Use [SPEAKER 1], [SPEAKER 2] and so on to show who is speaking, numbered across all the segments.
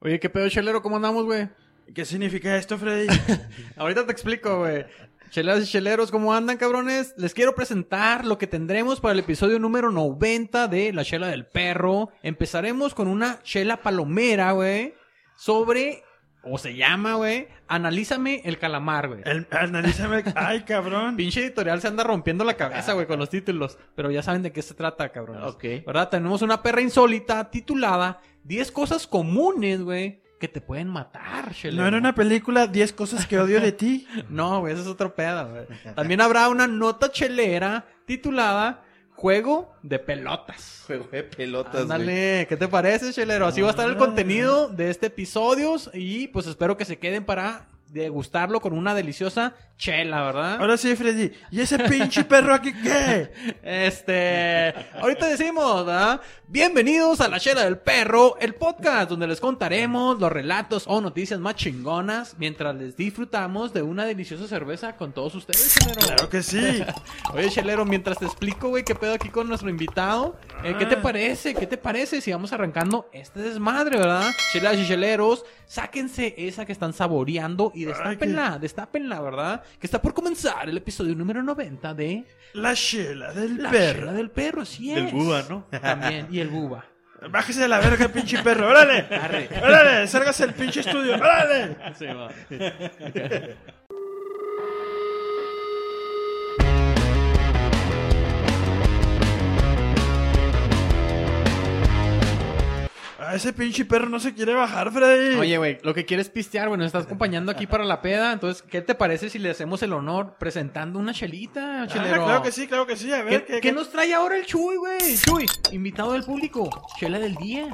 [SPEAKER 1] Oye, ¿qué pedo, Chelero? ¿Cómo andamos, güey?
[SPEAKER 2] ¿Qué significa esto, Freddy?
[SPEAKER 1] Ahorita te explico, güey. Cheleras y cheleros, ¿cómo andan, cabrones? Les quiero presentar lo que tendremos para el episodio número 90 de La Chela del Perro. Empezaremos con una chela palomera, güey, sobre, o se llama, güey, Analízame el calamar, güey.
[SPEAKER 2] El- analízame. Ay, cabrón.
[SPEAKER 1] Pinche editorial se anda rompiendo la cabeza, güey, con los títulos. Pero ya saben de qué se trata, cabrones.
[SPEAKER 3] Ok.
[SPEAKER 1] ¿Verdad? Tenemos una perra insólita titulada 10 cosas comunes, güey, que te pueden matar, chelero.
[SPEAKER 2] ¿No era una película 10 cosas que odio de ti?
[SPEAKER 1] No, güey, eso es otro pedo, güey. También habrá una nota chelera titulada Juego de pelotas.
[SPEAKER 3] Juego de pelotas, güey.
[SPEAKER 1] Ándale, ¿qué te parece, chelero? Así va a estar el
[SPEAKER 2] Ah.
[SPEAKER 1] contenido de este episodio y pues espero que se queden para degustarlo con una deliciosa chela, ¿verdad?
[SPEAKER 2] Ahora sí, Freddy. ¿Y ese pinche perro aquí qué?
[SPEAKER 1] Este, ahorita decimos, ¿verdad? Bienvenidos a La Chela del Perro, el podcast donde les contaremos los relatos o noticias más chingonas mientras les disfrutamos de una deliciosa cerveza con todos ustedes, chelero.
[SPEAKER 2] Claro que sí.
[SPEAKER 1] Oye, Chelero, mientras te explico, güey, qué pedo aquí con nuestro invitado, eh, ¿qué te
[SPEAKER 2] Ah.
[SPEAKER 1] parece? ¿Qué te parece si vamos arrancando este desmadre, verdad? Cheleras y cheleros, sáquense esa que están saboreando y destápenla, destápenla, ¿verdad? Que está por comenzar el episodio número 90 de
[SPEAKER 2] La chela del
[SPEAKER 1] La Chela
[SPEAKER 2] perro.
[SPEAKER 1] del Perro, sí es.
[SPEAKER 3] Del Buda, ¿no?
[SPEAKER 1] También, y el buba.
[SPEAKER 2] Bájese de la verga, pinche perro. ¡Órale!
[SPEAKER 1] Arre.
[SPEAKER 2] ¡Órale! ¡Sálgase el pinche estudio! ¡Órale!
[SPEAKER 1] Sí, va.
[SPEAKER 2] Ah, ese pinche perro no se quiere bajar, Freddy.
[SPEAKER 1] Oye, güey, lo que quieres pistear, güey, nos estás acompañando aquí para la peda, entonces, ¿qué te parece si le hacemos el honor presentando una chelita,
[SPEAKER 2] Ah,
[SPEAKER 1] chelero?
[SPEAKER 2] claro que sí, claro que sí. A ver,
[SPEAKER 1] ¿Qué,
[SPEAKER 2] ¿qué,
[SPEAKER 1] qué nos trae ahora el Chuy, güey? Chuy, invitado del público. Chela del día.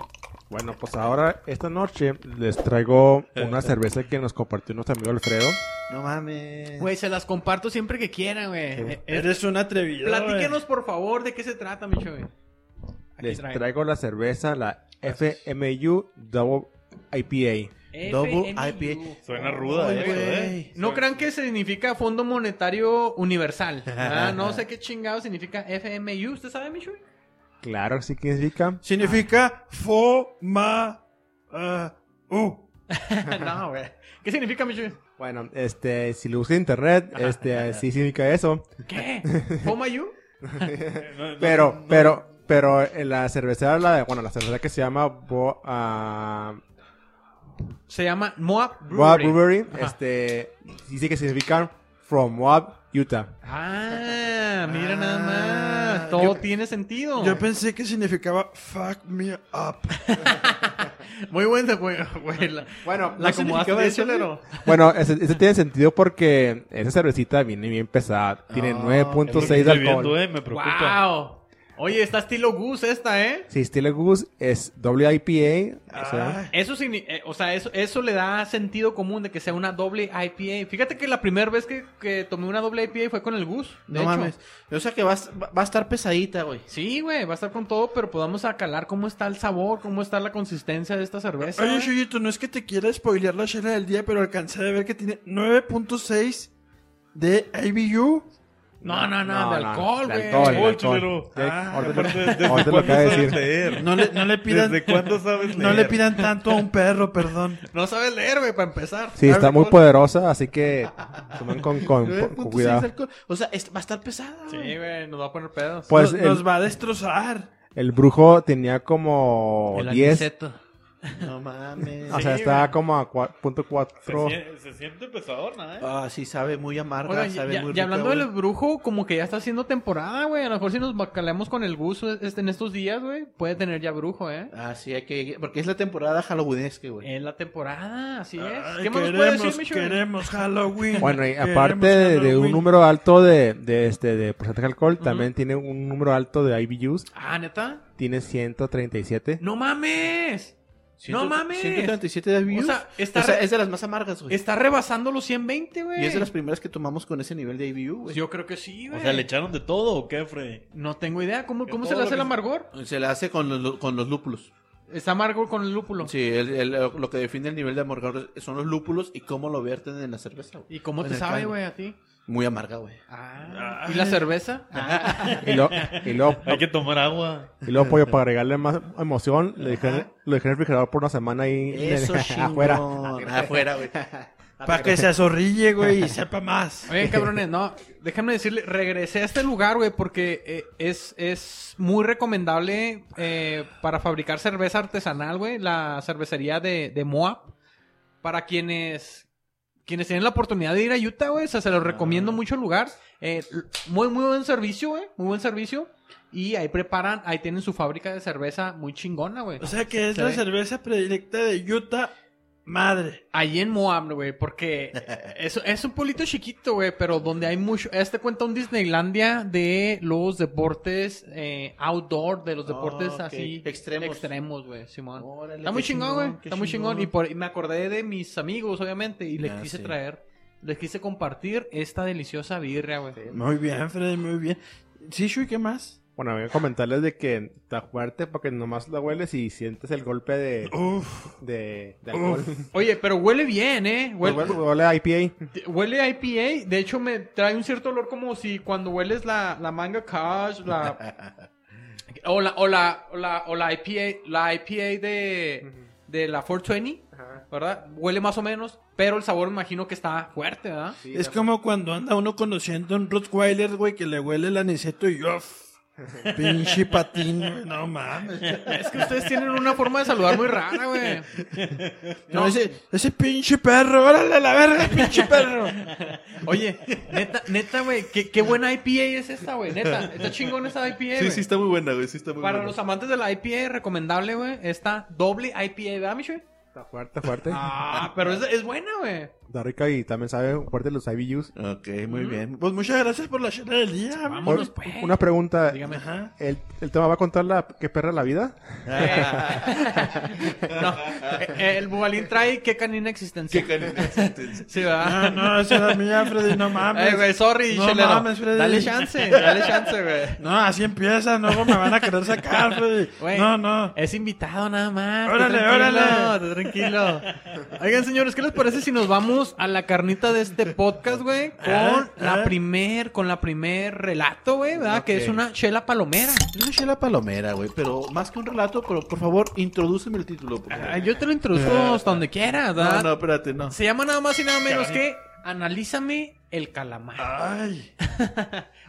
[SPEAKER 4] Bueno, pues ahora esta noche les traigo una cerveza que nos compartió nuestro amigo Alfredo.
[SPEAKER 3] No mames.
[SPEAKER 1] Güey, se las comparto siempre que quieran, güey. Eh, eh,
[SPEAKER 2] Eres un atrevido.
[SPEAKER 1] Platíquenos, por favor, de qué se trata, mi Chuy. Aquí
[SPEAKER 4] Les
[SPEAKER 1] trae.
[SPEAKER 4] traigo la cerveza, la FMU Double IPA.
[SPEAKER 3] Double
[SPEAKER 1] FNU.
[SPEAKER 3] IPA. Suena ruda
[SPEAKER 2] Ay,
[SPEAKER 3] eso,
[SPEAKER 2] güey.
[SPEAKER 3] ¿eh?
[SPEAKER 1] No crean que significa Fondo Monetario Universal. Ah, no sé qué chingado significa FMU. ¿Usted sabe, mi Chuy?
[SPEAKER 4] Claro, sí que significa.
[SPEAKER 2] Significa fo, ma, ah, u.
[SPEAKER 1] no, güey. ¿Qué significa, mi Chuy?
[SPEAKER 4] Bueno, este, si lo buscas en internet, este, sí significa eso.
[SPEAKER 1] ¿Qué? ¿Foma you?
[SPEAKER 4] Pero, pero, pero eh, la cerveza, la de- bueno, la cerveza que se llama Bo, ah,
[SPEAKER 1] Se llama Moab Brewery.
[SPEAKER 4] Boab Brewery,
[SPEAKER 1] Ajá.
[SPEAKER 4] este, dice que significa From Moab, Utah.
[SPEAKER 1] Ah, mira
[SPEAKER 2] Ah,
[SPEAKER 1] nada más. Todo
[SPEAKER 2] yo-
[SPEAKER 1] tiene sentido.
[SPEAKER 2] Yo pensé que significaba fuck me up.
[SPEAKER 1] Muy buen de- güey. güey, la-
[SPEAKER 4] Bueno,
[SPEAKER 1] la acomodaste bien, chelero.
[SPEAKER 4] Bueno, ese, ese tiene sentido porque esa cervecita viene bien pesada. Tiene 9.6 de
[SPEAKER 3] Estoy
[SPEAKER 4] alcohol.
[SPEAKER 3] viendo, eh, me preocupa.
[SPEAKER 1] Wow. Oye, está estilo Goose esta, ¿eh?
[SPEAKER 4] Si Steel Goose es WIPA, o sea,
[SPEAKER 2] Ay,
[SPEAKER 1] Eso signi- eh, o sea, eso, eso le da sentido común de que sea una doble IPA. Fíjate que la primera vez que, que tomé una doble IPA fue con el Goose. de
[SPEAKER 3] No
[SPEAKER 1] hecho.
[SPEAKER 3] mames. O sea que va, a s- va va a estar pesadita, güey.
[SPEAKER 1] Sí, güey, va a estar con todo, pero podamos acalar cómo está el sabor, cómo está la consistencia de esta cerveza.
[SPEAKER 2] Oye, Chuyito, no es que te quiera spoilear la chela del día, pero alcancé a ver que tiene 9.6 de IBU.
[SPEAKER 1] no, no, no,
[SPEAKER 4] No,
[SPEAKER 1] de
[SPEAKER 4] no,
[SPEAKER 1] alcohol,
[SPEAKER 4] de
[SPEAKER 1] güey.
[SPEAKER 3] Gol,
[SPEAKER 4] alcohol. alcohol.
[SPEAKER 3] chulero.
[SPEAKER 4] Jake,
[SPEAKER 2] Ah,
[SPEAKER 4] ahorita
[SPEAKER 3] Aparte,
[SPEAKER 4] lo-
[SPEAKER 3] ¿desde
[SPEAKER 4] ahorita lo
[SPEAKER 3] cuándo
[SPEAKER 4] acaba de
[SPEAKER 3] sabes
[SPEAKER 4] decir.
[SPEAKER 1] eh.
[SPEAKER 3] leer?
[SPEAKER 2] No le, no le pidan,
[SPEAKER 3] ¿Desde cuándo sabes leer?
[SPEAKER 2] no le pidan tanto a un perro, perdón.
[SPEAKER 1] No sabes leer, güey, para empezar.
[SPEAKER 4] Sí, está muy poderosa, así que tomen con, con- con
[SPEAKER 3] 9.6 de
[SPEAKER 4] cuidado.
[SPEAKER 3] alcohol. O sea, es- va a estar pesada,
[SPEAKER 1] Sí,
[SPEAKER 3] güey.
[SPEAKER 1] güey, nos va a poner pedos.
[SPEAKER 4] Pues
[SPEAKER 2] nos,
[SPEAKER 4] el,
[SPEAKER 2] nos va a destrozar.
[SPEAKER 4] el brujo tenía como 10,
[SPEAKER 3] No mames.
[SPEAKER 4] o sea,
[SPEAKER 1] Sí,
[SPEAKER 4] está
[SPEAKER 1] güey.
[SPEAKER 4] como a cua- punto cuatro.
[SPEAKER 3] siente pesadona,
[SPEAKER 2] Ah, sí, sabe muy amarga,
[SPEAKER 1] Oigan, ya, ya- ya hablando del brujo, como que ya está haciendo temporada, güey. A lo mejor si nos bacaleamos con el gusto este, en estos días, güey, puede tener ya brujo, ¿eh?
[SPEAKER 3] Ah, sí, hay que... Porque es la temporada halloweenesca, güey.
[SPEAKER 1] En la temporada, así es.
[SPEAKER 2] Ay,
[SPEAKER 1] ¿Qué más nos puede
[SPEAKER 2] queremos,
[SPEAKER 1] decir, Micho?
[SPEAKER 2] queremos Halloween.
[SPEAKER 4] Bueno, y
[SPEAKER 2] queremos
[SPEAKER 4] aparte de, de un
[SPEAKER 2] Halloween.
[SPEAKER 4] número alto de, de este de porcentaje de alcohol, también tiene un número alto de IBUs,
[SPEAKER 1] Ah, neta.
[SPEAKER 4] tiene 137.
[SPEAKER 1] ¡No mames!
[SPEAKER 3] Ciento-
[SPEAKER 1] ¡No mames!
[SPEAKER 3] 137 de IBU.
[SPEAKER 1] O sea, está, re-
[SPEAKER 3] es de las más amargas, güey.
[SPEAKER 1] está rebasando los 120, güey. Pues
[SPEAKER 3] Y es de las primeras que tomamos con ese nivel de IBU, güey.
[SPEAKER 1] Yo creo que sí, güey.
[SPEAKER 5] O sea, ¿le echaron de todo o qué, Freddy?
[SPEAKER 1] No tengo idea. ¿Cómo,
[SPEAKER 5] De
[SPEAKER 1] cómo se
[SPEAKER 5] todo
[SPEAKER 1] le
[SPEAKER 5] lo
[SPEAKER 1] hace el
[SPEAKER 5] que-
[SPEAKER 1] amargor?
[SPEAKER 3] Se la hace con los, con los lúpulos.
[SPEAKER 1] Está amargor con el lúpulo.
[SPEAKER 3] Sí, el- el- lo que define el nivel de amargor son los lúpulos y cómo lo vierten en la cerveza. güey.
[SPEAKER 1] ¿Y cómo
[SPEAKER 3] En
[SPEAKER 1] te
[SPEAKER 3] el
[SPEAKER 1] sabe,
[SPEAKER 3] caldo.
[SPEAKER 1] güey, a ti?
[SPEAKER 3] Muy amarga, güey.
[SPEAKER 1] Ah, ¿Y la cerveza?
[SPEAKER 4] Y luego, y luego,
[SPEAKER 5] Hay que tomar agua.
[SPEAKER 4] y luego, pollo, para agregarle más emoción, le dejé, lo dejé en el refrigerador por una semana ahí en el-
[SPEAKER 3] Eso
[SPEAKER 4] afuera.
[SPEAKER 3] chingón. Afuera, güey.
[SPEAKER 2] Para que se azorrille, güey, y sepa más.
[SPEAKER 1] Oigan, Ah. cabrones, no, déjenme decirle, regresé a este lugar, güey, porque eh, es, es muy recomendable eh, para fabricar cerveza artesanal, güey, la cervecería de, de Moab. Para quienes, quienes tienen la oportunidad de ir a Utah, güey, o sea, se los recomiendo mucho el lugar. Eh, l- muy, muy buen servicio, güey, muy buen servicio. Y ahí preparan, ahí tienen su fábrica de cerveza muy chingona, güey.
[SPEAKER 2] O sea que es
[SPEAKER 1] Se
[SPEAKER 2] la
[SPEAKER 1] ve.
[SPEAKER 2] cerveza predilecta de Utah, madre.
[SPEAKER 1] Allí en Moab, güey, porque es, es un pueblito chiquito, güey, pero donde hay mucho... Este cuenta un Disneylandia de los deportes eh, outdoor, de los deportes
[SPEAKER 3] Ah, ok.
[SPEAKER 1] así...
[SPEAKER 3] Extremos.
[SPEAKER 1] Extremos, güey, Simón.
[SPEAKER 3] Órale,
[SPEAKER 1] Está muy
[SPEAKER 3] qué
[SPEAKER 1] chingón, güey.
[SPEAKER 3] qué
[SPEAKER 1] Está muy chingón. Y, por- y me acordé de mis amigos, obviamente, y les
[SPEAKER 3] Ah,
[SPEAKER 1] quise
[SPEAKER 3] sí.
[SPEAKER 1] traer... Les quise compartir esta deliciosa birria, güey.
[SPEAKER 2] Muy bien, Freddy, muy bien. Sí, Shui, ¿qué más?
[SPEAKER 4] Bueno, voy a comentarles de que está fuerte porque nomás la hueles y sientes el golpe de,
[SPEAKER 2] Uf.
[SPEAKER 4] de, de alcohol.
[SPEAKER 1] Oye, pero huele bien, ¿eh?
[SPEAKER 4] Pues
[SPEAKER 1] Huele,
[SPEAKER 4] Huele, huele a IPA.
[SPEAKER 1] Te- Huele a IPA, de hecho me trae un cierto olor como si cuando hueles la, la manga cash, la o la o la o la, o la IPA, la IPA de, de la 420, ¿verdad? Huele más o menos, pero el sabor me imagino que está fuerte, ¿verdad?
[SPEAKER 2] Es como cuando anda uno conociendo a un Rottweiler, güey, que le huele el aniceto y uff. Pinche patín, güey, no mames.
[SPEAKER 1] Es que ustedes tienen una forma de saludar muy rara, güey.
[SPEAKER 2] No, ese, ese pinche perro, órale a la verga, pinche perro.
[SPEAKER 1] Oye, neta, neta, güey, qué, qué buena IPA es esta, güey, neta, está chingón esta IPA,
[SPEAKER 3] Sí,
[SPEAKER 1] güey.
[SPEAKER 3] sí, está muy buena, güey. Sí, está muy
[SPEAKER 1] Para
[SPEAKER 3] buena.
[SPEAKER 1] los amantes de la IPA, recomendable, güey, esta doble IPA, ¿verdad, mi Shui?
[SPEAKER 4] Está fuerte, está fuerte.
[SPEAKER 1] Ah, pero es, es buena, güey.
[SPEAKER 4] Está rica y también sabe fuerte los IBUs.
[SPEAKER 3] Ok, muy bien.
[SPEAKER 2] Pues muchas gracias por la chela del día. güey.
[SPEAKER 1] Vámonos,
[SPEAKER 4] Oye,
[SPEAKER 1] pues.
[SPEAKER 4] Una pregunta.
[SPEAKER 1] Dígame.
[SPEAKER 2] Ajá.
[SPEAKER 4] ¿El, ¿El tema va a contar la que perra la vida?
[SPEAKER 1] No, eh, el bubalín trae qué canina existencia.
[SPEAKER 3] Qué caliente.
[SPEAKER 1] Sí,
[SPEAKER 2] Ah,
[SPEAKER 1] ¿verdad?
[SPEAKER 2] no, esa es la mía, Freddy, no mames.
[SPEAKER 1] Eh, güey, sorry,
[SPEAKER 2] No
[SPEAKER 1] chelero.
[SPEAKER 2] mames, Freddy.
[SPEAKER 1] Dale chance, dale chance, güey.
[SPEAKER 2] No, así empieza, luego me van a querer sacar, Freddy.
[SPEAKER 1] Güey.
[SPEAKER 2] No, no.
[SPEAKER 1] Es invitado nada más.
[SPEAKER 2] Órale,
[SPEAKER 1] tú tranquilo,
[SPEAKER 2] órale.
[SPEAKER 1] tú tranquilo. Oigan, señores, ¿qué les parece si nos vamos a la carnita de este podcast, güey? Con
[SPEAKER 2] Ah,
[SPEAKER 1] la
[SPEAKER 2] ah.
[SPEAKER 1] primer, con la primer relato, güey, ¿verdad? Que es una chela palomera.
[SPEAKER 3] Una chela palomera, güey. Pero más que un relato, pero por favor, introdúceme el título. por favor.
[SPEAKER 1] Ah, Yo te lo introduzco hasta donde quieras,
[SPEAKER 3] No,
[SPEAKER 1] ¿verdad?
[SPEAKER 3] no, espérate, no.
[SPEAKER 1] Se llama nada más y nada menos que Analízame el calamar.
[SPEAKER 2] Ay.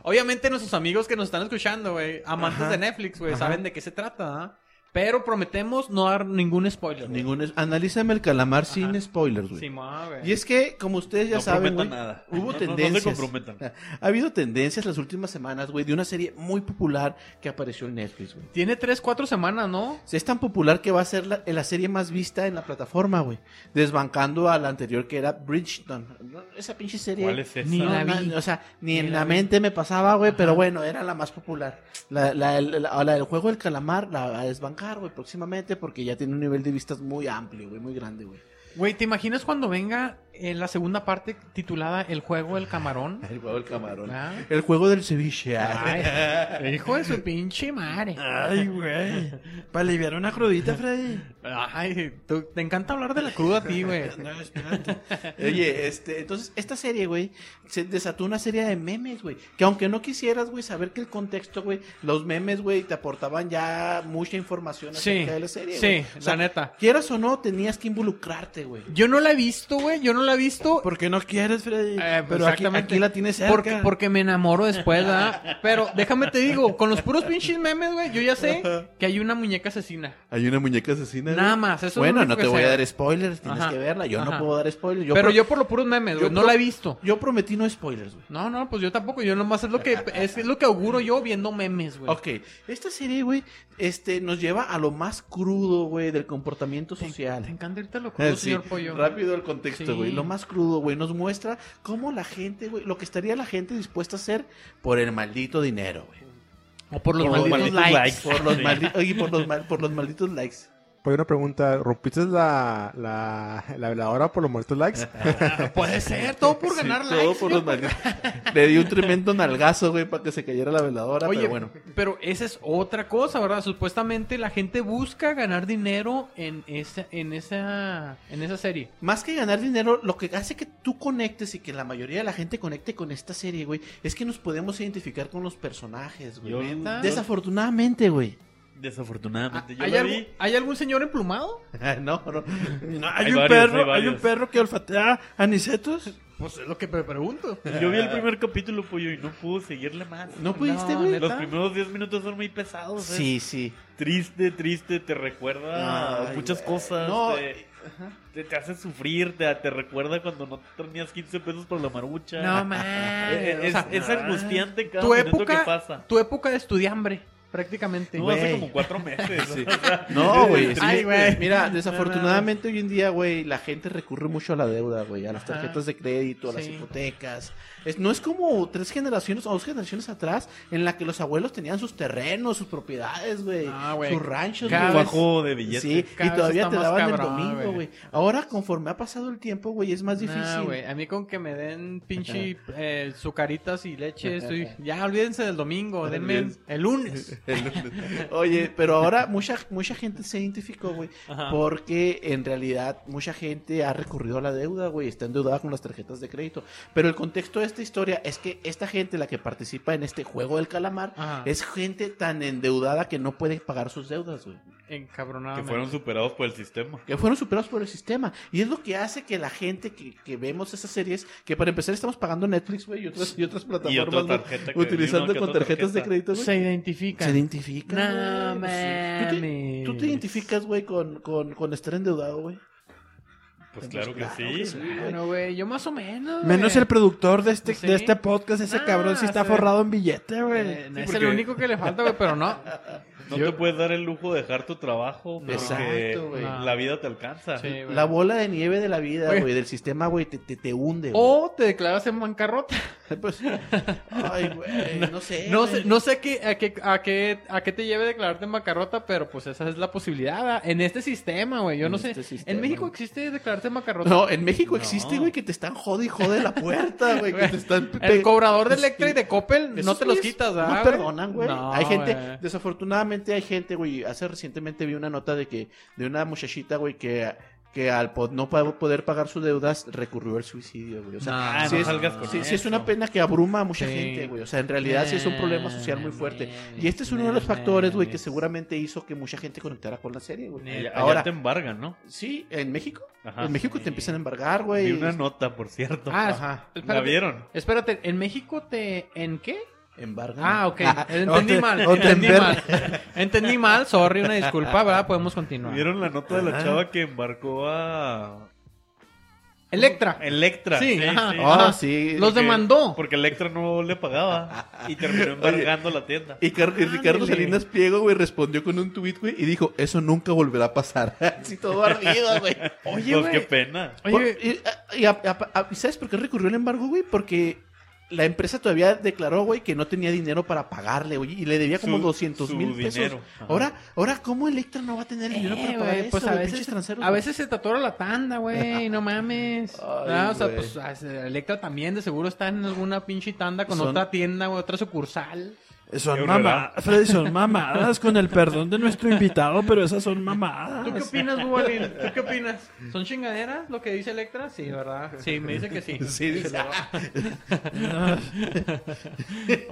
[SPEAKER 1] Obviamente nuestros amigos que nos están escuchando, güey, amantes de Netflix, güey, saben de qué se trata, ¿ah? Pero prometemos no dar ningún spoiler. güey.
[SPEAKER 3] Ningún es- Analízame el calamar sin spoilers, güey.
[SPEAKER 1] Sí, ma, güey.
[SPEAKER 3] Y es que, como ustedes ya
[SPEAKER 5] No
[SPEAKER 3] saben,
[SPEAKER 5] prometan
[SPEAKER 3] güey,
[SPEAKER 5] nada.
[SPEAKER 3] hubo
[SPEAKER 5] No, no, no se
[SPEAKER 3] tendencias.
[SPEAKER 5] comprometan.
[SPEAKER 3] ha habido tendencias las últimas semanas, güey, de una serie muy popular que apareció en Netflix, güey.
[SPEAKER 1] Tiene tres, cuatro semanas, ¿no?
[SPEAKER 3] Es tan popular que va a ser la, eh, la serie más vista en la plataforma, güey. Desbancando a la anterior que era Bridgeton. No, Esa pinche serie.
[SPEAKER 5] ¿Cuál es esa?
[SPEAKER 1] Ni
[SPEAKER 3] No,
[SPEAKER 1] la
[SPEAKER 3] no,
[SPEAKER 1] vi.
[SPEAKER 3] no, o sea, ni,
[SPEAKER 1] Ni
[SPEAKER 3] en
[SPEAKER 1] la
[SPEAKER 3] la,
[SPEAKER 1] vi.
[SPEAKER 3] mente me pasaba, güey, pero bueno, era la más popular. La, la, la- la del juego del calamar la va a desbancar, güey, próximamente, porque ya tiene un nivel de vistas muy amplio, güey, muy grande, güey.
[SPEAKER 1] Güey, ¿te imaginas cuando venga eh, la segunda parte titulada El juego del camarón?
[SPEAKER 3] El juego del camarón.
[SPEAKER 1] Ah.
[SPEAKER 3] El juego del ceviche.
[SPEAKER 1] Ay, hijo de su pinche madre.
[SPEAKER 2] Ay, güey. Para aliviar una crudita, Freddy.
[SPEAKER 1] Ay, tú- te encanta hablar de la cruda a ti, güey.
[SPEAKER 2] No, espérate.
[SPEAKER 3] Oye, este, entonces esta serie, güey, se desató una serie de memes, güey, que aunque no quisieras, güey, saber que el contexto, güey, los memes, güey, te aportaban ya mucha información
[SPEAKER 1] Sí,
[SPEAKER 3] acerca de la serie,
[SPEAKER 1] sí,
[SPEAKER 3] güey. O
[SPEAKER 1] la
[SPEAKER 3] sea,
[SPEAKER 1] neta.
[SPEAKER 3] Quieras o no, tenías que involucrarte, güey.
[SPEAKER 1] Yo no la he visto, güey, yo no la he visto.
[SPEAKER 2] ¿Por qué no quieres, Freddy?
[SPEAKER 1] Eh,
[SPEAKER 2] Pero aquí,
[SPEAKER 1] exactamente.
[SPEAKER 2] aquí la tienes cerca.
[SPEAKER 1] Porque, porque me enamoro después, ¿verdad? Pero déjame te digo, con los puros pinches memes, güey, yo ya sé que hay una muñeca asesina.
[SPEAKER 3] Hay una muñeca asesina.
[SPEAKER 1] Nada más, eso
[SPEAKER 3] bueno,
[SPEAKER 1] es lo único
[SPEAKER 3] no te
[SPEAKER 1] que
[SPEAKER 3] voy
[SPEAKER 1] sé.
[SPEAKER 3] a dar spoilers, tienes
[SPEAKER 1] Ajá,
[SPEAKER 3] que verla. Yo
[SPEAKER 1] ajá.
[SPEAKER 3] no puedo dar spoilers.
[SPEAKER 1] Pero
[SPEAKER 3] pro-
[SPEAKER 1] yo por los puros memes, güey,
[SPEAKER 3] yo
[SPEAKER 1] no
[SPEAKER 3] pro-
[SPEAKER 1] la he visto.
[SPEAKER 3] yo prometí no spoilers, güey.
[SPEAKER 1] No, no, pues yo tampoco, yo nomás es lo que es lo que auguro yo viendo memes, güey.
[SPEAKER 3] Ok, esta serie, güey, este, nos lleva a lo más crudo, güey, del comportamiento social.
[SPEAKER 1] Te encanta irte lo crudo,
[SPEAKER 3] Eh, sí,
[SPEAKER 1] señor Pollo.
[SPEAKER 3] Rápido el contexto,
[SPEAKER 1] Sí.
[SPEAKER 3] güey. Lo más crudo, güey. Nos muestra cómo la gente, güey, lo que estaría la gente dispuesta a hacer por el maldito dinero, güey.
[SPEAKER 1] O por los
[SPEAKER 3] Por
[SPEAKER 1] malditos
[SPEAKER 5] malditos
[SPEAKER 1] likes.
[SPEAKER 5] likes.
[SPEAKER 3] Por los
[SPEAKER 5] Sí.
[SPEAKER 3] maldi- oye, por los mal- por los malditos likes.
[SPEAKER 4] Pues una pregunta, ¿rompiste la, la, la veladora por los muertos likes?
[SPEAKER 1] Puede ser, todo por
[SPEAKER 3] Sí,
[SPEAKER 1] ganar
[SPEAKER 3] todo
[SPEAKER 1] likes.
[SPEAKER 3] por los nalgas. Le di un tremendo nalgazo, güey, para que se cayera la veladora,
[SPEAKER 1] Oye,
[SPEAKER 3] pero
[SPEAKER 1] bueno.
[SPEAKER 3] bueno.
[SPEAKER 1] pero esa es otra cosa, ¿verdad? Supuestamente la gente busca ganar dinero en esa, en esa, en esa serie.
[SPEAKER 3] Más que ganar dinero, lo que hace que tú conectes y que la mayoría de la gente conecte con esta serie, güey, es que nos podemos identificar con los personajes, güey.
[SPEAKER 5] Yo-
[SPEAKER 1] ¿Neta?
[SPEAKER 5] yo-
[SPEAKER 3] Desafortunadamente, güey.
[SPEAKER 5] desafortunadamente,
[SPEAKER 1] Ah,
[SPEAKER 5] yo
[SPEAKER 3] Ah,
[SPEAKER 1] ¿Hay,
[SPEAKER 5] la
[SPEAKER 1] algún-
[SPEAKER 5] vi.
[SPEAKER 1] ¿Hay algún señor emplumado?
[SPEAKER 3] no, no.
[SPEAKER 2] No, hay,
[SPEAKER 5] Hay
[SPEAKER 2] un
[SPEAKER 5] varios, hay
[SPEAKER 2] perro, hay,
[SPEAKER 5] varios.
[SPEAKER 2] un perro que olfatea anicetos.
[SPEAKER 1] Pues es lo que me pregunto.
[SPEAKER 5] Yo vi el primer capítulo, pollo, y no pude seguirle más.
[SPEAKER 3] ¿No pudiste,
[SPEAKER 1] No,
[SPEAKER 3] güey?
[SPEAKER 1] neta.
[SPEAKER 5] Los primeros 10 minutos son muy pesados. ¿eh?
[SPEAKER 3] Sí, sí.
[SPEAKER 5] Triste, triste, te recuerda
[SPEAKER 3] Ay,
[SPEAKER 5] muchas
[SPEAKER 3] güey.
[SPEAKER 5] cosas.
[SPEAKER 3] No, eh,
[SPEAKER 5] te, te- te hace sufrir, te, te recuerda cuando no tenías 15 pesos por la marucha.
[SPEAKER 1] No
[SPEAKER 5] Eh, eh,
[SPEAKER 1] mames.
[SPEAKER 5] es,
[SPEAKER 1] o sea,
[SPEAKER 5] es angustiante cada
[SPEAKER 1] tu
[SPEAKER 5] minuto que
[SPEAKER 1] época,
[SPEAKER 5] pasa.
[SPEAKER 1] tu época de estudiambre, prácticamente.
[SPEAKER 5] No, hace como cuatro meses. o sea,
[SPEAKER 3] No,
[SPEAKER 5] es
[SPEAKER 3] güey. eh,
[SPEAKER 5] triste.
[SPEAKER 1] Ay, güey.
[SPEAKER 3] Mira, desafortunadamente hoy en día, güey, la gente recurre mucho a la deuda, güey, a las tarjetas de crédito, a las
[SPEAKER 1] Sí.
[SPEAKER 3] hipotecas. Es, no es como tres generaciones o dos generaciones atrás en la que los abuelos tenían sus terrenos, sus propiedades, güey,
[SPEAKER 1] Ah, güey.
[SPEAKER 3] sus ranchos,
[SPEAKER 1] Cada
[SPEAKER 5] Un
[SPEAKER 3] güey.
[SPEAKER 5] fajo de billetes.
[SPEAKER 3] Sí,
[SPEAKER 1] Cada
[SPEAKER 3] y
[SPEAKER 1] vez
[SPEAKER 3] todavía
[SPEAKER 1] está
[SPEAKER 3] te
[SPEAKER 1] más
[SPEAKER 3] daban
[SPEAKER 1] cabrón,
[SPEAKER 3] el domingo,
[SPEAKER 1] güey.
[SPEAKER 3] güey. Ahora, conforme ha pasado el tiempo, güey, es más difícil.
[SPEAKER 1] Nah, güey, a mí con que me den pinche eh, sucaritas y leche, estoy... ya olvídense del domingo, denme el lunes.
[SPEAKER 3] Oye, pero ahora mucha, mucha gente se identificó, güey,
[SPEAKER 5] Ajá.
[SPEAKER 3] porque en realidad mucha gente ha recurrido a la deuda, güey, está endeudada con las tarjetas de crédito. Pero el contexto de esta historia es que esta gente, la que participa en este juego del calamar,
[SPEAKER 1] Ajá.
[SPEAKER 3] es gente tan endeudada que no puede pagar sus deudas, güey.
[SPEAKER 5] Que
[SPEAKER 1] Encabronadamente.
[SPEAKER 5] fueron superados por el sistema.
[SPEAKER 3] Que fueron superados por el sistema. Y es lo que hace que la gente que, que vemos esas series, que para empezar estamos pagando Netflix, güey, y otras, y otras plataformas,
[SPEAKER 5] Y otra
[SPEAKER 3] ¿no?
[SPEAKER 5] tarjeta que- y
[SPEAKER 3] utilizando
[SPEAKER 5] una que
[SPEAKER 3] con
[SPEAKER 5] otra
[SPEAKER 3] tarjetas de
[SPEAKER 5] tarjeta.
[SPEAKER 3] crédito, güey.
[SPEAKER 1] Se identifican.
[SPEAKER 3] Se identifica.
[SPEAKER 1] No
[SPEAKER 3] güey, pues, ¿tú te-
[SPEAKER 1] mames.
[SPEAKER 3] ¿Tú te identificas, güey, con, con, con estar endeudado, güey?
[SPEAKER 5] Pues claro que
[SPEAKER 3] que
[SPEAKER 5] sí.
[SPEAKER 3] güey.
[SPEAKER 1] Bueno, güey, yo más o menos.
[SPEAKER 2] Menos
[SPEAKER 1] güey.
[SPEAKER 2] el productor de este,
[SPEAKER 1] Sí.
[SPEAKER 2] de este podcast, ese
[SPEAKER 1] Ah,
[SPEAKER 2] cabrón sí está
[SPEAKER 1] sí.
[SPEAKER 2] forrado en billete,
[SPEAKER 1] Eh,
[SPEAKER 2] güey.
[SPEAKER 1] no, es
[SPEAKER 5] porque-
[SPEAKER 1] el único que le falta, güey, pero no.
[SPEAKER 5] No
[SPEAKER 1] Yo-
[SPEAKER 5] te puedes dar el lujo de dejar tu trabajo porque
[SPEAKER 3] Exacto, güey.
[SPEAKER 5] la vida te alcanza.
[SPEAKER 1] Sí, güey.
[SPEAKER 3] La bola de nieve de la vida,
[SPEAKER 1] Oye.
[SPEAKER 3] güey, del sistema, güey, te, te, te hunde, güey.
[SPEAKER 1] O te declaras en bancarrota.
[SPEAKER 3] Pues, ay, güey, no sé.
[SPEAKER 1] No
[SPEAKER 3] Eh, güey.
[SPEAKER 1] sé, no sé qué, a, qué, a, qué, a qué te lleve declararte en bancarrota, pero pues esa es la posibilidad. ¿verdad? En este sistema, güey. Yo
[SPEAKER 3] En
[SPEAKER 1] no
[SPEAKER 3] este
[SPEAKER 1] sé.
[SPEAKER 3] sistema.
[SPEAKER 1] ¿En México existe declararte en bancarrota?
[SPEAKER 3] No, en México
[SPEAKER 5] No.
[SPEAKER 3] existe, güey, que te están jode y jode la puerta, güey, que te están...
[SPEAKER 1] El
[SPEAKER 3] pe-
[SPEAKER 1] cobrador de Electra y de Coppel no
[SPEAKER 3] Esos
[SPEAKER 1] te los
[SPEAKER 3] güeyes
[SPEAKER 1] quitas, ¿verdad?
[SPEAKER 3] No
[SPEAKER 1] güey?
[SPEAKER 3] perdonan, güey.
[SPEAKER 1] No,
[SPEAKER 3] hay gente,
[SPEAKER 1] güey.
[SPEAKER 3] desafortunadamente hay gente, güey. Hace recientemente vi una nota de que, de una muchachita, güey, que, que al po- no pa- poder pagar sus deudas recurrió al suicidio, güey. O sea,
[SPEAKER 5] Ah,
[SPEAKER 3] sí
[SPEAKER 5] no
[SPEAKER 3] es-
[SPEAKER 5] salgas con
[SPEAKER 3] Sí,
[SPEAKER 5] eso.
[SPEAKER 3] sí es una pena que abruma a mucha
[SPEAKER 1] Sí.
[SPEAKER 3] gente, güey. O sea, en realidad sí es un problema social muy fuerte. Y este es uno de los
[SPEAKER 1] Mames.
[SPEAKER 3] factores, güey, que seguramente hizo que mucha gente conectara con la serie,
[SPEAKER 1] Neta.
[SPEAKER 3] güey.
[SPEAKER 5] Allá, allá
[SPEAKER 3] Ahora-
[SPEAKER 5] te embargan, ¿no?
[SPEAKER 3] Sí, en México.
[SPEAKER 5] Ajá.
[SPEAKER 3] en México te empiezan a embargar, güey.
[SPEAKER 5] Vi una nota, por cierto.
[SPEAKER 1] Ah,
[SPEAKER 3] Ajá.
[SPEAKER 5] ¿La
[SPEAKER 1] espérate,
[SPEAKER 5] vieron?
[SPEAKER 1] espérate, ¿en México te... ¿En qué?
[SPEAKER 3] Embargan.
[SPEAKER 1] Ah, ok.
[SPEAKER 2] o
[SPEAKER 1] Entendí
[SPEAKER 2] te-
[SPEAKER 1] mal.
[SPEAKER 2] o te
[SPEAKER 1] Entendí
[SPEAKER 2] enver-
[SPEAKER 1] mal. Entendí mal. Sorry, una disculpa, ¿verdad? Podemos continuar.
[SPEAKER 5] ¿Vieron la nota de la chava que embarcó a
[SPEAKER 1] Electra.
[SPEAKER 3] Eh,
[SPEAKER 5] Electra?
[SPEAKER 1] Sí, ajá.
[SPEAKER 3] Ah,
[SPEAKER 1] Ajá.
[SPEAKER 3] sí.
[SPEAKER 1] Los
[SPEAKER 5] Porque-
[SPEAKER 1] demandó.
[SPEAKER 5] Porque Electra no le pagaba y terminó embargando la tienda.
[SPEAKER 3] Y, Car- y Ricardo
[SPEAKER 1] Ándale.
[SPEAKER 3] Salinas Pliego, güey, respondió con un tuit, güey, y dijo, eso nunca volverá a pasar. Así todo ardido, güey.
[SPEAKER 1] Oye,
[SPEAKER 5] pues qué
[SPEAKER 1] güey.
[SPEAKER 5] pena.
[SPEAKER 1] Oye, eh,
[SPEAKER 3] Por- y- a- y a- a- a- ¿y ¿sabes por qué recurrió el embargo, güey? Porque la empresa todavía declaró, güey, que no tenía dinero para pagarle, güey, y le debía como
[SPEAKER 5] Su-
[SPEAKER 3] 200
[SPEAKER 5] su
[SPEAKER 3] mil pesos.
[SPEAKER 5] dinero. Ajá.
[SPEAKER 3] Ahora, ahora, ¿cómo Electra no va a tener el dinero
[SPEAKER 1] Eh,
[SPEAKER 3] para pagar
[SPEAKER 1] güey,
[SPEAKER 3] eso,
[SPEAKER 1] pues a
[SPEAKER 3] güey?
[SPEAKER 1] veces,
[SPEAKER 3] Pinches transeros,
[SPEAKER 1] a
[SPEAKER 3] güey.
[SPEAKER 1] veces se te atora la tanda, güey, no mames.
[SPEAKER 3] Ay,
[SPEAKER 1] Ah, o sea,
[SPEAKER 3] güey.
[SPEAKER 1] pues a- Electra también de seguro está en alguna pinche tanda con
[SPEAKER 3] Son-
[SPEAKER 1] otra tienda, güey, otra sucursal.
[SPEAKER 2] Son
[SPEAKER 5] Qué
[SPEAKER 2] mamadas, Freddy, son mamadas, con el perdón de nuestro invitado, pero esas son
[SPEAKER 3] Ah,
[SPEAKER 2] mamadas.
[SPEAKER 1] ¿Tú qué opinas, Bubalín? ¿Tú qué opinas? ¿Son chingaderas lo que dice Electra? Sí, ¿verdad? Sí, me dice que sí.
[SPEAKER 3] Sí, dice.
[SPEAKER 2] Ah,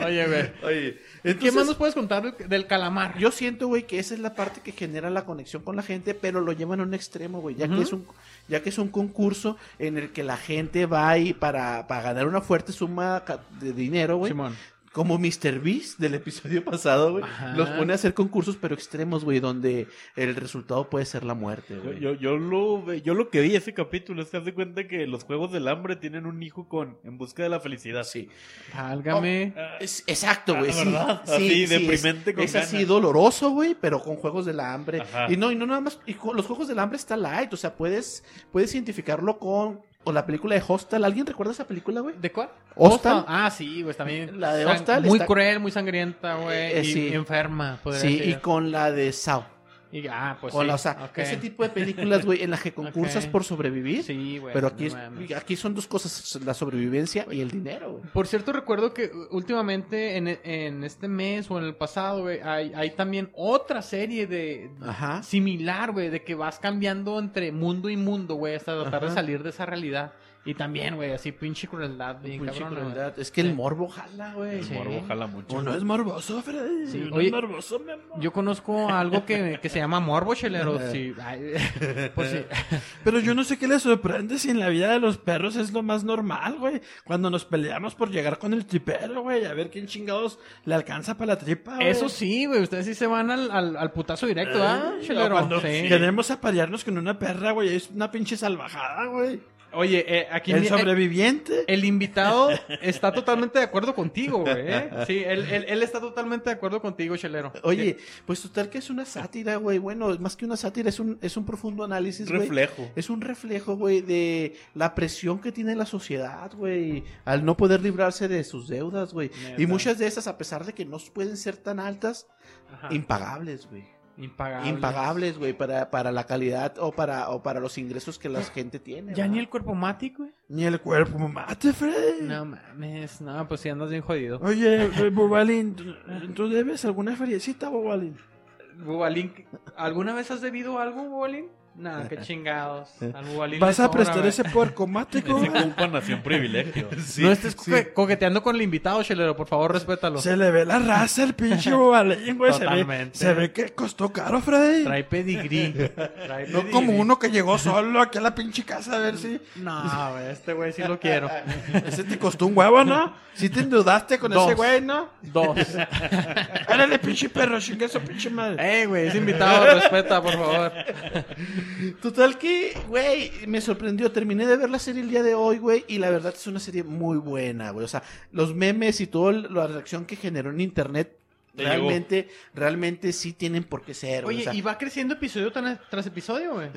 [SPEAKER 1] Oye, güey.
[SPEAKER 3] Oye,
[SPEAKER 1] ¿Qué más
[SPEAKER 3] entonces,
[SPEAKER 1] nos puedes contar del calamar?
[SPEAKER 3] Yo siento, güey, que esa es la parte que genera la conexión con la gente, pero lo llevan a un extremo, güey, ya que
[SPEAKER 1] Ujú.
[SPEAKER 3] es un ya que es un concurso en el que la gente va y para, para ganar una fuerte suma ca- de dinero, güey,
[SPEAKER 1] Simón.
[SPEAKER 3] como Mr. Beast del episodio pasado, güey,
[SPEAKER 1] Ajá.
[SPEAKER 3] los pone a hacer concursos pero extremos, güey, donde el resultado puede ser la muerte,
[SPEAKER 5] Yo,
[SPEAKER 3] güey.
[SPEAKER 5] yo, yo lo, ve- yo lo que vi ese capítulo es que haz de cuenta que los Juegos del Hambre tienen un hijo con En Busca de la Felicidad.
[SPEAKER 3] Sí.
[SPEAKER 1] Válgame.
[SPEAKER 5] Ah,
[SPEAKER 3] Es- exacto, güey,
[SPEAKER 5] Ah,
[SPEAKER 3] sí,
[SPEAKER 5] ¿verdad?
[SPEAKER 3] sí,
[SPEAKER 5] Así,
[SPEAKER 3] sí, es-
[SPEAKER 5] deprimente con
[SPEAKER 3] es, así
[SPEAKER 5] ganas.
[SPEAKER 3] doloroso, güey, pero con juegos del hambre.
[SPEAKER 5] Ajá.
[SPEAKER 3] Y no, y no nada más, y con los juegos del hambre está light, o sea, puedes, puedes identificarlo con, con la película de Hostel. ¿Alguien recuerda esa película, güey?
[SPEAKER 1] ¿De cuál?
[SPEAKER 3] Oh. ¿Hostal?
[SPEAKER 1] Ah, sí, güey, también.
[SPEAKER 3] La de
[SPEAKER 1] Sang-
[SPEAKER 3] Hostal
[SPEAKER 1] Muy
[SPEAKER 3] está-
[SPEAKER 1] cruel, muy sangrienta, güey.
[SPEAKER 3] Eh,
[SPEAKER 1] y
[SPEAKER 3] sí.
[SPEAKER 1] enferma, podría
[SPEAKER 3] Sí, y
[SPEAKER 1] decir.
[SPEAKER 3] con la de Sao.
[SPEAKER 1] Y, ah, pues
[SPEAKER 3] o,
[SPEAKER 1] sí.
[SPEAKER 3] la- o sea,
[SPEAKER 1] ok.
[SPEAKER 3] ese tipo de películas, güey, en las que concursas
[SPEAKER 1] Ok.
[SPEAKER 3] por sobrevivir.
[SPEAKER 1] Sí, güey.
[SPEAKER 3] pero aquí,
[SPEAKER 1] no
[SPEAKER 3] es-
[SPEAKER 1] mames.
[SPEAKER 3] aquí son dos cosas, la sobrevivencia y el dinero, güey.
[SPEAKER 1] Por cierto, recuerdo que uh, últimamente en, en este mes o en el pasado, güey, hay, hay también otra serie de
[SPEAKER 3] Ajá.
[SPEAKER 1] similar, güey, de que vas cambiando entre mundo y mundo, güey, hasta tratar de
[SPEAKER 3] Ajá.
[SPEAKER 1] salir de esa realidad. Y también, güey, así pinche crueldad, bien
[SPEAKER 3] Pinche
[SPEAKER 1] cabrón,
[SPEAKER 3] crueldad. Es que el morbo jala, güey.
[SPEAKER 5] El
[SPEAKER 1] Sí.
[SPEAKER 5] morbo jala mucho.
[SPEAKER 2] Uno es morboso, Freddy.
[SPEAKER 1] Sí,
[SPEAKER 2] Uno
[SPEAKER 1] oye.
[SPEAKER 2] es morboso, mi amor.
[SPEAKER 1] güey. Yo conozco algo que, que se llama morbo, chelero. sí, ay, por si-
[SPEAKER 2] Pero yo no sé qué le sorprende si en la vida de los perros es lo más normal, güey. Cuando nos peleamos por llegar con el tripero, güey, a ver quién chingados le alcanza para la tripa, güey.
[SPEAKER 1] Eso sí, güey, ustedes sí se van al, al, al putazo directo,
[SPEAKER 3] Eh,
[SPEAKER 1] ¿ah,
[SPEAKER 2] Ay, o
[SPEAKER 1] chelero?
[SPEAKER 2] Cuando
[SPEAKER 1] Sí.
[SPEAKER 2] queremos aparearnos con una perra, güey, es una pinche salvajada, güey.
[SPEAKER 1] Oye, eh, aquí
[SPEAKER 2] El
[SPEAKER 1] mi- eh,
[SPEAKER 2] sobreviviente.
[SPEAKER 1] El invitado está totalmente de acuerdo contigo, güey. ¿eh? Sí, él, él- él está totalmente de acuerdo contigo, Chelero.
[SPEAKER 3] Oye, pues total que es una sátira, güey. Bueno, más que una sátira, es un, es un profundo análisis, güey.
[SPEAKER 5] reflejo.
[SPEAKER 3] Es un reflejo, güey, de la presión que tiene la sociedad, güey, al no poder librarse de sus deudas, güey.
[SPEAKER 1] Neta.
[SPEAKER 3] Y muchas de esas, a pesar de que no pueden ser tan altas,
[SPEAKER 1] Ah.
[SPEAKER 3] impagables, güey.
[SPEAKER 1] Impagable.
[SPEAKER 3] Impagables, güey, para, para la calidad o para, o para los ingresos que la gente tiene.
[SPEAKER 1] Ya
[SPEAKER 3] ¿verdad?
[SPEAKER 1] ni el cuerpo matic, güey.
[SPEAKER 2] Ni el cuerpo me mate, Freddy.
[SPEAKER 1] No mames, no, pues si andas bien jodido.
[SPEAKER 2] Oye, eh, Bobalín, ¿tú- ¿tú debes alguna feriecita, Bobalín?
[SPEAKER 1] Bubalín, ¿alguna vez has debido algo, Bubalín? Nada, qué chingados. Al Bubalín
[SPEAKER 2] ¿Vas
[SPEAKER 1] le
[SPEAKER 2] a
[SPEAKER 1] sobra,
[SPEAKER 2] prestar
[SPEAKER 1] güey.
[SPEAKER 2] ese puerco mate,
[SPEAKER 5] Ese
[SPEAKER 2] güey?
[SPEAKER 5] compa nació en privilegio.
[SPEAKER 1] no estés coque- coqueteando con el invitado, Chelero, por favor, respétalo.
[SPEAKER 2] Se le ve la raza al pinche Bobalín, güey. Se ve,
[SPEAKER 1] Totalmente.
[SPEAKER 2] se ve que costó caro, Freddy.
[SPEAKER 1] Trae pedigrí. Trae
[SPEAKER 2] No
[SPEAKER 1] pedigrí.
[SPEAKER 2] como uno que llegó solo aquí a la pinche casa a ver si...
[SPEAKER 1] No, güey, este güey sí lo quiero.
[SPEAKER 2] Ese te costó un huevo, ¿no? Si te endeudaste con
[SPEAKER 1] Dos.
[SPEAKER 2] ese güey, ¿no?
[SPEAKER 1] Dos.
[SPEAKER 2] Árale, pinche perro, chingue su pinche madre.
[SPEAKER 1] Eh, güey, es invitado, respeta, por favor.
[SPEAKER 3] Total que, güey, me sorprendió. Terminé de ver la serie el día de hoy, güey, y la verdad es una serie muy buena, güey. O sea, los memes y toda la reacción que generó en internet
[SPEAKER 5] Te
[SPEAKER 3] realmente, realmente sí tienen por qué ser, güey.
[SPEAKER 1] Oye,
[SPEAKER 3] O sea,
[SPEAKER 1] y va creciendo episodio tras, tras episodio, güey.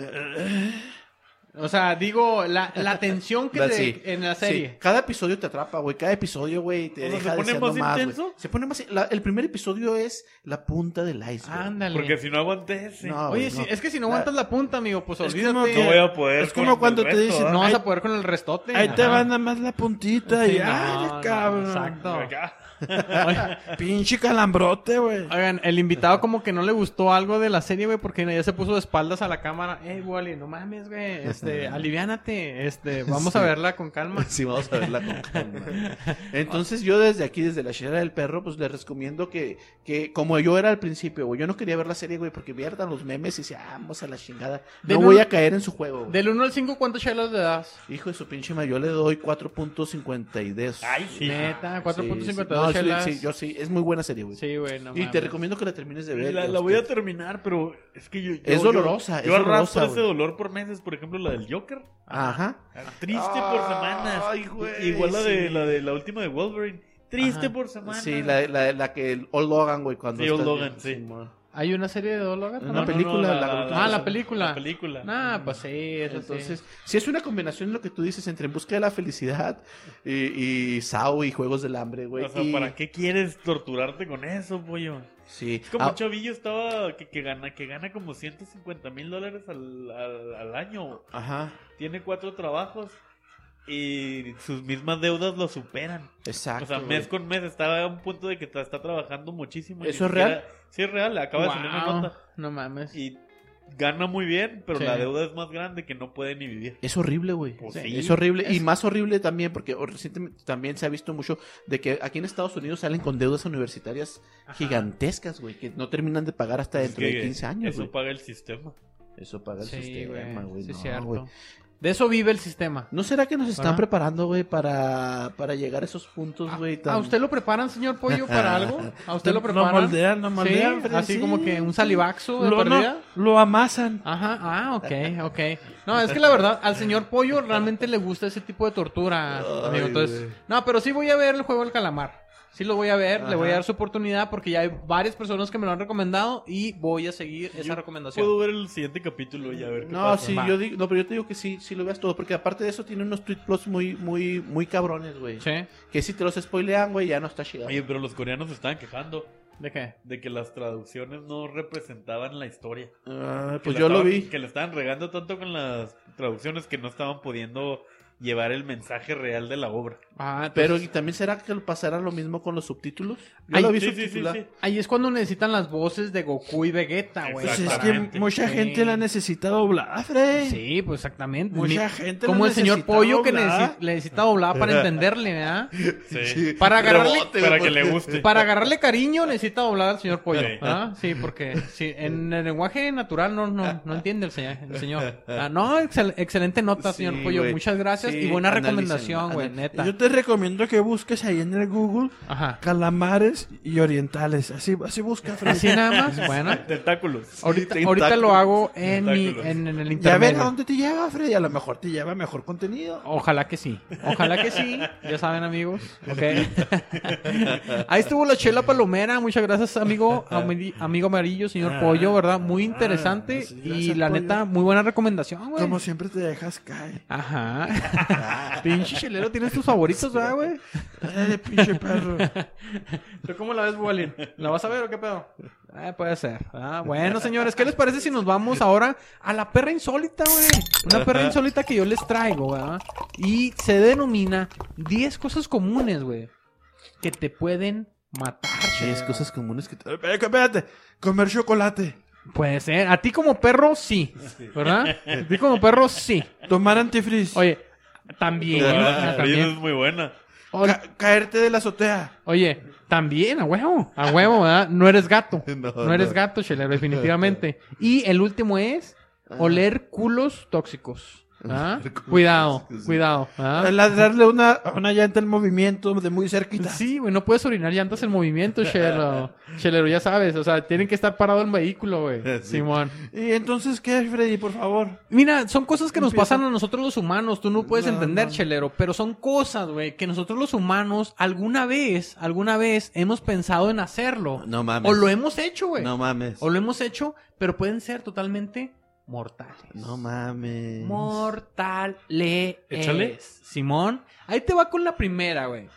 [SPEAKER 1] O sea, digo, la, la tensión que
[SPEAKER 3] La-
[SPEAKER 1] se-
[SPEAKER 3] sí,
[SPEAKER 1] en la
[SPEAKER 3] sí,
[SPEAKER 1] serie.
[SPEAKER 3] cada episodio te atrapa, güey. Cada episodio, güey, te
[SPEAKER 5] O sea,
[SPEAKER 3] deja
[SPEAKER 5] ¿se pone
[SPEAKER 3] deseando
[SPEAKER 5] más
[SPEAKER 3] más, güey.
[SPEAKER 5] intenso?
[SPEAKER 3] Se pone más. la- el primer episodio es la punta del iceberg.
[SPEAKER 1] Ándale.
[SPEAKER 5] Porque si no aguanté ese,
[SPEAKER 3] No,
[SPEAKER 1] Ah, Oye,
[SPEAKER 3] güey,
[SPEAKER 1] si-
[SPEAKER 3] no.
[SPEAKER 1] es que si no aguantas la punta, amigo, pues
[SPEAKER 2] Es
[SPEAKER 1] olvídate.
[SPEAKER 2] como
[SPEAKER 5] no voy a poder.
[SPEAKER 2] Es como
[SPEAKER 5] con
[SPEAKER 2] cuando
[SPEAKER 5] el
[SPEAKER 2] te
[SPEAKER 5] resto,
[SPEAKER 2] dicen,
[SPEAKER 5] ¿ah?
[SPEAKER 1] No vas
[SPEAKER 2] Ahí-
[SPEAKER 1] a poder con el restote.
[SPEAKER 2] Ahí te
[SPEAKER 1] ajá.
[SPEAKER 2] va nada más la puntita
[SPEAKER 1] Sí,
[SPEAKER 2] y
[SPEAKER 1] no,
[SPEAKER 2] ¡ay,
[SPEAKER 1] no,
[SPEAKER 2] cabrón!
[SPEAKER 1] exacto.
[SPEAKER 5] Acá.
[SPEAKER 2] Pinche calambrote, güey.
[SPEAKER 1] Oigan, el invitado como que no le gustó algo de la serie, güey, porque ya se puso de espaldas a la cámara. Ey, Wally, no mames, güey. Este, aliviánate. Este, vamos a verla con calma.
[SPEAKER 3] Sí, vamos a verla con calma. Entonces yo desde aquí, desde la chilera del perro, pues les recomiendo que, que como yo era al principio, güey, yo no quería ver la serie, güey, porque viertan los memes y decía, "Ah, vamos a la chingada.
[SPEAKER 1] Del
[SPEAKER 3] No
[SPEAKER 1] uno-
[SPEAKER 3] voy a caer en su juego, güey.
[SPEAKER 1] Del 1 al 5, ¿cuántos chelos le das?
[SPEAKER 3] Hijo de su pinche madre, yo le doy 4.52.
[SPEAKER 5] Ay, sí.
[SPEAKER 1] Neta,
[SPEAKER 3] Sí,
[SPEAKER 1] 4.52
[SPEAKER 3] sí. No, sí,
[SPEAKER 1] chelas.
[SPEAKER 3] sí, yo sí, es muy buena serie, güey.
[SPEAKER 1] Sí, güey, no
[SPEAKER 3] y te
[SPEAKER 1] mames.
[SPEAKER 3] recomiendo que la termines de ver.
[SPEAKER 5] La, la
[SPEAKER 3] este.
[SPEAKER 5] voy a terminar, pero es que yo. yo-
[SPEAKER 3] Es
[SPEAKER 5] yo-
[SPEAKER 3] dolorosa, es
[SPEAKER 5] Yo arrastro
[SPEAKER 3] dolorosa,
[SPEAKER 5] ese
[SPEAKER 3] güey.
[SPEAKER 5] dolor por meses, por ejemplo, la del Joker.
[SPEAKER 3] Ajá.
[SPEAKER 5] Triste por semanas.
[SPEAKER 3] Ay, güey,
[SPEAKER 5] Igual la de,
[SPEAKER 3] sí.
[SPEAKER 5] la de la última de Wolverine. Triste
[SPEAKER 1] Ajá.
[SPEAKER 5] por semanas.
[SPEAKER 3] Sí, la, la, la que el Old Logan, güey, cuando
[SPEAKER 5] Sí, Old
[SPEAKER 3] está-
[SPEAKER 5] Logan, sí.
[SPEAKER 3] Simón.
[SPEAKER 1] ¿Hay una serie de Dólaga?
[SPEAKER 3] Una película, la-
[SPEAKER 1] Ah, la película.
[SPEAKER 5] La película.
[SPEAKER 1] Nah, pues sí, eso
[SPEAKER 3] Entonces,
[SPEAKER 1] sí.
[SPEAKER 3] si es una combinación de lo que tú dices entre En Busca de la Felicidad y, y Sao y Juegos del Hambre, güey.
[SPEAKER 5] O sea,
[SPEAKER 3] y-
[SPEAKER 5] ¿para qué quieres torturarte con eso, pollo?
[SPEAKER 3] Sí.
[SPEAKER 5] Es como
[SPEAKER 3] Ah,
[SPEAKER 5] un chavillo estaba que, que gana que gana como 150 mil dólares al, al- al año.
[SPEAKER 3] Ajá,
[SPEAKER 5] Tiene cuatro trabajos y sus mismas deudas lo superan.
[SPEAKER 3] exacto.
[SPEAKER 5] o sea,
[SPEAKER 3] güey.
[SPEAKER 5] mes con mes está a un punto de que tra- está trabajando muchísimo. y
[SPEAKER 3] ¿Eso
[SPEAKER 5] ni
[SPEAKER 3] es real?
[SPEAKER 5] siquiera- Sí, es real. Acaba de salir una
[SPEAKER 1] Guau,
[SPEAKER 5] nota.
[SPEAKER 1] No mames.
[SPEAKER 5] Y gana muy bien, pero
[SPEAKER 1] Sí.
[SPEAKER 5] la deuda es más grande que no puede ni vivir.
[SPEAKER 3] Es horrible, güey.
[SPEAKER 5] Pues
[SPEAKER 3] Sí,
[SPEAKER 5] sí.
[SPEAKER 3] Es horrible. Y más horrible también, porque o- recientemente también se ha visto mucho de que aquí en Estados Unidos salen con deudas universitarias gigantescas, güey, que no terminan de pagar hasta dentro
[SPEAKER 5] Es que
[SPEAKER 3] de 15 años,
[SPEAKER 5] Eso
[SPEAKER 3] güey.
[SPEAKER 5] paga el sistema.
[SPEAKER 3] Eso paga el
[SPEAKER 1] sí,
[SPEAKER 3] sistema,
[SPEAKER 1] güey.
[SPEAKER 3] este güey.
[SPEAKER 1] Sí,
[SPEAKER 3] no,
[SPEAKER 1] cierto.
[SPEAKER 3] güey.
[SPEAKER 1] De eso vive el sistema.
[SPEAKER 3] ¿No será que nos están
[SPEAKER 1] Ajá.
[SPEAKER 3] preparando, güey, para, para llegar a esos
[SPEAKER 5] Ah,
[SPEAKER 3] puntos, güey?
[SPEAKER 1] ¿A
[SPEAKER 3] tan-
[SPEAKER 1] usted lo preparan, señor Pollo, para algo? ¿A usted lo
[SPEAKER 2] No
[SPEAKER 1] preparan?
[SPEAKER 2] moldean, no
[SPEAKER 1] sí,
[SPEAKER 2] moldean. Freddy,
[SPEAKER 1] así
[SPEAKER 2] sí.
[SPEAKER 1] como que un salivaxo de
[SPEAKER 2] Lo, no,
[SPEAKER 1] perdida.
[SPEAKER 2] lo amasan.
[SPEAKER 1] Ajá, ah, ok, ok. No, es que la verdad, al señor Pollo realmente le gusta ese tipo de tortura, amigo. Entonces, no, pero sí voy a ver el juego del calamar. Sí lo voy a ver, le voy a dar su oportunidad porque ya hay varias personas que me lo han recomendado y voy a seguir esa recomendación.
[SPEAKER 5] Puedo ver el siguiente capítulo y a ver qué
[SPEAKER 3] No,
[SPEAKER 5] pasa.
[SPEAKER 3] sí,
[SPEAKER 1] Va.
[SPEAKER 3] yo digo, no, pero yo te digo que sí, sí lo veas todo, porque aparte de eso tiene unos tweet plots muy, muy, muy cabrones, güey.
[SPEAKER 1] Sí.
[SPEAKER 3] Que si te los spoilean, güey, ya no está chido.
[SPEAKER 5] Oye, pero los coreanos se estaban quejando.
[SPEAKER 1] ¿De qué?
[SPEAKER 5] de que las traducciones no representaban la historia.
[SPEAKER 3] Ah,
[SPEAKER 5] Que
[SPEAKER 3] pues
[SPEAKER 5] la
[SPEAKER 3] yo lo
[SPEAKER 5] estaban-
[SPEAKER 3] vi.
[SPEAKER 5] Que le estaban regando tanto con las traducciones que no estaban pudiendo llevar el mensaje real de la obra.
[SPEAKER 1] Ah,
[SPEAKER 2] Pues
[SPEAKER 3] Pero
[SPEAKER 1] pero
[SPEAKER 3] ¿y también será que pasará lo mismo con los subtítulos. Yo
[SPEAKER 1] Ay,
[SPEAKER 3] lo vi
[SPEAKER 5] Sí, sí, sí,
[SPEAKER 3] subtitular.
[SPEAKER 5] sí.
[SPEAKER 1] ahí es cuando necesitan las voces de Goku y Vegeta, güey.
[SPEAKER 2] Pues es
[SPEAKER 5] Exactamente.
[SPEAKER 2] que mucha
[SPEAKER 1] Sí.
[SPEAKER 2] gente la necesita doblar, Fred.
[SPEAKER 1] Sí, pues exactamente.
[SPEAKER 2] Mucha
[SPEAKER 1] Mi-
[SPEAKER 2] gente
[SPEAKER 1] como
[SPEAKER 2] la
[SPEAKER 1] el señor
[SPEAKER 2] necesita
[SPEAKER 1] Pollo que
[SPEAKER 2] doblar.
[SPEAKER 1] necesi- le necesita doblar para entenderle, ¿verdad?
[SPEAKER 5] Sí.
[SPEAKER 3] Sí.
[SPEAKER 1] Para agarrarle-
[SPEAKER 3] Rebote, güey,
[SPEAKER 5] Para
[SPEAKER 3] porque-
[SPEAKER 5] que le guste.
[SPEAKER 1] Para agarrarle cariño necesita doblar al señor Pollo,
[SPEAKER 5] Sí.
[SPEAKER 1] ¿verdad? Sí, porque sí, en el lenguaje natural no, no, no entiende el señor. el señor. Ah, no, excel- excelente nota,
[SPEAKER 3] Sí,
[SPEAKER 1] señor Pollo.
[SPEAKER 3] güey.
[SPEAKER 1] Muchas gracias
[SPEAKER 3] Sí,
[SPEAKER 1] y buena
[SPEAKER 3] analícenlo,
[SPEAKER 1] recomendación, güey,
[SPEAKER 3] anal-
[SPEAKER 1] neta.
[SPEAKER 2] Yo te recomiendo que busques ahí en el Google
[SPEAKER 1] Ajá.
[SPEAKER 2] calamares y orientales. Así, así busca, Fred.
[SPEAKER 1] Así nada más, bueno.
[SPEAKER 5] Tentáculos.
[SPEAKER 1] Ahorita,
[SPEAKER 3] tentáculos.
[SPEAKER 1] ahorita lo hago en, mi,
[SPEAKER 5] Tentáculos.
[SPEAKER 1] en, en el
[SPEAKER 2] Ya ver a
[SPEAKER 1] internet.
[SPEAKER 2] dónde te lleva, Freddy. A lo mejor te lleva mejor contenido.
[SPEAKER 1] Ojalá que sí. Ojalá que sí. Ya saben, amigos. Ok. Ahí estuvo la chela palomera. Muchas gracias, amigo. ameri- Amigo amarillo, señor Pollo, ¿verdad? Muy interesante.
[SPEAKER 2] Ah. sí,
[SPEAKER 1] y
[SPEAKER 2] gracias,
[SPEAKER 1] la
[SPEAKER 2] Pollo.
[SPEAKER 1] neta, muy buena recomendación, güey.
[SPEAKER 2] Como siempre te dejas caer.
[SPEAKER 1] Ajá. Pinche chelero, tienes tus favoritos, ¿verdad, güey?
[SPEAKER 2] Eh, pinche perro.
[SPEAKER 1] ¿Tú cómo la ves, Wally? ¿La vas a ver o qué pedo? Ah, puede ser. Ah, bueno, señores, ¿qué les parece si nos vamos ahora a la perra insólita, güey? Una perra insólita que yo les traigo, ¿verdad? Y se denomina 10 cosas comunes, güey, que te pueden matar.
[SPEAKER 3] Es
[SPEAKER 1] güey.
[SPEAKER 3] cosas comunes que te-
[SPEAKER 2] Eh, Espérate, comer chocolate,
[SPEAKER 1] Puede ser. A ti como perro, sí. ¿Verdad? A ti como perro, sí.
[SPEAKER 2] tomar antifreeze,
[SPEAKER 1] Oye, también.
[SPEAKER 5] Ah,
[SPEAKER 1] ah,
[SPEAKER 5] oye, esa
[SPEAKER 1] también.
[SPEAKER 5] es muy buena.
[SPEAKER 1] Oye,
[SPEAKER 2] ca- caerte de la azotea.
[SPEAKER 1] Oye, también, a huevo, a huevo, ¿verdad? No eres gato.
[SPEAKER 3] No,
[SPEAKER 1] No, eres
[SPEAKER 3] no.
[SPEAKER 1] gato, Chelero, definitivamente. Y el último es oler culos tóxicos. ¿ah?
[SPEAKER 3] Ah. Oler culos
[SPEAKER 1] Cuidado,
[SPEAKER 3] tóxicos, sí.
[SPEAKER 1] cuidado. ¿ah?
[SPEAKER 2] Ladrarle una, a una llanta en movimiento de muy cerquita.
[SPEAKER 1] Sí, güey, no puedes orinar llantas en movimiento, Chelero. Chelero, ya sabes, o sea, tienen que estar parado el vehículo, güey.
[SPEAKER 3] Sí.
[SPEAKER 1] Simón.
[SPEAKER 2] ¿Y entonces qué, Freddy, por favor?
[SPEAKER 1] Mira, son cosas que nos
[SPEAKER 2] Empieza.
[SPEAKER 1] pasan a nosotros los humanos, tú no puedes
[SPEAKER 2] No,
[SPEAKER 1] entender,
[SPEAKER 2] no.
[SPEAKER 1] Chelero, pero son cosas, güey, que nosotros los humanos alguna vez, alguna vez hemos pensado en hacerlo.
[SPEAKER 3] No mames.
[SPEAKER 1] O lo hemos hecho, güey.
[SPEAKER 3] No mames.
[SPEAKER 1] O lo hemos hecho, pero pueden ser totalmente mortales.
[SPEAKER 3] No mames.
[SPEAKER 1] Mortales.
[SPEAKER 5] Échale.
[SPEAKER 1] Simón, ahí te va con la primera, güey.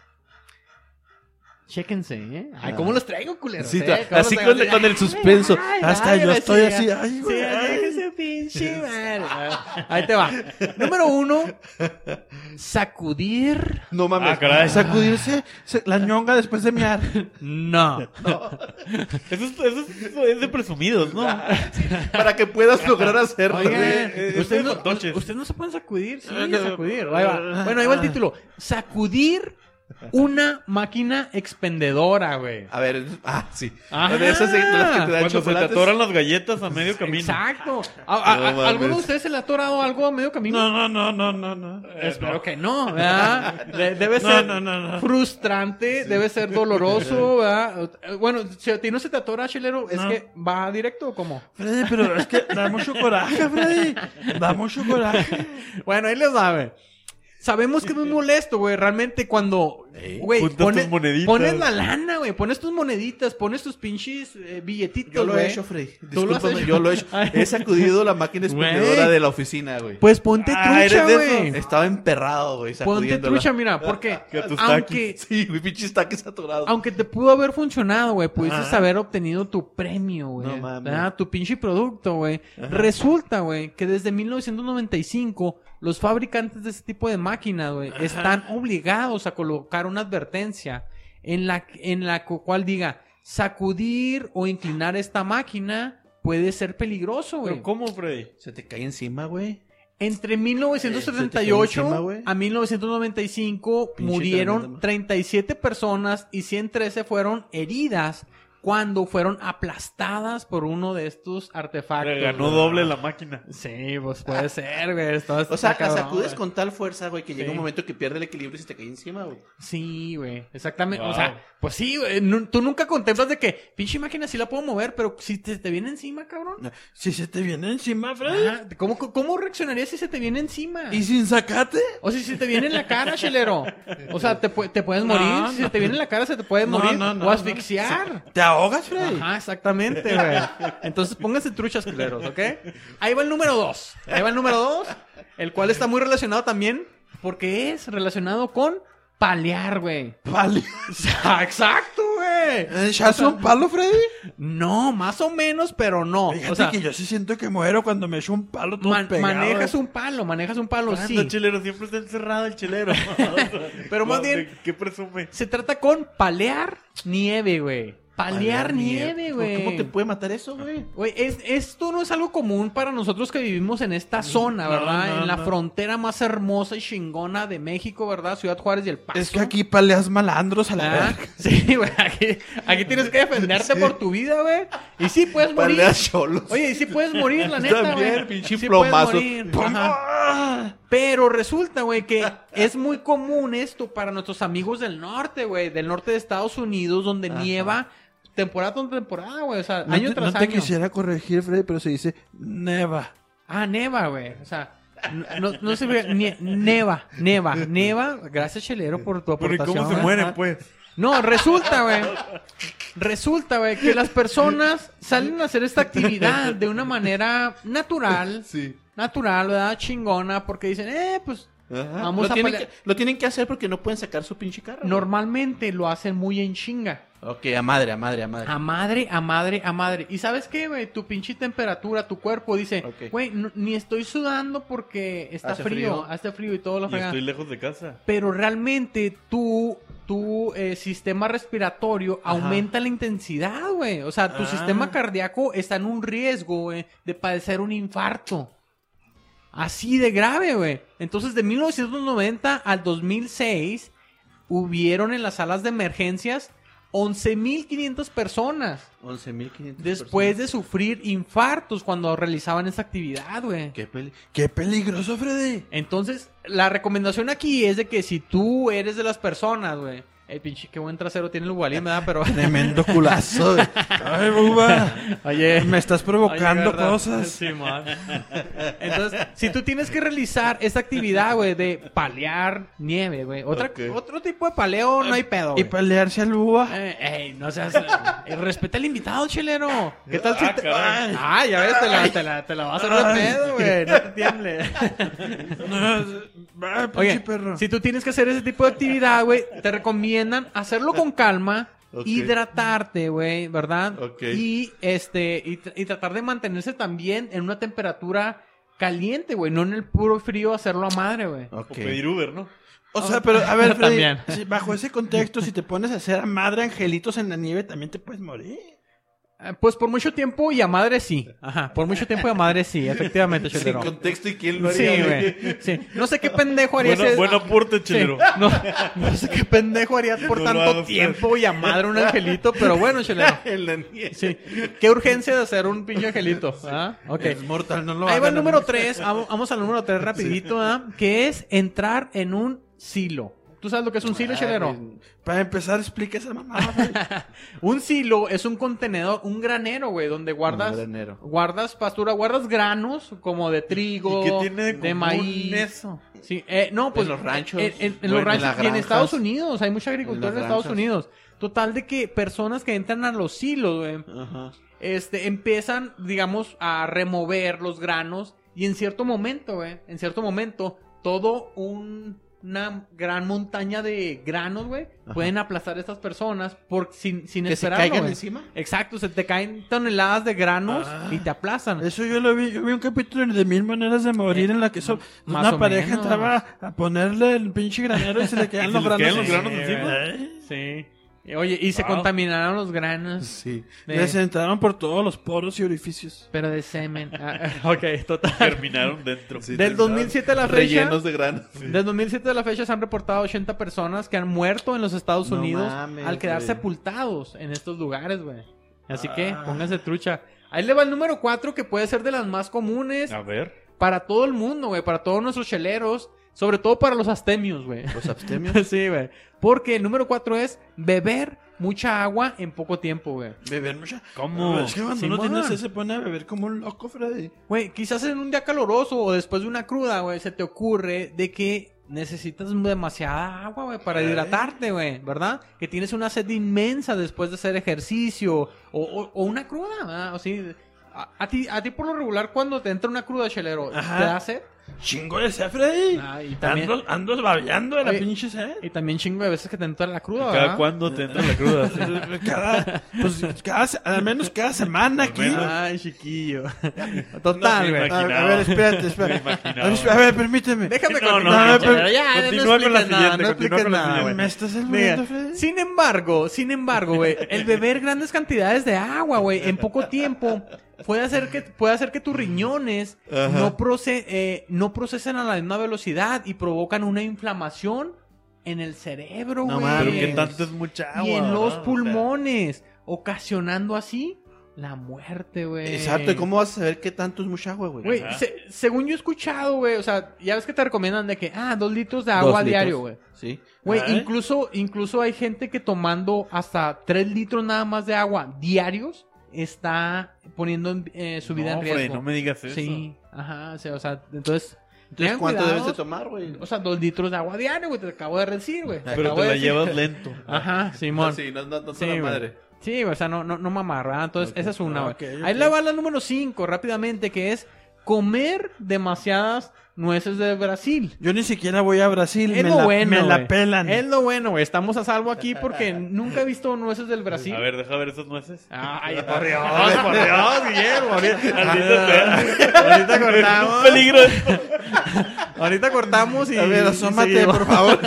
[SPEAKER 1] Chéquense, ¿eh? Ay, ¿cómo los traigo, culeros?
[SPEAKER 3] Ah. Sí,
[SPEAKER 1] eh?
[SPEAKER 3] ta-
[SPEAKER 1] ¿Cómo los
[SPEAKER 3] así
[SPEAKER 1] traigo?
[SPEAKER 3] con- con el suspenso.
[SPEAKER 2] Hasta yo
[SPEAKER 1] güey,
[SPEAKER 2] estoy
[SPEAKER 1] sí,
[SPEAKER 2] así,
[SPEAKER 1] ya.
[SPEAKER 2] ay, güey,
[SPEAKER 1] Sí, ya,
[SPEAKER 2] ay.
[SPEAKER 1] déjese, pinche madre. Ahí te va. Número uno, sacudir.
[SPEAKER 2] No mames.
[SPEAKER 5] Ah, caray.
[SPEAKER 2] Sacudirse se- la ñonga después de miar.
[SPEAKER 1] No.
[SPEAKER 5] Eso es, eso es- eso es de presumidos, ¿no?
[SPEAKER 3] Para que puedas lograr hacerlo.
[SPEAKER 1] Oigan,
[SPEAKER 5] eh, eh,
[SPEAKER 1] ustedes no,
[SPEAKER 5] son toches.
[SPEAKER 1] ustedes no se pueden sacudir,
[SPEAKER 3] Ah,
[SPEAKER 1] sí, a sacudir. Ahí va. Bueno, ahí va el título. Sacudir una máquina expendedora, güey.
[SPEAKER 3] A ver, ah, sí.
[SPEAKER 1] Ajá.
[SPEAKER 3] De esas de las que te dan
[SPEAKER 5] Cuando se te
[SPEAKER 3] chocolates.
[SPEAKER 5] atoran las galletas a medio camino.
[SPEAKER 1] Exacto. A- a-
[SPEAKER 3] No
[SPEAKER 1] a-
[SPEAKER 3] mames.
[SPEAKER 1] ¿Alguno de ustedes se le ha atorado algo a medio camino?
[SPEAKER 2] No, no, no, no, no, no.
[SPEAKER 1] Eh, Espero que no, ¿verdad? De- Debe
[SPEAKER 2] No,
[SPEAKER 1] ser
[SPEAKER 2] no, no, no.
[SPEAKER 1] frustrante, debe ser doloroso, ¿verdad? Eh, Bueno, si a ti no se te atora, chilero, ¿es
[SPEAKER 2] No.
[SPEAKER 1] que va directo o cómo?
[SPEAKER 2] Freddy, pero es que da mucho coraje, Freddy. Da mucho coraje.
[SPEAKER 1] Bueno, ahí les va, güey. Sabemos que es muy molesto, güey. Realmente cuando, güey,
[SPEAKER 5] juntas
[SPEAKER 1] pones,
[SPEAKER 5] tus moneditas.
[SPEAKER 1] pones la lana, güey. Pones tus moneditas, pones tus pinches eh, billetitos,
[SPEAKER 3] Yo lo he
[SPEAKER 1] güey.
[SPEAKER 3] hecho, Frey.
[SPEAKER 1] ¿Tú lo has
[SPEAKER 3] Discúlpame,
[SPEAKER 1] hecho?
[SPEAKER 3] yo lo he hecho.
[SPEAKER 1] Ay.
[SPEAKER 3] He sacudido la máquina
[SPEAKER 1] Güey.
[SPEAKER 3] expendedora de la oficina, güey.
[SPEAKER 1] Pues ponte
[SPEAKER 5] Ah,
[SPEAKER 1] trucha,
[SPEAKER 5] ¿eres de
[SPEAKER 1] güey.
[SPEAKER 3] Estaba emperrado, güey,
[SPEAKER 1] Ponte
[SPEAKER 3] sacudiéndola.
[SPEAKER 1] trucha, mira, porque
[SPEAKER 5] Que tus
[SPEAKER 1] aunque,
[SPEAKER 3] Sí, güey, pinches taques atorados.
[SPEAKER 1] aunque te pudo haber funcionado, güey, pudiste haber obtenido tu premio, güey.
[SPEAKER 3] No mames.
[SPEAKER 1] ¿verdad? Tu pinche producto, güey. Resulta, güey, que desde 1995 los fabricantes de este tipo de máquinas, güey, están obligados a colocar una advertencia en la, en la cu- cual diga sacudir o inclinar esta máquina puede ser peligroso, güey.
[SPEAKER 5] ¿Pero cómo, Freddy?
[SPEAKER 3] Se te cae encima, güey.
[SPEAKER 1] Entre
[SPEAKER 3] Eh, se te
[SPEAKER 1] 1978
[SPEAKER 3] fue encima, güey.
[SPEAKER 1] a 1995
[SPEAKER 3] Pinche tremendo,
[SPEAKER 1] murieron
[SPEAKER 3] ma.
[SPEAKER 1] 37 personas y 113 fueron heridas cuando fueron aplastadas por uno de estos artefactos.
[SPEAKER 5] Le ganó
[SPEAKER 1] güey.
[SPEAKER 5] doble la máquina.
[SPEAKER 1] Sí, pues puede ser, güey. está-
[SPEAKER 3] O sea,
[SPEAKER 1] está
[SPEAKER 3] la
[SPEAKER 1] cabrón,
[SPEAKER 3] sacudes
[SPEAKER 1] güey.
[SPEAKER 3] con tal fuerza, güey, que llega
[SPEAKER 1] Sí.
[SPEAKER 3] un momento que pierde el equilibrio y se te cae encima, güey.
[SPEAKER 1] Sí, güey. Exactamente. O
[SPEAKER 5] Wow.
[SPEAKER 1] sea, pues sí, güey. nu- Tú nunca contemplas de que, pinche máquina, sí la puedo mover, pero si te, te viene encima, cabrón.
[SPEAKER 2] Si se te viene encima,
[SPEAKER 5] ¿Eh?
[SPEAKER 2] Freddy.
[SPEAKER 1] Ajá, ¿Cómo, ¿Cómo reaccionarías si se te viene encima?
[SPEAKER 2] ¿Y sin sacate?
[SPEAKER 1] O sea, si te viene en la cara, chelero. O sea, te, pu- te puedes
[SPEAKER 2] No,
[SPEAKER 1] morir. si
[SPEAKER 2] no.
[SPEAKER 1] te viene en la cara, se te puede
[SPEAKER 2] No,
[SPEAKER 1] morir.
[SPEAKER 2] no, no,
[SPEAKER 1] o
[SPEAKER 2] no.
[SPEAKER 1] asfixiar.
[SPEAKER 2] ¿Te ahogas, Freddy?
[SPEAKER 1] Ajá, exactamente, güey. Entonces pónganse truchas, culeros, ¿ok? Ahí va el número dos. Ahí va el número dos. El cual está muy relacionado también. Porque es relacionado con palear, güey.
[SPEAKER 2] Vale.
[SPEAKER 1] Exacto, güey. güey.
[SPEAKER 2] ¿Echas un palo, Freddy?
[SPEAKER 1] No, más o menos, pero no.
[SPEAKER 2] Fíjate
[SPEAKER 1] o sea,
[SPEAKER 2] que yo sí siento que muero cuando me echo un palo todo
[SPEAKER 1] man-
[SPEAKER 2] pegado.
[SPEAKER 1] manejas un palo, manejas un palo,
[SPEAKER 5] Anda,
[SPEAKER 1] sí.
[SPEAKER 5] chelero, siempre está encerrado el chelero.
[SPEAKER 1] Pero más
[SPEAKER 5] No,
[SPEAKER 1] bien-
[SPEAKER 5] ¿de ¿Qué presume?
[SPEAKER 1] Se trata con palear nieve, güey. Palear,
[SPEAKER 3] Palear
[SPEAKER 1] nieve, güey.
[SPEAKER 3] ¿Cómo te puede matar eso, güey?
[SPEAKER 1] Güey, es- esto no es algo común para nosotros que vivimos en esta zona, ¿verdad? en la frontera más hermosa y chingona de México, ¿verdad? Ciudad Juárez y El Paso.
[SPEAKER 2] Es que aquí paleas malandros a la
[SPEAKER 1] Ah,
[SPEAKER 2] verga.
[SPEAKER 1] sí, güey, aquí, aquí tienes que defenderte por tu vida, güey. Y sí puedes morir.
[SPEAKER 3] Paleas cholos.
[SPEAKER 1] Oye, y sí puedes morir, la neta,
[SPEAKER 3] También,
[SPEAKER 1] güey.
[SPEAKER 3] pinche
[SPEAKER 1] Sí
[SPEAKER 3] plomazo.
[SPEAKER 1] puedes morir.
[SPEAKER 2] ¡Pum!
[SPEAKER 1] Ajá.
[SPEAKER 2] ¡Ah!
[SPEAKER 1] Pero resulta, güey, que es muy común esto para nuestros amigos del norte, güey, del norte de Estados Unidos, donde nieva temporada tras temporada, güey, o sea,
[SPEAKER 2] No
[SPEAKER 1] año
[SPEAKER 2] te-
[SPEAKER 1] tras
[SPEAKER 2] no
[SPEAKER 1] año.
[SPEAKER 2] te quisiera corregir, Freddy, pero se dice neva.
[SPEAKER 1] Ah, neva, güey, o sea, no, no- no se ve, nie- neva, neva, neva, gracias, Chelero, por tu
[SPEAKER 5] Pero ¿y
[SPEAKER 1] aportación.
[SPEAKER 5] cómo se
[SPEAKER 1] güey.
[SPEAKER 5] mueren, pues?
[SPEAKER 1] No, resulta, güey. Resulta, güey, que las personas salen a hacer esta actividad de una manera natural.
[SPEAKER 3] Sí.
[SPEAKER 1] Natural, ¿verdad? Chingona, porque dicen, eh, pues Vamos
[SPEAKER 3] lo,
[SPEAKER 1] a
[SPEAKER 3] tienen
[SPEAKER 1] pelear.
[SPEAKER 3] que, lo tienen que hacer porque no pueden sacar su pinche carro. güey.
[SPEAKER 1] normalmente lo hacen muy en chinga.
[SPEAKER 3] Ok, a madre, a madre, a madre.
[SPEAKER 1] A madre, a madre, a madre. ¿Y sabes qué, güey? Tu pinche temperatura, tu cuerpo dice,
[SPEAKER 3] Ok.
[SPEAKER 1] güey, no- ni estoy sudando porque está
[SPEAKER 3] Hace
[SPEAKER 1] frío,
[SPEAKER 3] frío.
[SPEAKER 1] hace frío y todo lo
[SPEAKER 5] Y
[SPEAKER 1] fregada.
[SPEAKER 5] estoy lejos de casa.
[SPEAKER 1] Pero realmente tu, tu eh, sistema respiratorio aumenta la intensidad, güey. O sea, tu sistema cardíaco está en un riesgo, güey, de padecer un infarto. Así de grave, güey. Entonces, de 1990 al 2006, hubieron en las salas de emergencias 11.500 personas
[SPEAKER 3] 11.500.
[SPEAKER 1] después de sufrir infartos cuando realizaban esa actividad, güey.
[SPEAKER 3] Qué peli-
[SPEAKER 2] ¡Qué peligroso, Freddy!
[SPEAKER 1] Entonces, la recomendación aquí es de que si tú eres de las personas, güey. El pinche, qué buen trasero tiene el Gualín, ¿verdad? Pero.
[SPEAKER 2] Tremendo culazo. güey. Ay, buba.
[SPEAKER 1] Oye.
[SPEAKER 2] Me estás provocando
[SPEAKER 1] Oye, ¿verdad?
[SPEAKER 2] cosas.
[SPEAKER 1] Sí, man. Entonces, si tú tienes que realizar esta actividad, güey, de palear nieve, güey. Otra-
[SPEAKER 3] Ok.
[SPEAKER 1] Otro tipo de paleo, no hay pedo.
[SPEAKER 2] Y
[SPEAKER 1] güey.
[SPEAKER 2] pelearse al buba.
[SPEAKER 1] Eh, ey, no seas. eh, respeta al invitado, chelero. ¿Qué tal si
[SPEAKER 5] Ah,
[SPEAKER 1] te.?
[SPEAKER 5] caray.
[SPEAKER 1] Ah, ya ves, te la, te la, te la vas a hacer de pedo, güey. No te tiembles.
[SPEAKER 2] No, es- ah, pinche
[SPEAKER 1] Oye,
[SPEAKER 2] perro.
[SPEAKER 1] si tú tienes que hacer ese tipo de actividad, güey, te recomiendan hacerlo con calma,
[SPEAKER 3] Ok.
[SPEAKER 1] hidratarte, güey, ¿verdad?
[SPEAKER 3] Ok.
[SPEAKER 1] Y este y, tr- y tratar de mantenerse también en una temperatura caliente, güey, no en el puro frío hacerlo a madre, güey.
[SPEAKER 3] Ok.
[SPEAKER 5] O pedir Uber, ¿no?
[SPEAKER 2] O sea, pero a ver, Freddy,
[SPEAKER 1] También.
[SPEAKER 2] si bajo ese contexto, si te pones a hacer a madre angelitos en la nieve, también te puedes morir.
[SPEAKER 1] Eh, Pues por mucho tiempo y a madre sí. Ajá, por mucho tiempo y a madre sí, efectivamente,
[SPEAKER 3] Sin
[SPEAKER 1] chelero.
[SPEAKER 3] contexto y quién lo haría.
[SPEAKER 1] Sí,
[SPEAKER 3] güey?
[SPEAKER 1] güey. Sí. No sé qué pendejo haría
[SPEAKER 5] Bueno,
[SPEAKER 1] ese-
[SPEAKER 5] buen aporte,
[SPEAKER 1] Sí.
[SPEAKER 5] chelero.
[SPEAKER 1] No, no sé qué pendejo harías por
[SPEAKER 5] No lo
[SPEAKER 1] tanto
[SPEAKER 5] hagas.
[SPEAKER 1] tiempo y a madre un angelito, pero bueno, chelero.
[SPEAKER 3] En la nieve.
[SPEAKER 1] Sí. Qué urgencia de hacer un pinche angelito. ¿ah? Ok.
[SPEAKER 2] Es mortal, no lo
[SPEAKER 1] Ahí va
[SPEAKER 2] hagan,
[SPEAKER 1] el
[SPEAKER 2] no
[SPEAKER 1] número 3. Vamos al número 3 rapidito, ¿ah? Que es entrar en un silo. ¿Tú sabes lo que es un silo, chelero?
[SPEAKER 2] Para empezar, explica esa mamada. güey.
[SPEAKER 1] Un silo es un contenedor, un granero, güey, donde guardas...
[SPEAKER 3] Un granero.
[SPEAKER 1] Guardas pastura, guardas granos como de trigo,
[SPEAKER 5] ¿Y qué tiene de común
[SPEAKER 1] maíz.
[SPEAKER 5] eso?
[SPEAKER 1] Sí, eh, no, pues
[SPEAKER 3] los ranchos,
[SPEAKER 1] En, en- en
[SPEAKER 3] güey,
[SPEAKER 1] los
[SPEAKER 3] en
[SPEAKER 1] ranchos
[SPEAKER 3] las
[SPEAKER 1] y en
[SPEAKER 3] granjas.
[SPEAKER 1] Estados Unidos, hay mucha agricultura en,
[SPEAKER 3] En las
[SPEAKER 1] Estados
[SPEAKER 3] granjas.
[SPEAKER 1] Unidos. Total de que personas que entran a los silos, güey,
[SPEAKER 3] Ajá.
[SPEAKER 1] este, empiezan, digamos, a remover los granos y en cierto momento, güey, en cierto momento, todo un- una gran montaña de granos, güey,
[SPEAKER 3] Ajá.
[SPEAKER 1] pueden aplastar a estas personas por, sin, sin
[SPEAKER 3] Que se
[SPEAKER 1] esperarlo,
[SPEAKER 3] caigan
[SPEAKER 1] güey.
[SPEAKER 3] encima.
[SPEAKER 1] Exacto, se te caen toneladas de granos
[SPEAKER 2] Ah.
[SPEAKER 1] y te aplastan.
[SPEAKER 2] Eso yo lo vi. Yo vi un capítulo de Mil Maneras de Morir en la que so-
[SPEAKER 1] más o
[SPEAKER 2] una pareja
[SPEAKER 1] menos.
[SPEAKER 2] entraba a ponerle el pinche granero y se le
[SPEAKER 5] ¿Y
[SPEAKER 2] quedan
[SPEAKER 5] se
[SPEAKER 2] los
[SPEAKER 5] les
[SPEAKER 2] granos.
[SPEAKER 5] quedan los
[SPEAKER 2] Sí,
[SPEAKER 5] granos
[SPEAKER 2] güey.
[SPEAKER 5] encima?
[SPEAKER 1] Sí. Oye, y se
[SPEAKER 5] Wow.
[SPEAKER 1] contaminaron los granos,
[SPEAKER 2] Sí.
[SPEAKER 1] De-
[SPEAKER 2] Les entraron por todos los poros y orificios.
[SPEAKER 1] pero de semen. Ah, ok, total.
[SPEAKER 5] Terminaron dentro.
[SPEAKER 3] Sí,
[SPEAKER 1] Del 2007 a la fecha.
[SPEAKER 3] Rellenos de granos.
[SPEAKER 1] Desde 2007 a la fecha se han reportado 80 personas que han muerto en los Estados
[SPEAKER 3] No
[SPEAKER 1] Unidos
[SPEAKER 3] mames,
[SPEAKER 1] al quedar
[SPEAKER 3] güey.
[SPEAKER 1] sepultados en estos lugares, güey. Así que
[SPEAKER 2] Ah.
[SPEAKER 1] pónganse trucha. Ahí le va el número 4 que puede ser de las más comunes
[SPEAKER 2] Ah.
[SPEAKER 5] A ver.
[SPEAKER 1] para todo el mundo, güey, para todos nuestros cheleros, sobre todo para los astemios, güey.
[SPEAKER 3] Los abstemios.
[SPEAKER 1] sí, güey. Porque el número 4 es beber mucha agua en poco tiempo, güey.
[SPEAKER 2] Beber mucha.
[SPEAKER 5] ¿Cómo?
[SPEAKER 2] Es que cuando uno
[SPEAKER 1] Simón.
[SPEAKER 2] tiene sed se pone a beber como un loco, Freddy.
[SPEAKER 1] Güey, quizás en un día caloroso o después de una cruda, güey, se te ocurre de que necesitas demasiada agua, güey, para hidratarte, güey, ¿verdad? Que tienes una sed inmensa después de hacer ejercicio o, o- o una cruda, ¿verdad? O sí, a, a ti, a ti por lo regular cuando te entra una cruda, chelero,
[SPEAKER 2] Ajá.
[SPEAKER 1] ¿te da sed?
[SPEAKER 2] Chingo de sed, Freddy.
[SPEAKER 1] Ah, y también-
[SPEAKER 2] Ando, ando babeando de la
[SPEAKER 1] Oye,
[SPEAKER 2] pinche sed.
[SPEAKER 1] Y también chingo de veces que te entra la cruda,
[SPEAKER 5] Cada
[SPEAKER 1] ¿verdad?
[SPEAKER 5] cuando te entra la cruda. sí.
[SPEAKER 2] Cada, pues, cada, se- al menos cada semana aquí.
[SPEAKER 1] Ay, chiquillo. Total,
[SPEAKER 5] No, me
[SPEAKER 1] güey.
[SPEAKER 5] imagino.
[SPEAKER 2] A, a ver, espérate, espérate.
[SPEAKER 5] Me imaginaba.
[SPEAKER 2] A ver, espé- a ver, permíteme.
[SPEAKER 1] Déjame
[SPEAKER 5] No, no,
[SPEAKER 1] continuar.
[SPEAKER 2] no, pero-
[SPEAKER 1] ya, ya, no
[SPEAKER 5] continúa con la
[SPEAKER 1] expliques nada,
[SPEAKER 5] siguiente,
[SPEAKER 1] no
[SPEAKER 5] continúa
[SPEAKER 1] expliques
[SPEAKER 5] con la
[SPEAKER 1] nada,
[SPEAKER 5] siguiente.
[SPEAKER 1] güey.
[SPEAKER 2] ¿Me estás
[SPEAKER 1] Mira,
[SPEAKER 2] saludando, Freddy?
[SPEAKER 1] sin embargo, sin embargo, güey, el beber grandes cantidades de agua, güey, en poco tiempo, puede hacer que, puede hacer que tus riñones no, proce- eh, no procesen a la misma velocidad y provocan una inflamación en el cerebro, güey.
[SPEAKER 3] No
[SPEAKER 5] Pero
[SPEAKER 3] mames.
[SPEAKER 5] que tanto es mucha agua.
[SPEAKER 1] y en los
[SPEAKER 5] ¿verdad? O sea,
[SPEAKER 1] pulmones, ocasionando así la muerte, güey.
[SPEAKER 3] Exacto, ¿y cómo vas a saber qué tanto es mucha agua, güey?
[SPEAKER 1] Güey,
[SPEAKER 5] Ajá.
[SPEAKER 1] se- según yo he escuchado, güey, o sea, ya ves que te recomiendan de que, ah, dos litros de agua
[SPEAKER 3] litros.
[SPEAKER 1] diario, güey.
[SPEAKER 3] Sí.
[SPEAKER 1] Güey,
[SPEAKER 2] Ajá.
[SPEAKER 1] incluso, incluso hay gente que tomando hasta 3 litros nada más de agua diarios está poniendo en- eh, su vida
[SPEAKER 5] no,
[SPEAKER 1] en riesgo.
[SPEAKER 5] Freddy, no me digas eso.
[SPEAKER 1] sí, ajá, o sea, o sea, entonces...
[SPEAKER 3] Entonces,
[SPEAKER 1] tengan
[SPEAKER 3] ¿cuánto
[SPEAKER 1] cuidado,
[SPEAKER 3] debes de tomar, güey?
[SPEAKER 1] O sea, 2 litros de agua diario, güey, te acabo de decir, güey.
[SPEAKER 5] Pero
[SPEAKER 1] acabo
[SPEAKER 5] te
[SPEAKER 1] de
[SPEAKER 5] la
[SPEAKER 1] decir.
[SPEAKER 5] llevas lento.
[SPEAKER 1] Ajá, Simón.
[SPEAKER 3] Sí, no, no, no
[SPEAKER 1] Sí,
[SPEAKER 3] la
[SPEAKER 1] güey.
[SPEAKER 3] madre.
[SPEAKER 1] Sí, o sea, no, no, no mamar, ¿verdad? Entonces, esa es una,
[SPEAKER 2] Ah,
[SPEAKER 1] güey.
[SPEAKER 2] ok,
[SPEAKER 1] Ahí
[SPEAKER 2] ok.
[SPEAKER 1] la va la número 5, rápidamente, que es comer demasiadas nueces de Brasil.
[SPEAKER 2] Yo ni siquiera voy a Brasil.
[SPEAKER 1] Es
[SPEAKER 2] me
[SPEAKER 1] lo
[SPEAKER 2] la,
[SPEAKER 1] bueno.
[SPEAKER 2] Me la
[SPEAKER 1] güey.
[SPEAKER 2] pelan.
[SPEAKER 1] Es lo bueno, güey. Estamos a salvo aquí porque nunca he visto nueces del Brasil.
[SPEAKER 5] A ver, deja ver esas nueces.
[SPEAKER 1] Ay, por Dios.
[SPEAKER 5] por Dios, Guillermo.
[SPEAKER 2] Ah,
[SPEAKER 5] Ahorita,
[SPEAKER 1] Ahorita cortamos.
[SPEAKER 5] peligro esto.
[SPEAKER 1] Ahorita cortamos y.
[SPEAKER 2] A ver,
[SPEAKER 1] y
[SPEAKER 2] asómate,
[SPEAKER 1] seguimos.
[SPEAKER 2] por favor.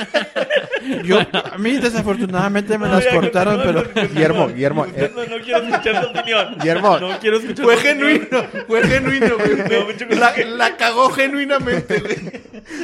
[SPEAKER 2] Yo, a mí desafortunadamente me las cortaron, pero...
[SPEAKER 4] Guillermo, Guillermo, eh,
[SPEAKER 5] Usted No, no quiero escuchar tu opinión.
[SPEAKER 4] Guillermo.
[SPEAKER 5] No quiero escuchar
[SPEAKER 3] Fue
[SPEAKER 5] tu opinión.
[SPEAKER 3] genuino, fue genuino,
[SPEAKER 5] Me da mucho
[SPEAKER 3] güey.
[SPEAKER 5] gusto
[SPEAKER 3] La,
[SPEAKER 5] que-
[SPEAKER 3] la cagó genuinamente, güey.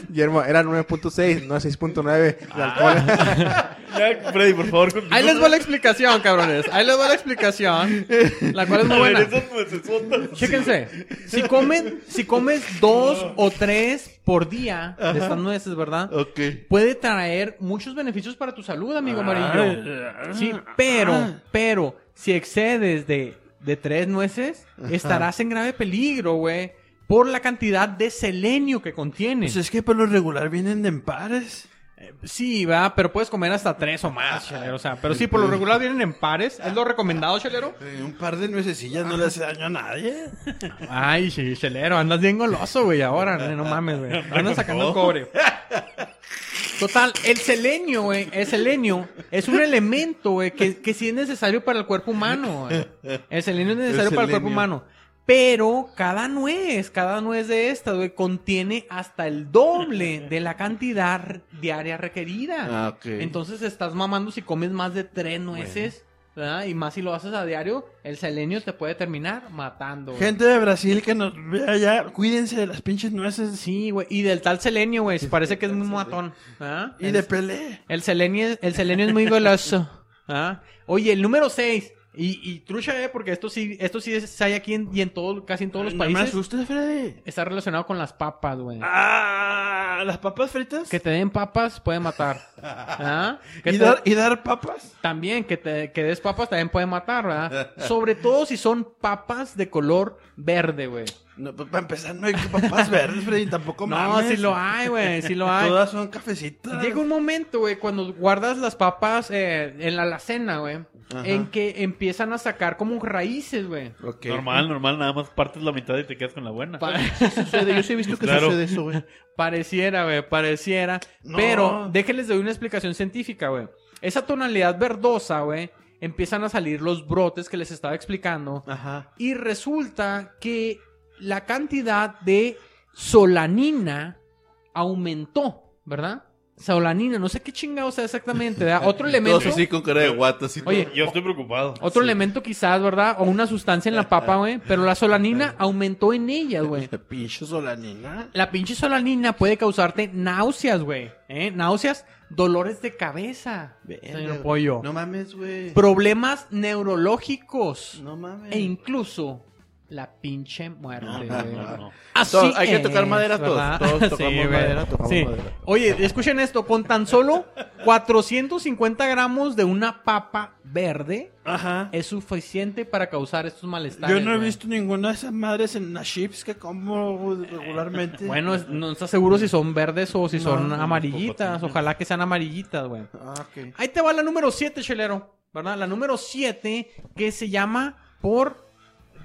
[SPEAKER 4] Guillermo, era 9.6, no 6.9 de
[SPEAKER 1] Ah.
[SPEAKER 4] alcohol.
[SPEAKER 5] Ya, Freddy, por favor, continúa.
[SPEAKER 1] Ahí les va la explicación, cabrones. Ahí les va la explicación. La cual es muy
[SPEAKER 5] A ver,
[SPEAKER 1] buena.
[SPEAKER 5] esas nueces
[SPEAKER 1] Chéquense, si, comen, si comes dos o tres por día de estas nueces, ¿verdad?
[SPEAKER 3] Ok.
[SPEAKER 1] Puede traer muchos beneficios para tu salud, amigo amarillo.
[SPEAKER 2] Ah. Ay,
[SPEAKER 1] Sí,
[SPEAKER 2] ah,
[SPEAKER 1] pero, pero, si excedes de, de tres nueces, estarás en grave peligro, güey, por la cantidad de selenio que contiene.
[SPEAKER 2] Pues es que por lo regular vienen de empares.
[SPEAKER 1] Sí, va, pero puedes comer hasta tres o
[SPEAKER 2] Ah,
[SPEAKER 1] más, chelero. O sea, pero sí, por lo regular vienen en pares. ¿Es lo recomendado, chelero?
[SPEAKER 2] Eh, Un par de nuececillas no le hace daño a nadie.
[SPEAKER 1] Ay, sí, chelero, andas bien goloso, güey, ahora, no, no mames, güey. Andas sacando cobre. Total, el selenio, güey, el selenio es un elemento, güey, que, que sí es necesario para el cuerpo humano, güey. El selenio es necesario para el cuerpo humano. Pero cada nuez, cada nuez de estas, güey, contiene hasta el doble de la cantidad diaria requerida.
[SPEAKER 3] Ah, ok.
[SPEAKER 1] Entonces estás mamando si comes más de tres nueces, ¿verdad? Y más si lo haces a diario, el selenio te puede terminar matando. güey.
[SPEAKER 2] Gente de Brasil que nos vea allá, cuídense de las pinches nueces
[SPEAKER 1] Sí, güey. Y del tal selenio, güey. Parece que es muy matón. ¿ah?
[SPEAKER 2] y
[SPEAKER 1] El-
[SPEAKER 2] de pelé.
[SPEAKER 1] El selenio, el selenio es muy veloz. ¿ah? Oye, el número 6. Y, y trucha, eh, porque esto sí, esto sí es, hay aquí en- y en todo, casi en todos los
[SPEAKER 2] No me
[SPEAKER 1] países.
[SPEAKER 2] asustes, Freddy.
[SPEAKER 1] Está relacionado con las papas, güey.
[SPEAKER 2] Ah, las papas fritas.
[SPEAKER 1] Que te den papas puede matar. ¿ah? Que
[SPEAKER 2] ¿Y,
[SPEAKER 1] te-
[SPEAKER 2] dar, y dar papas.
[SPEAKER 1] También, que, te, que des papas también puede matar, ¿verdad? Sobre todo si son papas de color verde, güey.
[SPEAKER 2] No, pues, para empezar, no hay papas verdes, Freddy, tampoco
[SPEAKER 1] No,
[SPEAKER 2] mames.
[SPEAKER 1] si lo hay, güey, si lo hay.
[SPEAKER 2] Todas son cafecitas.
[SPEAKER 1] Llega un momento, güey, cuando guardas las papas eh, en la alacena, güey, en que empiezan a sacar como raíces, güey.
[SPEAKER 3] Ok.
[SPEAKER 5] Normal, normal, nada más partes la mitad y te quedas con la buena.
[SPEAKER 1] Pa-
[SPEAKER 3] Sucede, yo sí he
[SPEAKER 2] Pues
[SPEAKER 3] visto que
[SPEAKER 5] Claro.
[SPEAKER 3] sucede eso, güey.
[SPEAKER 1] pareciera, güey, pareciera.
[SPEAKER 2] No.
[SPEAKER 1] Pero déjenles doy una explicación científica, güey. Esa tonalidad verdosa, güey, empiezan a salir los brotes que les estaba explicando.
[SPEAKER 3] Ajá.
[SPEAKER 1] Y resulta que la cantidad de solanina aumentó, ¿verdad? Solanina, no sé qué chingados sea exactamente, ¿verdad? Otro elemento.
[SPEAKER 3] Todos así con cara de guatas y todo.
[SPEAKER 1] Oye,
[SPEAKER 5] Yo estoy preocupado.
[SPEAKER 1] otro elemento quizás, ¿verdad? O una sustancia en la papa, güey. Pero la solanina aumentó en ella, güey.
[SPEAKER 2] Pinche solanina.
[SPEAKER 1] La pinche solanina puede causarte náuseas, güey. ¿Eh? Náuseas, dolores de cabeza. Señor
[SPEAKER 3] Verga,
[SPEAKER 1] Pollo.
[SPEAKER 3] No mames, güey.
[SPEAKER 1] Problemas neurológicos.
[SPEAKER 3] No mames.
[SPEAKER 1] E incluso la pinche muerte,
[SPEAKER 5] No,
[SPEAKER 1] güey.
[SPEAKER 5] no, no, no.
[SPEAKER 1] Así
[SPEAKER 3] Todos- hay que
[SPEAKER 1] es,
[SPEAKER 3] tocar madera todos.
[SPEAKER 1] ¿verdad?
[SPEAKER 3] Todos tocamos
[SPEAKER 1] güey.
[SPEAKER 3] madera, tocamos
[SPEAKER 1] Sí.
[SPEAKER 3] madera.
[SPEAKER 1] Oye, escuchen esto, con tan solo 450 gramos de una papa verde
[SPEAKER 2] Ajá.
[SPEAKER 1] es suficiente para causar estos malestares.
[SPEAKER 2] Yo no he
[SPEAKER 1] güey.
[SPEAKER 2] visto ninguna de esas madres en las chips que como regularmente.
[SPEAKER 1] Bueno, es- no estás seguro si son verdes o si son
[SPEAKER 2] no,
[SPEAKER 1] amarillitas. Ojalá que sean amarillitas, güey.
[SPEAKER 2] Ah, ok.
[SPEAKER 1] Ahí te va la número 7, chelero, ¿verdad? La número 7 que se llama por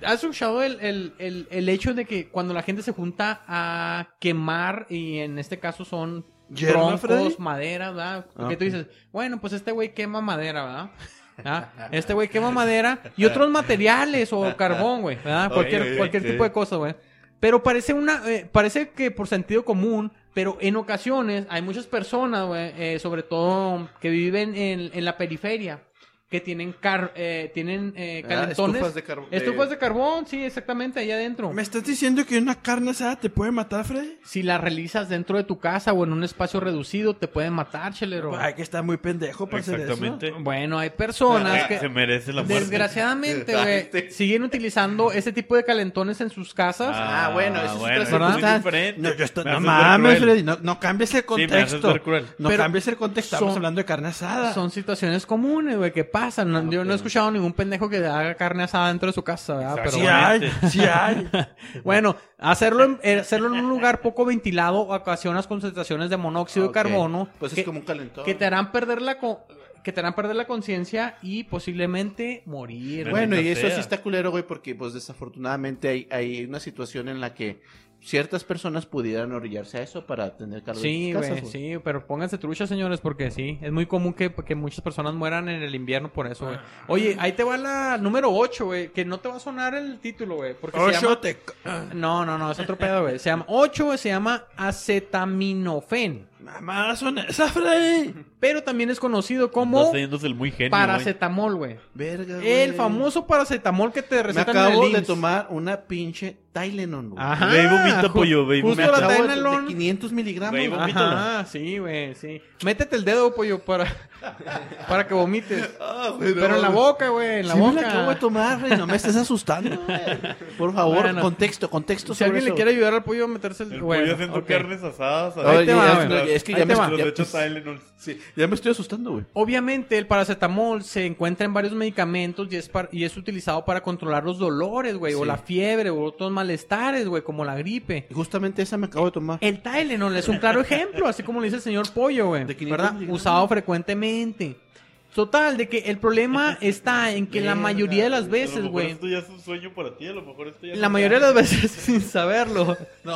[SPEAKER 1] ¿Has escuchado el, el, el, el hecho de que cuando la gente se junta a quemar, y en este caso son
[SPEAKER 2] ¿Hierba, Freddy?
[SPEAKER 1] troncos, madera, ¿verdad?
[SPEAKER 2] Ah,
[SPEAKER 1] que tú dices, bueno, pues este güey quema madera, ¿verdad? ¿Ah? Este güey quema madera y otros materiales o carbón, güey, ¿verdad?
[SPEAKER 5] Oye,
[SPEAKER 1] cualquier
[SPEAKER 5] oye,
[SPEAKER 1] cualquier
[SPEAKER 5] sí.
[SPEAKER 1] tipo de cosa, güey. Pero parece una eh, parece que por sentido común, pero en ocasiones hay muchas personas, güey, eh, sobre todo que viven en, en la periferia, que tienen car- eh, tienen eh,
[SPEAKER 3] Ah,
[SPEAKER 1] calentones
[SPEAKER 3] estufas de eh, carbón.
[SPEAKER 1] Estufas de carbón, sí, exactamente, ahí adentro.
[SPEAKER 2] ¿Me estás diciendo que una carne asada te puede matar, Freddy?
[SPEAKER 1] Si la realizas dentro de tu casa o en un espacio reducido, te pueden matar, chelero.
[SPEAKER 2] Hay que estar muy pendejo para hacer eso.
[SPEAKER 5] Exactamente.
[SPEAKER 1] Bueno, hay personas
[SPEAKER 5] Ah, Se
[SPEAKER 1] que
[SPEAKER 5] merece la muerte.
[SPEAKER 1] desgraciadamente, güey, siguen utilizando ese tipo de calentones en sus casas.
[SPEAKER 3] Ah, bueno, eso es otra
[SPEAKER 5] muy
[SPEAKER 2] circunstancia.
[SPEAKER 5] diferente.
[SPEAKER 2] No, yo estoy-
[SPEAKER 5] Me
[SPEAKER 2] no
[SPEAKER 5] haces ver
[SPEAKER 2] mames,
[SPEAKER 5] cruel.
[SPEAKER 2] Freddy, no, no cambies el
[SPEAKER 5] Sí, me haces
[SPEAKER 2] contexto.
[SPEAKER 5] ver cruel.
[SPEAKER 2] no
[SPEAKER 1] Pero
[SPEAKER 2] cambies el contexto, estamos
[SPEAKER 1] son-
[SPEAKER 2] hablando de carne asada.
[SPEAKER 1] Son situaciones comunes, güey, que pasan.
[SPEAKER 3] Ah,
[SPEAKER 1] No- Yo no he escuchado ningún pendejo que haga carne asada dentro de su casa, ¿verdad? Pero
[SPEAKER 2] Sí
[SPEAKER 1] bueno.
[SPEAKER 2] hay, sí hay.
[SPEAKER 1] Bueno, hacerlo en, eh, hacerlo en un lugar poco ventilado ocasiona concentraciones de monóxido
[SPEAKER 3] Ok.
[SPEAKER 1] de carbono.
[SPEAKER 3] Pues
[SPEAKER 1] que-
[SPEAKER 3] es como un calentón.
[SPEAKER 1] que te harán perder la co- que te harán perder la conciencia y posiblemente morir. güey.
[SPEAKER 5] Bueno,
[SPEAKER 3] Bueno, y
[SPEAKER 5] Maldita
[SPEAKER 3] eso sí
[SPEAKER 5] sea.
[SPEAKER 3] está culero, güey, porque pues desafortunadamente hay, hay una situación en la que ciertas personas pudieran orillarse a eso para tener calor
[SPEAKER 1] Sí,
[SPEAKER 3] en sus casas,
[SPEAKER 1] güey, sí, pero pónganse truchas, señores, porque sí, es muy común que, que muchas personas mueran en el invierno por eso, güey.
[SPEAKER 3] Ah.
[SPEAKER 1] Oye, ahí te va la número 8, güey, que no te va a sonar el título, güey, porque se
[SPEAKER 2] Ocho
[SPEAKER 1] llama...
[SPEAKER 2] te... ah,
[SPEAKER 1] No, no, no, es otro pedo, güey. Se llama 8, güey, se llama acetaminofén,
[SPEAKER 2] Mamadas son esas,
[SPEAKER 1] eh.
[SPEAKER 2] Freddy.
[SPEAKER 1] pero también es conocido como
[SPEAKER 5] Estás haciéndose el muy genio. güey.
[SPEAKER 1] paracetamol, güey.
[SPEAKER 3] Verga, güey.
[SPEAKER 1] El famoso paracetamol que te
[SPEAKER 3] Me
[SPEAKER 1] recetan en el
[SPEAKER 3] acabo de
[SPEAKER 1] IMSS.
[SPEAKER 3] tomar una pinche Tylenol, güey.
[SPEAKER 1] Ajá.
[SPEAKER 5] Ve, vomita,
[SPEAKER 1] ju-
[SPEAKER 5] pollo, ve,
[SPEAKER 1] Justo
[SPEAKER 5] me
[SPEAKER 1] la
[SPEAKER 3] Acabo de- de,
[SPEAKER 1] Tylenol.
[SPEAKER 3] 500 miligramos.
[SPEAKER 5] Güey,
[SPEAKER 3] güey.
[SPEAKER 1] Ajá, sí, güey, sí. Métete el dedo, pollo, para, para que vomites. Pero en la boca, güey, en la
[SPEAKER 3] Ah, Sí me
[SPEAKER 1] boca.
[SPEAKER 3] la acabo de tomar, güey. No me estés asustando, güey. Por favor,
[SPEAKER 1] Bueno.
[SPEAKER 3] contexto, contexto.
[SPEAKER 1] si
[SPEAKER 3] sobre
[SPEAKER 1] alguien le
[SPEAKER 3] eso.
[SPEAKER 1] quiere ayudar al pollo a meterse el...
[SPEAKER 5] El
[SPEAKER 1] bueno,
[SPEAKER 5] pollo haciendo
[SPEAKER 1] ok.
[SPEAKER 5] carnes asadas.
[SPEAKER 1] Ahí te
[SPEAKER 3] Oye,
[SPEAKER 1] va,
[SPEAKER 3] ya-
[SPEAKER 1] güey.
[SPEAKER 3] no, es que
[SPEAKER 1] Ahí
[SPEAKER 3] ya
[SPEAKER 1] te
[SPEAKER 3] me
[SPEAKER 1] va.
[SPEAKER 5] Los
[SPEAKER 3] ya-
[SPEAKER 5] ocho Tylenols.
[SPEAKER 3] Sí, ya me estoy asustando, güey.
[SPEAKER 1] Obviamente el paracetamol se encuentra en varios medicamentos y es, par- y es utilizado para controlar los dolores, güey, o
[SPEAKER 3] Sí.
[SPEAKER 1] la fiebre, o otros malestares, güey, como la gripe.
[SPEAKER 3] Justamente esa me acabo de tomar.
[SPEAKER 1] El Tylenol es un claro ejemplo, así como le dice el señor Pollo, güey.
[SPEAKER 3] De 500
[SPEAKER 1] ¿Verdad?
[SPEAKER 3] miligramos.
[SPEAKER 1] Usado frecuentemente. Total, de que el problema está en que la mayoría de las
[SPEAKER 5] A lo
[SPEAKER 1] veces,
[SPEAKER 5] mejor
[SPEAKER 1] güey,
[SPEAKER 5] Esto ya es un sueño para ti, a lo mejor esto ya.
[SPEAKER 1] la mayoría de las veces sin saberlo, eh,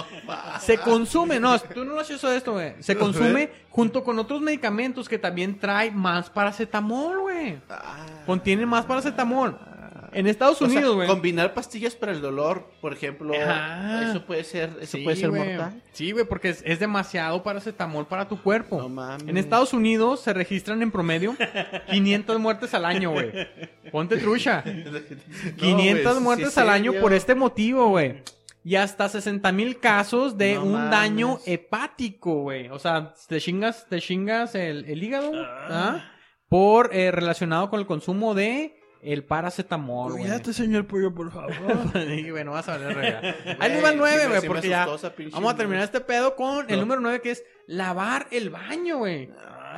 [SPEAKER 1] se consume, no, tú no lo has hecho esto, güey. Se consume junto con otros medicamentos que también trae más paracetamol, güey. Contiene más paracetamol. En Estados
[SPEAKER 3] O sea,
[SPEAKER 1] Unidos, güey.
[SPEAKER 3] combinar pastillas para el dolor, por ejemplo,
[SPEAKER 1] Ajá.
[SPEAKER 3] eso puede ser, eso
[SPEAKER 1] Sí,
[SPEAKER 3] puede ser
[SPEAKER 1] güey.
[SPEAKER 3] mortal.
[SPEAKER 1] Sí, güey, porque es, es demasiado paracetamol para tu cuerpo.
[SPEAKER 3] No mames.
[SPEAKER 1] En Estados Unidos se registran en promedio 500 muertes al año, güey. Ponte trucha. 500
[SPEAKER 3] güey,
[SPEAKER 1] muertes
[SPEAKER 3] sí,
[SPEAKER 1] al
[SPEAKER 3] serio.
[SPEAKER 1] año por este motivo, güey. Y hasta 60 mil casos de
[SPEAKER 3] No
[SPEAKER 1] un
[SPEAKER 3] mames.
[SPEAKER 1] daño hepático, güey. O sea, te chingas, te chingas el, el hígado ¿ah? por eh, relacionado con el consumo de el paracetamol, güey.
[SPEAKER 2] Cuídate, señor pollo, por favor.
[SPEAKER 1] Y, bueno, vas a valer verga.
[SPEAKER 3] Güey,
[SPEAKER 1] Ahí les va el 9,
[SPEAKER 3] sí me-
[SPEAKER 1] güey,
[SPEAKER 3] sí me
[SPEAKER 1] porque ya
[SPEAKER 3] asustó esa pinche
[SPEAKER 1] vamos a terminar
[SPEAKER 3] madre.
[SPEAKER 1] este pedo con el número 9 que es lavar el baño, güey.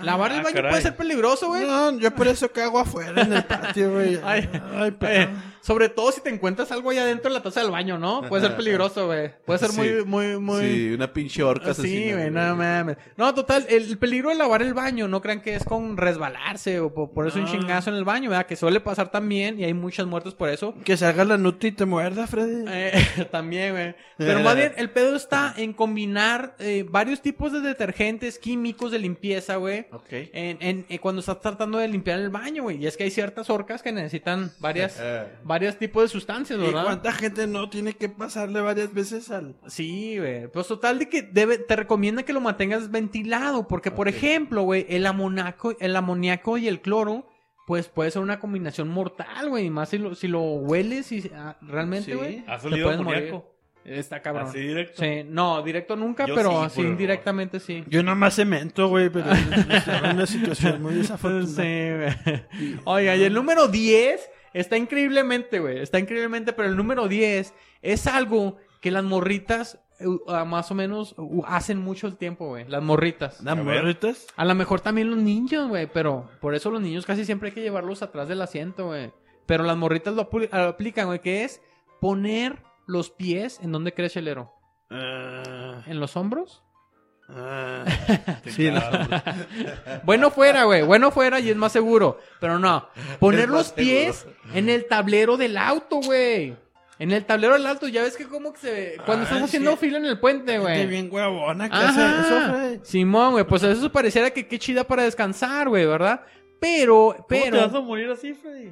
[SPEAKER 1] Lavar el
[SPEAKER 5] ah,
[SPEAKER 1] baño
[SPEAKER 5] caray.
[SPEAKER 1] puede ser peligroso, güey.
[SPEAKER 2] No, yo por eso cago afuera en el patio, güey.
[SPEAKER 1] Ay,
[SPEAKER 2] Ay,
[SPEAKER 1] Eh,
[SPEAKER 2] pero...
[SPEAKER 1] sobre todo si te encuentras algo allá adentro de la taza del baño, ¿no? Puede ser peligroso, güey. Puede ser muy,
[SPEAKER 3] Sí.
[SPEAKER 1] muy, muy... Ah,
[SPEAKER 3] Sí, una pinche orca
[SPEAKER 1] Sí,
[SPEAKER 3] asesina,
[SPEAKER 1] güey, no mames. No, total, el el peligro de lavar el baño, no crean que es con resbalarse o por, por eso un chingazo en el baño, ¿verdad? Que suele pasar también y hay muchas muertes por eso.
[SPEAKER 2] Que salga la nutria y te muerda, Freddy.
[SPEAKER 1] Eh, también, güey. Pero más bien, el pedo está en combinar eh, varios tipos de detergentes químicos de limpieza, güey.
[SPEAKER 3] Ok.
[SPEAKER 1] En, en- eh, cuando estás tratando de limpiar el baño, güey. Y es que hay ciertas orcas que necesitan varias,
[SPEAKER 3] Eh,
[SPEAKER 1] varios tipos de sustancias,
[SPEAKER 2] ¿Y
[SPEAKER 1] ¿verdad?
[SPEAKER 2] cuánta gente no tiene que pasarle varias veces al...
[SPEAKER 1] Sí, güey. Pues total de que debe, te recomienda que lo mantengas ventilado, porque por ejemplo, güey, el amonaco, el amoníaco y el cloro, pues puede ser una combinación mortal, güey. Y más si lo, si lo hueles y ah, realmente,
[SPEAKER 3] Sí.
[SPEAKER 1] güey.
[SPEAKER 5] ¿Has
[SPEAKER 1] te
[SPEAKER 5] olido
[SPEAKER 1] puedes morir.
[SPEAKER 5] amoníaco?
[SPEAKER 1] Está cabrón.
[SPEAKER 5] Así directo.
[SPEAKER 1] Sí, no, directo nunca,
[SPEAKER 5] Yo
[SPEAKER 1] pero
[SPEAKER 5] sí,
[SPEAKER 1] así
[SPEAKER 5] por-
[SPEAKER 1] indirectamente sí.
[SPEAKER 2] Yo nomás cemento, güey, pero es una situación muy desafortunada.
[SPEAKER 1] Sí, güey. Oiga, y el número 10 está increíblemente, güey. Está increíblemente, pero el número 10 es algo que las morritas eh, uh, ah, más o menos uh, hacen mucho el tiempo, güey. Las morritas.
[SPEAKER 2] ¿Las
[SPEAKER 5] A ver.
[SPEAKER 2] morritas?
[SPEAKER 1] A lo mejor también los niños, güey, pero por eso los niños casi siempre hay que llevarlos atrás del asiento, güey. Pero las morritas lo, apli- lo aplican, güey, que es poner los pies en donde crece el ero.
[SPEAKER 2] Ah,
[SPEAKER 1] ¿En los hombros?
[SPEAKER 2] ah.
[SPEAKER 3] eh,
[SPEAKER 5] Te
[SPEAKER 2] Sí, la-
[SPEAKER 5] cagas.
[SPEAKER 1] Bueno fuera, güey. Bueno fuera y es más seguro. Pero no. Poner
[SPEAKER 3] Es
[SPEAKER 1] los
[SPEAKER 3] más
[SPEAKER 1] pies en el tablero del auto, güey. En el tablero del alto, ya ves que como que se... Cuando
[SPEAKER 2] Ah,
[SPEAKER 1] estás
[SPEAKER 2] sí.
[SPEAKER 1] haciendo fila en el puente,
[SPEAKER 2] Qué
[SPEAKER 1] güey.
[SPEAKER 2] bien huevona que
[SPEAKER 1] Ajá.
[SPEAKER 2] hace eso, güey.
[SPEAKER 1] Simón, güey, pues eso pareciera que qué chida para descansar, güey, ¿verdad? Pero,
[SPEAKER 5] ¿Cómo te
[SPEAKER 1] pero...
[SPEAKER 5] vas a morir así, Freddy?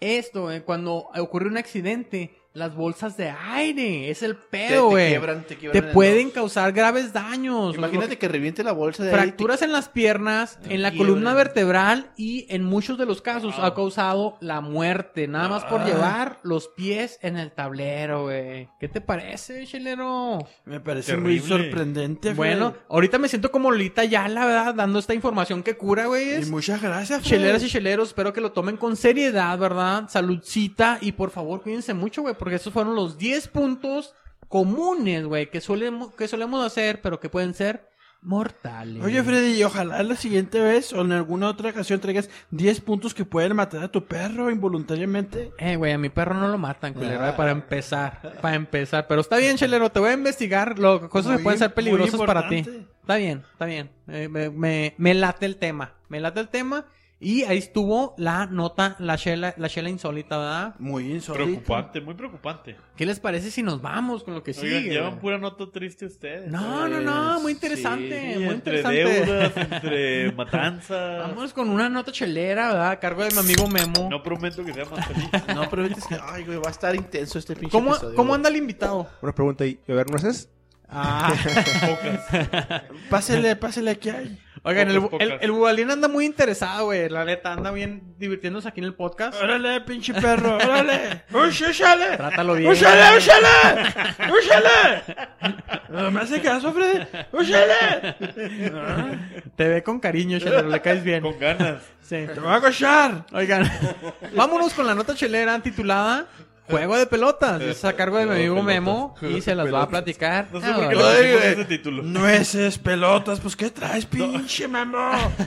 [SPEAKER 1] Esto, güey, cuando ocurre un accidente, las bolsas de aire, es el
[SPEAKER 3] Te,
[SPEAKER 1] pedo, güey. Te,
[SPEAKER 3] quiebran, te quiebran. en el
[SPEAKER 1] pueden
[SPEAKER 3] dos.
[SPEAKER 1] causar graves daños.
[SPEAKER 3] Imagínate que reviente la bolsa de ahí,
[SPEAKER 1] Fracturas en las piernas, en la
[SPEAKER 3] quiebran.
[SPEAKER 1] columna vertebral y en muchos de los casos ha causado la muerte, nada más por
[SPEAKER 2] Ah.
[SPEAKER 1] llevar los pies en el tablero, güey. ¿Qué te parece, chelero?
[SPEAKER 2] Me parece muy
[SPEAKER 5] Terrible.
[SPEAKER 2] sorprendente,
[SPEAKER 1] Bueno,
[SPEAKER 2] Freddy.
[SPEAKER 1] ahorita me siento como Lolita ya, la verdad, dando esta información que cura, güey.
[SPEAKER 2] Y muchas gracias, Freddy.
[SPEAKER 1] Cheleras y cheleros, espero que lo tomen con seriedad, ¿verdad? Saludcita y por favor cuídense mucho, güey, porque esos fueron los 10 puntos comunes, güey, que solemos, que solemos hacer, pero que pueden ser mortales.
[SPEAKER 2] Oye, Freddy, y ojalá la siguiente vez o en alguna otra ocasión traigas 10 puntos que pueden matar a tu perro involuntariamente.
[SPEAKER 1] Eh, güey, a mi perro no lo matan, culero, eh, para empezar, para empezar. Pero está bien, chelero, te voy a investigar lo, cosas
[SPEAKER 2] Muy
[SPEAKER 1] que pueden ser
[SPEAKER 2] im- muy
[SPEAKER 1] peligrosas para ti.
[SPEAKER 2] importante.
[SPEAKER 1] Está bien, está bien. Eh, me, me- me late el tema, me late el tema. Y ahí estuvo la nota, la chela, la chela insólita, ¿verdad?
[SPEAKER 2] Muy insólito.
[SPEAKER 5] Preocupante, muy preocupante.
[SPEAKER 1] ¿Qué les parece si nos vamos con lo que sigue?
[SPEAKER 5] Oigan, llevan
[SPEAKER 3] pues.
[SPEAKER 1] güey?
[SPEAKER 5] pura nota triste ustedes.
[SPEAKER 1] No, no, no, muy interesante,
[SPEAKER 5] Sí,
[SPEAKER 1] muy
[SPEAKER 5] entre
[SPEAKER 1] interesante.
[SPEAKER 5] deudas, entre matanzas.
[SPEAKER 1] Vamos con una nota chelera, ¿verdad? A cargo de mi amigo Memo.
[SPEAKER 5] No prometo que sea más feliz.
[SPEAKER 3] No, pero ahorita es que, ay, güey, va a estar intenso este pinche
[SPEAKER 1] ¿Cómo,
[SPEAKER 3] episodio,
[SPEAKER 1] ¿Cómo
[SPEAKER 3] güey.
[SPEAKER 1] anda el invitado?
[SPEAKER 4] Una pregunta y ¿y a ver nueces?
[SPEAKER 5] Pocas.
[SPEAKER 2] Pásele, pásele aquí. ay.
[SPEAKER 1] Oigan, el,
[SPEAKER 5] Pocas,
[SPEAKER 1] el,
[SPEAKER 5] pocas.
[SPEAKER 1] el Bubalín anda muy interesado, güey. La neta, anda bien divirtiéndose aquí en el podcast.
[SPEAKER 2] Órale, pinche perro, órale. ¡Ush, úchale!
[SPEAKER 1] Trátalo bien.
[SPEAKER 2] ¡Úchale, úchale! ¡Úchale! No me hace caso, Freddy. ¡Úchale! Ah,
[SPEAKER 1] Te ve con cariño, chelero, le caes bien.
[SPEAKER 5] Con ganas.
[SPEAKER 1] Sí.
[SPEAKER 2] ¡Te voy a cochar!
[SPEAKER 1] Oigan, vámonos con la nota chelera titulada Juego de pelotas. Es a cargo de mi amigo
[SPEAKER 5] Juego de
[SPEAKER 1] Memo y se las va a platicar.
[SPEAKER 5] No sé por qué le
[SPEAKER 1] ahora.
[SPEAKER 5] pusimos
[SPEAKER 2] güey.
[SPEAKER 5] ese título.
[SPEAKER 2] Nueces, pelotas, pues ¿qué traes, pinche mambo?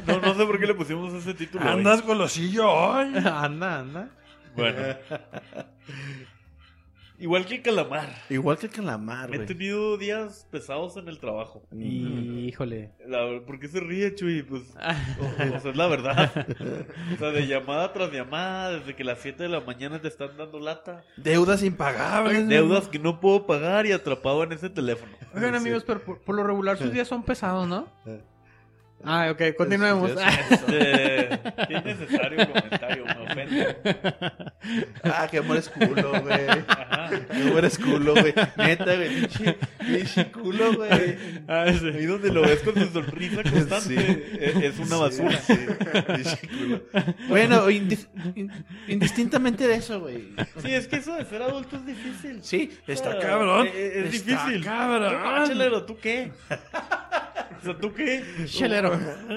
[SPEAKER 5] No, no sé por qué le pusimos ese título. güey.
[SPEAKER 2] Andas golosillo hoy.
[SPEAKER 1] Ah, Anda, anda.
[SPEAKER 5] Bueno. Igual que calamar.
[SPEAKER 3] Igual que el calamar,
[SPEAKER 5] He
[SPEAKER 3] güey.
[SPEAKER 5] tenido días pesados en el trabajo.
[SPEAKER 1] Híjole.
[SPEAKER 5] La- ¿Por qué se ríe, Chuy? Pues, o, o sea, es la verdad. O sea, de llamada tras llamada, desde que las 7 de la mañana te están dando lata.
[SPEAKER 2] Deudas
[SPEAKER 1] Pues,
[SPEAKER 2] impagables.
[SPEAKER 5] Deudas que no puedo pagar y atrapado en ese teléfono.
[SPEAKER 1] Oigan, amigos, pero por, por lo regular sus días son pesados, ¿no? Ah, ok, continuemos.
[SPEAKER 3] Sí,
[SPEAKER 5] Este, qué innecesario comentario, me ofende.
[SPEAKER 3] Ah, que mueres culo, güey. Que mueres culo, güey. Neta, güey. Pinche, pinche culo, güey.
[SPEAKER 5] Ahí donde lo ves con su sonrisa constante, e- es una basura.
[SPEAKER 3] Sí, pinche culo. Bueno, indis- in- indistintamente de eso, güey.
[SPEAKER 5] Sí, es que eso de ser adulto es difícil.
[SPEAKER 3] Sí,
[SPEAKER 2] Está cabrón.
[SPEAKER 5] Es, es
[SPEAKER 2] Está
[SPEAKER 5] difícil.
[SPEAKER 2] cabrón.
[SPEAKER 5] No, Chelero, ¿tú qué? O sea, ¿tú qué?
[SPEAKER 1] Chelero.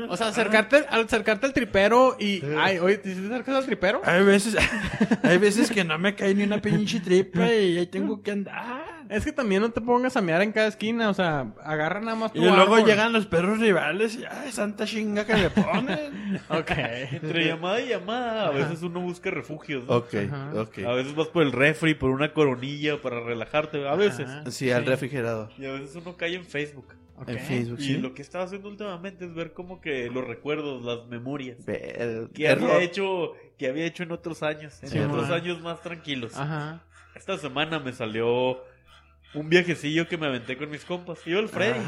[SPEAKER 1] O sea, acercarte, al- acercarte al tripero y. Ay, oye, ¿te hiciste acercas al tripero?
[SPEAKER 2] Hay veces, hay veces que no me cae ni una pinche tripa y ahí tengo que andar.
[SPEAKER 1] Es que también no te pongas a mear en cada esquina, o sea, agarra nada más tu
[SPEAKER 2] Y luego
[SPEAKER 1] árbol.
[SPEAKER 2] llegan los perros rivales y ay, santa chinga que le ponen.
[SPEAKER 1] Ok.
[SPEAKER 5] Entre llamada y llamada, a veces uno busca refugios. ¿no?
[SPEAKER 3] Ok,
[SPEAKER 1] Ajá.
[SPEAKER 3] ok.
[SPEAKER 5] A veces vas por el refri, por una coronilla para relajarte, a veces.
[SPEAKER 1] Ajá.
[SPEAKER 3] Sí, al refrigerador.
[SPEAKER 5] Y a veces uno cae en Facebook.
[SPEAKER 1] ok.
[SPEAKER 3] En Facebook, sí.
[SPEAKER 5] Y lo que estaba haciendo últimamente es ver como que los recuerdos, las memorias.
[SPEAKER 3] Ver-
[SPEAKER 5] Que había
[SPEAKER 3] error.
[SPEAKER 5] hecho, que había hecho en otros años, en
[SPEAKER 1] Sí, Ah.
[SPEAKER 5] otros
[SPEAKER 1] ma.
[SPEAKER 5] años más tranquilos.
[SPEAKER 1] Ajá.
[SPEAKER 5] Esta semana me salió un viajecillo que me aventé con mis compas. Iba el Freddy,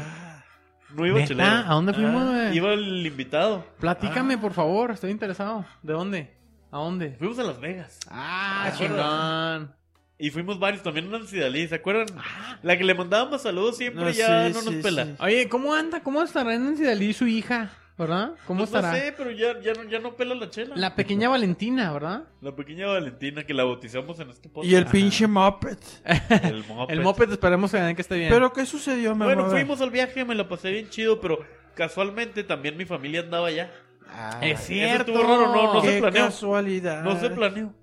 [SPEAKER 5] no iba el
[SPEAKER 1] Ah. ¿Neta? ¿A
[SPEAKER 5] chelero.
[SPEAKER 1] dónde fuimos,
[SPEAKER 2] Ah,
[SPEAKER 1] güey?
[SPEAKER 5] Iba el invitado.
[SPEAKER 1] Platícame, por favor, estoy interesado. ¿De dónde? ¿A dónde?
[SPEAKER 5] Fuimos a Las Vegas.
[SPEAKER 1] Ah,
[SPEAKER 5] Ah,
[SPEAKER 1] chingón.
[SPEAKER 5] Y fuimos varios, también Nancy Dalí, ¿se acuerdan?
[SPEAKER 1] Ah.
[SPEAKER 5] La que le mandábamos saludos siempre ya
[SPEAKER 2] sí,
[SPEAKER 5] no nos
[SPEAKER 2] sí,
[SPEAKER 5] pela. Pues
[SPEAKER 2] sí.
[SPEAKER 1] Oye, ¿cómo anda? ¿Cómo estará Nancy Dalí y su hija? ¿Verdad? ¿Cómo
[SPEAKER 5] Pues
[SPEAKER 1] estará?
[SPEAKER 5] No sé, pero ya, ya, no, ya no pela la chela. La...
[SPEAKER 1] La pequeña Valentina, ¿verdad?
[SPEAKER 5] pequeña Valentina que la bautizamos en este podcast.
[SPEAKER 2] Y el pinche moped.
[SPEAKER 5] el moped.
[SPEAKER 1] El moped esperemos que, que esté bien.
[SPEAKER 2] Pero ¿qué sucedió, mamá?
[SPEAKER 5] Bueno, fuimos al viaje, me la pasé bien chido, pero casualmente también mi familia andaba allá.
[SPEAKER 3] Ah,
[SPEAKER 1] es cierto.
[SPEAKER 5] estuvo raro, no, no
[SPEAKER 2] Qué
[SPEAKER 5] se planeó.
[SPEAKER 2] casualidad.
[SPEAKER 1] Ah.
[SPEAKER 5] No se planeó.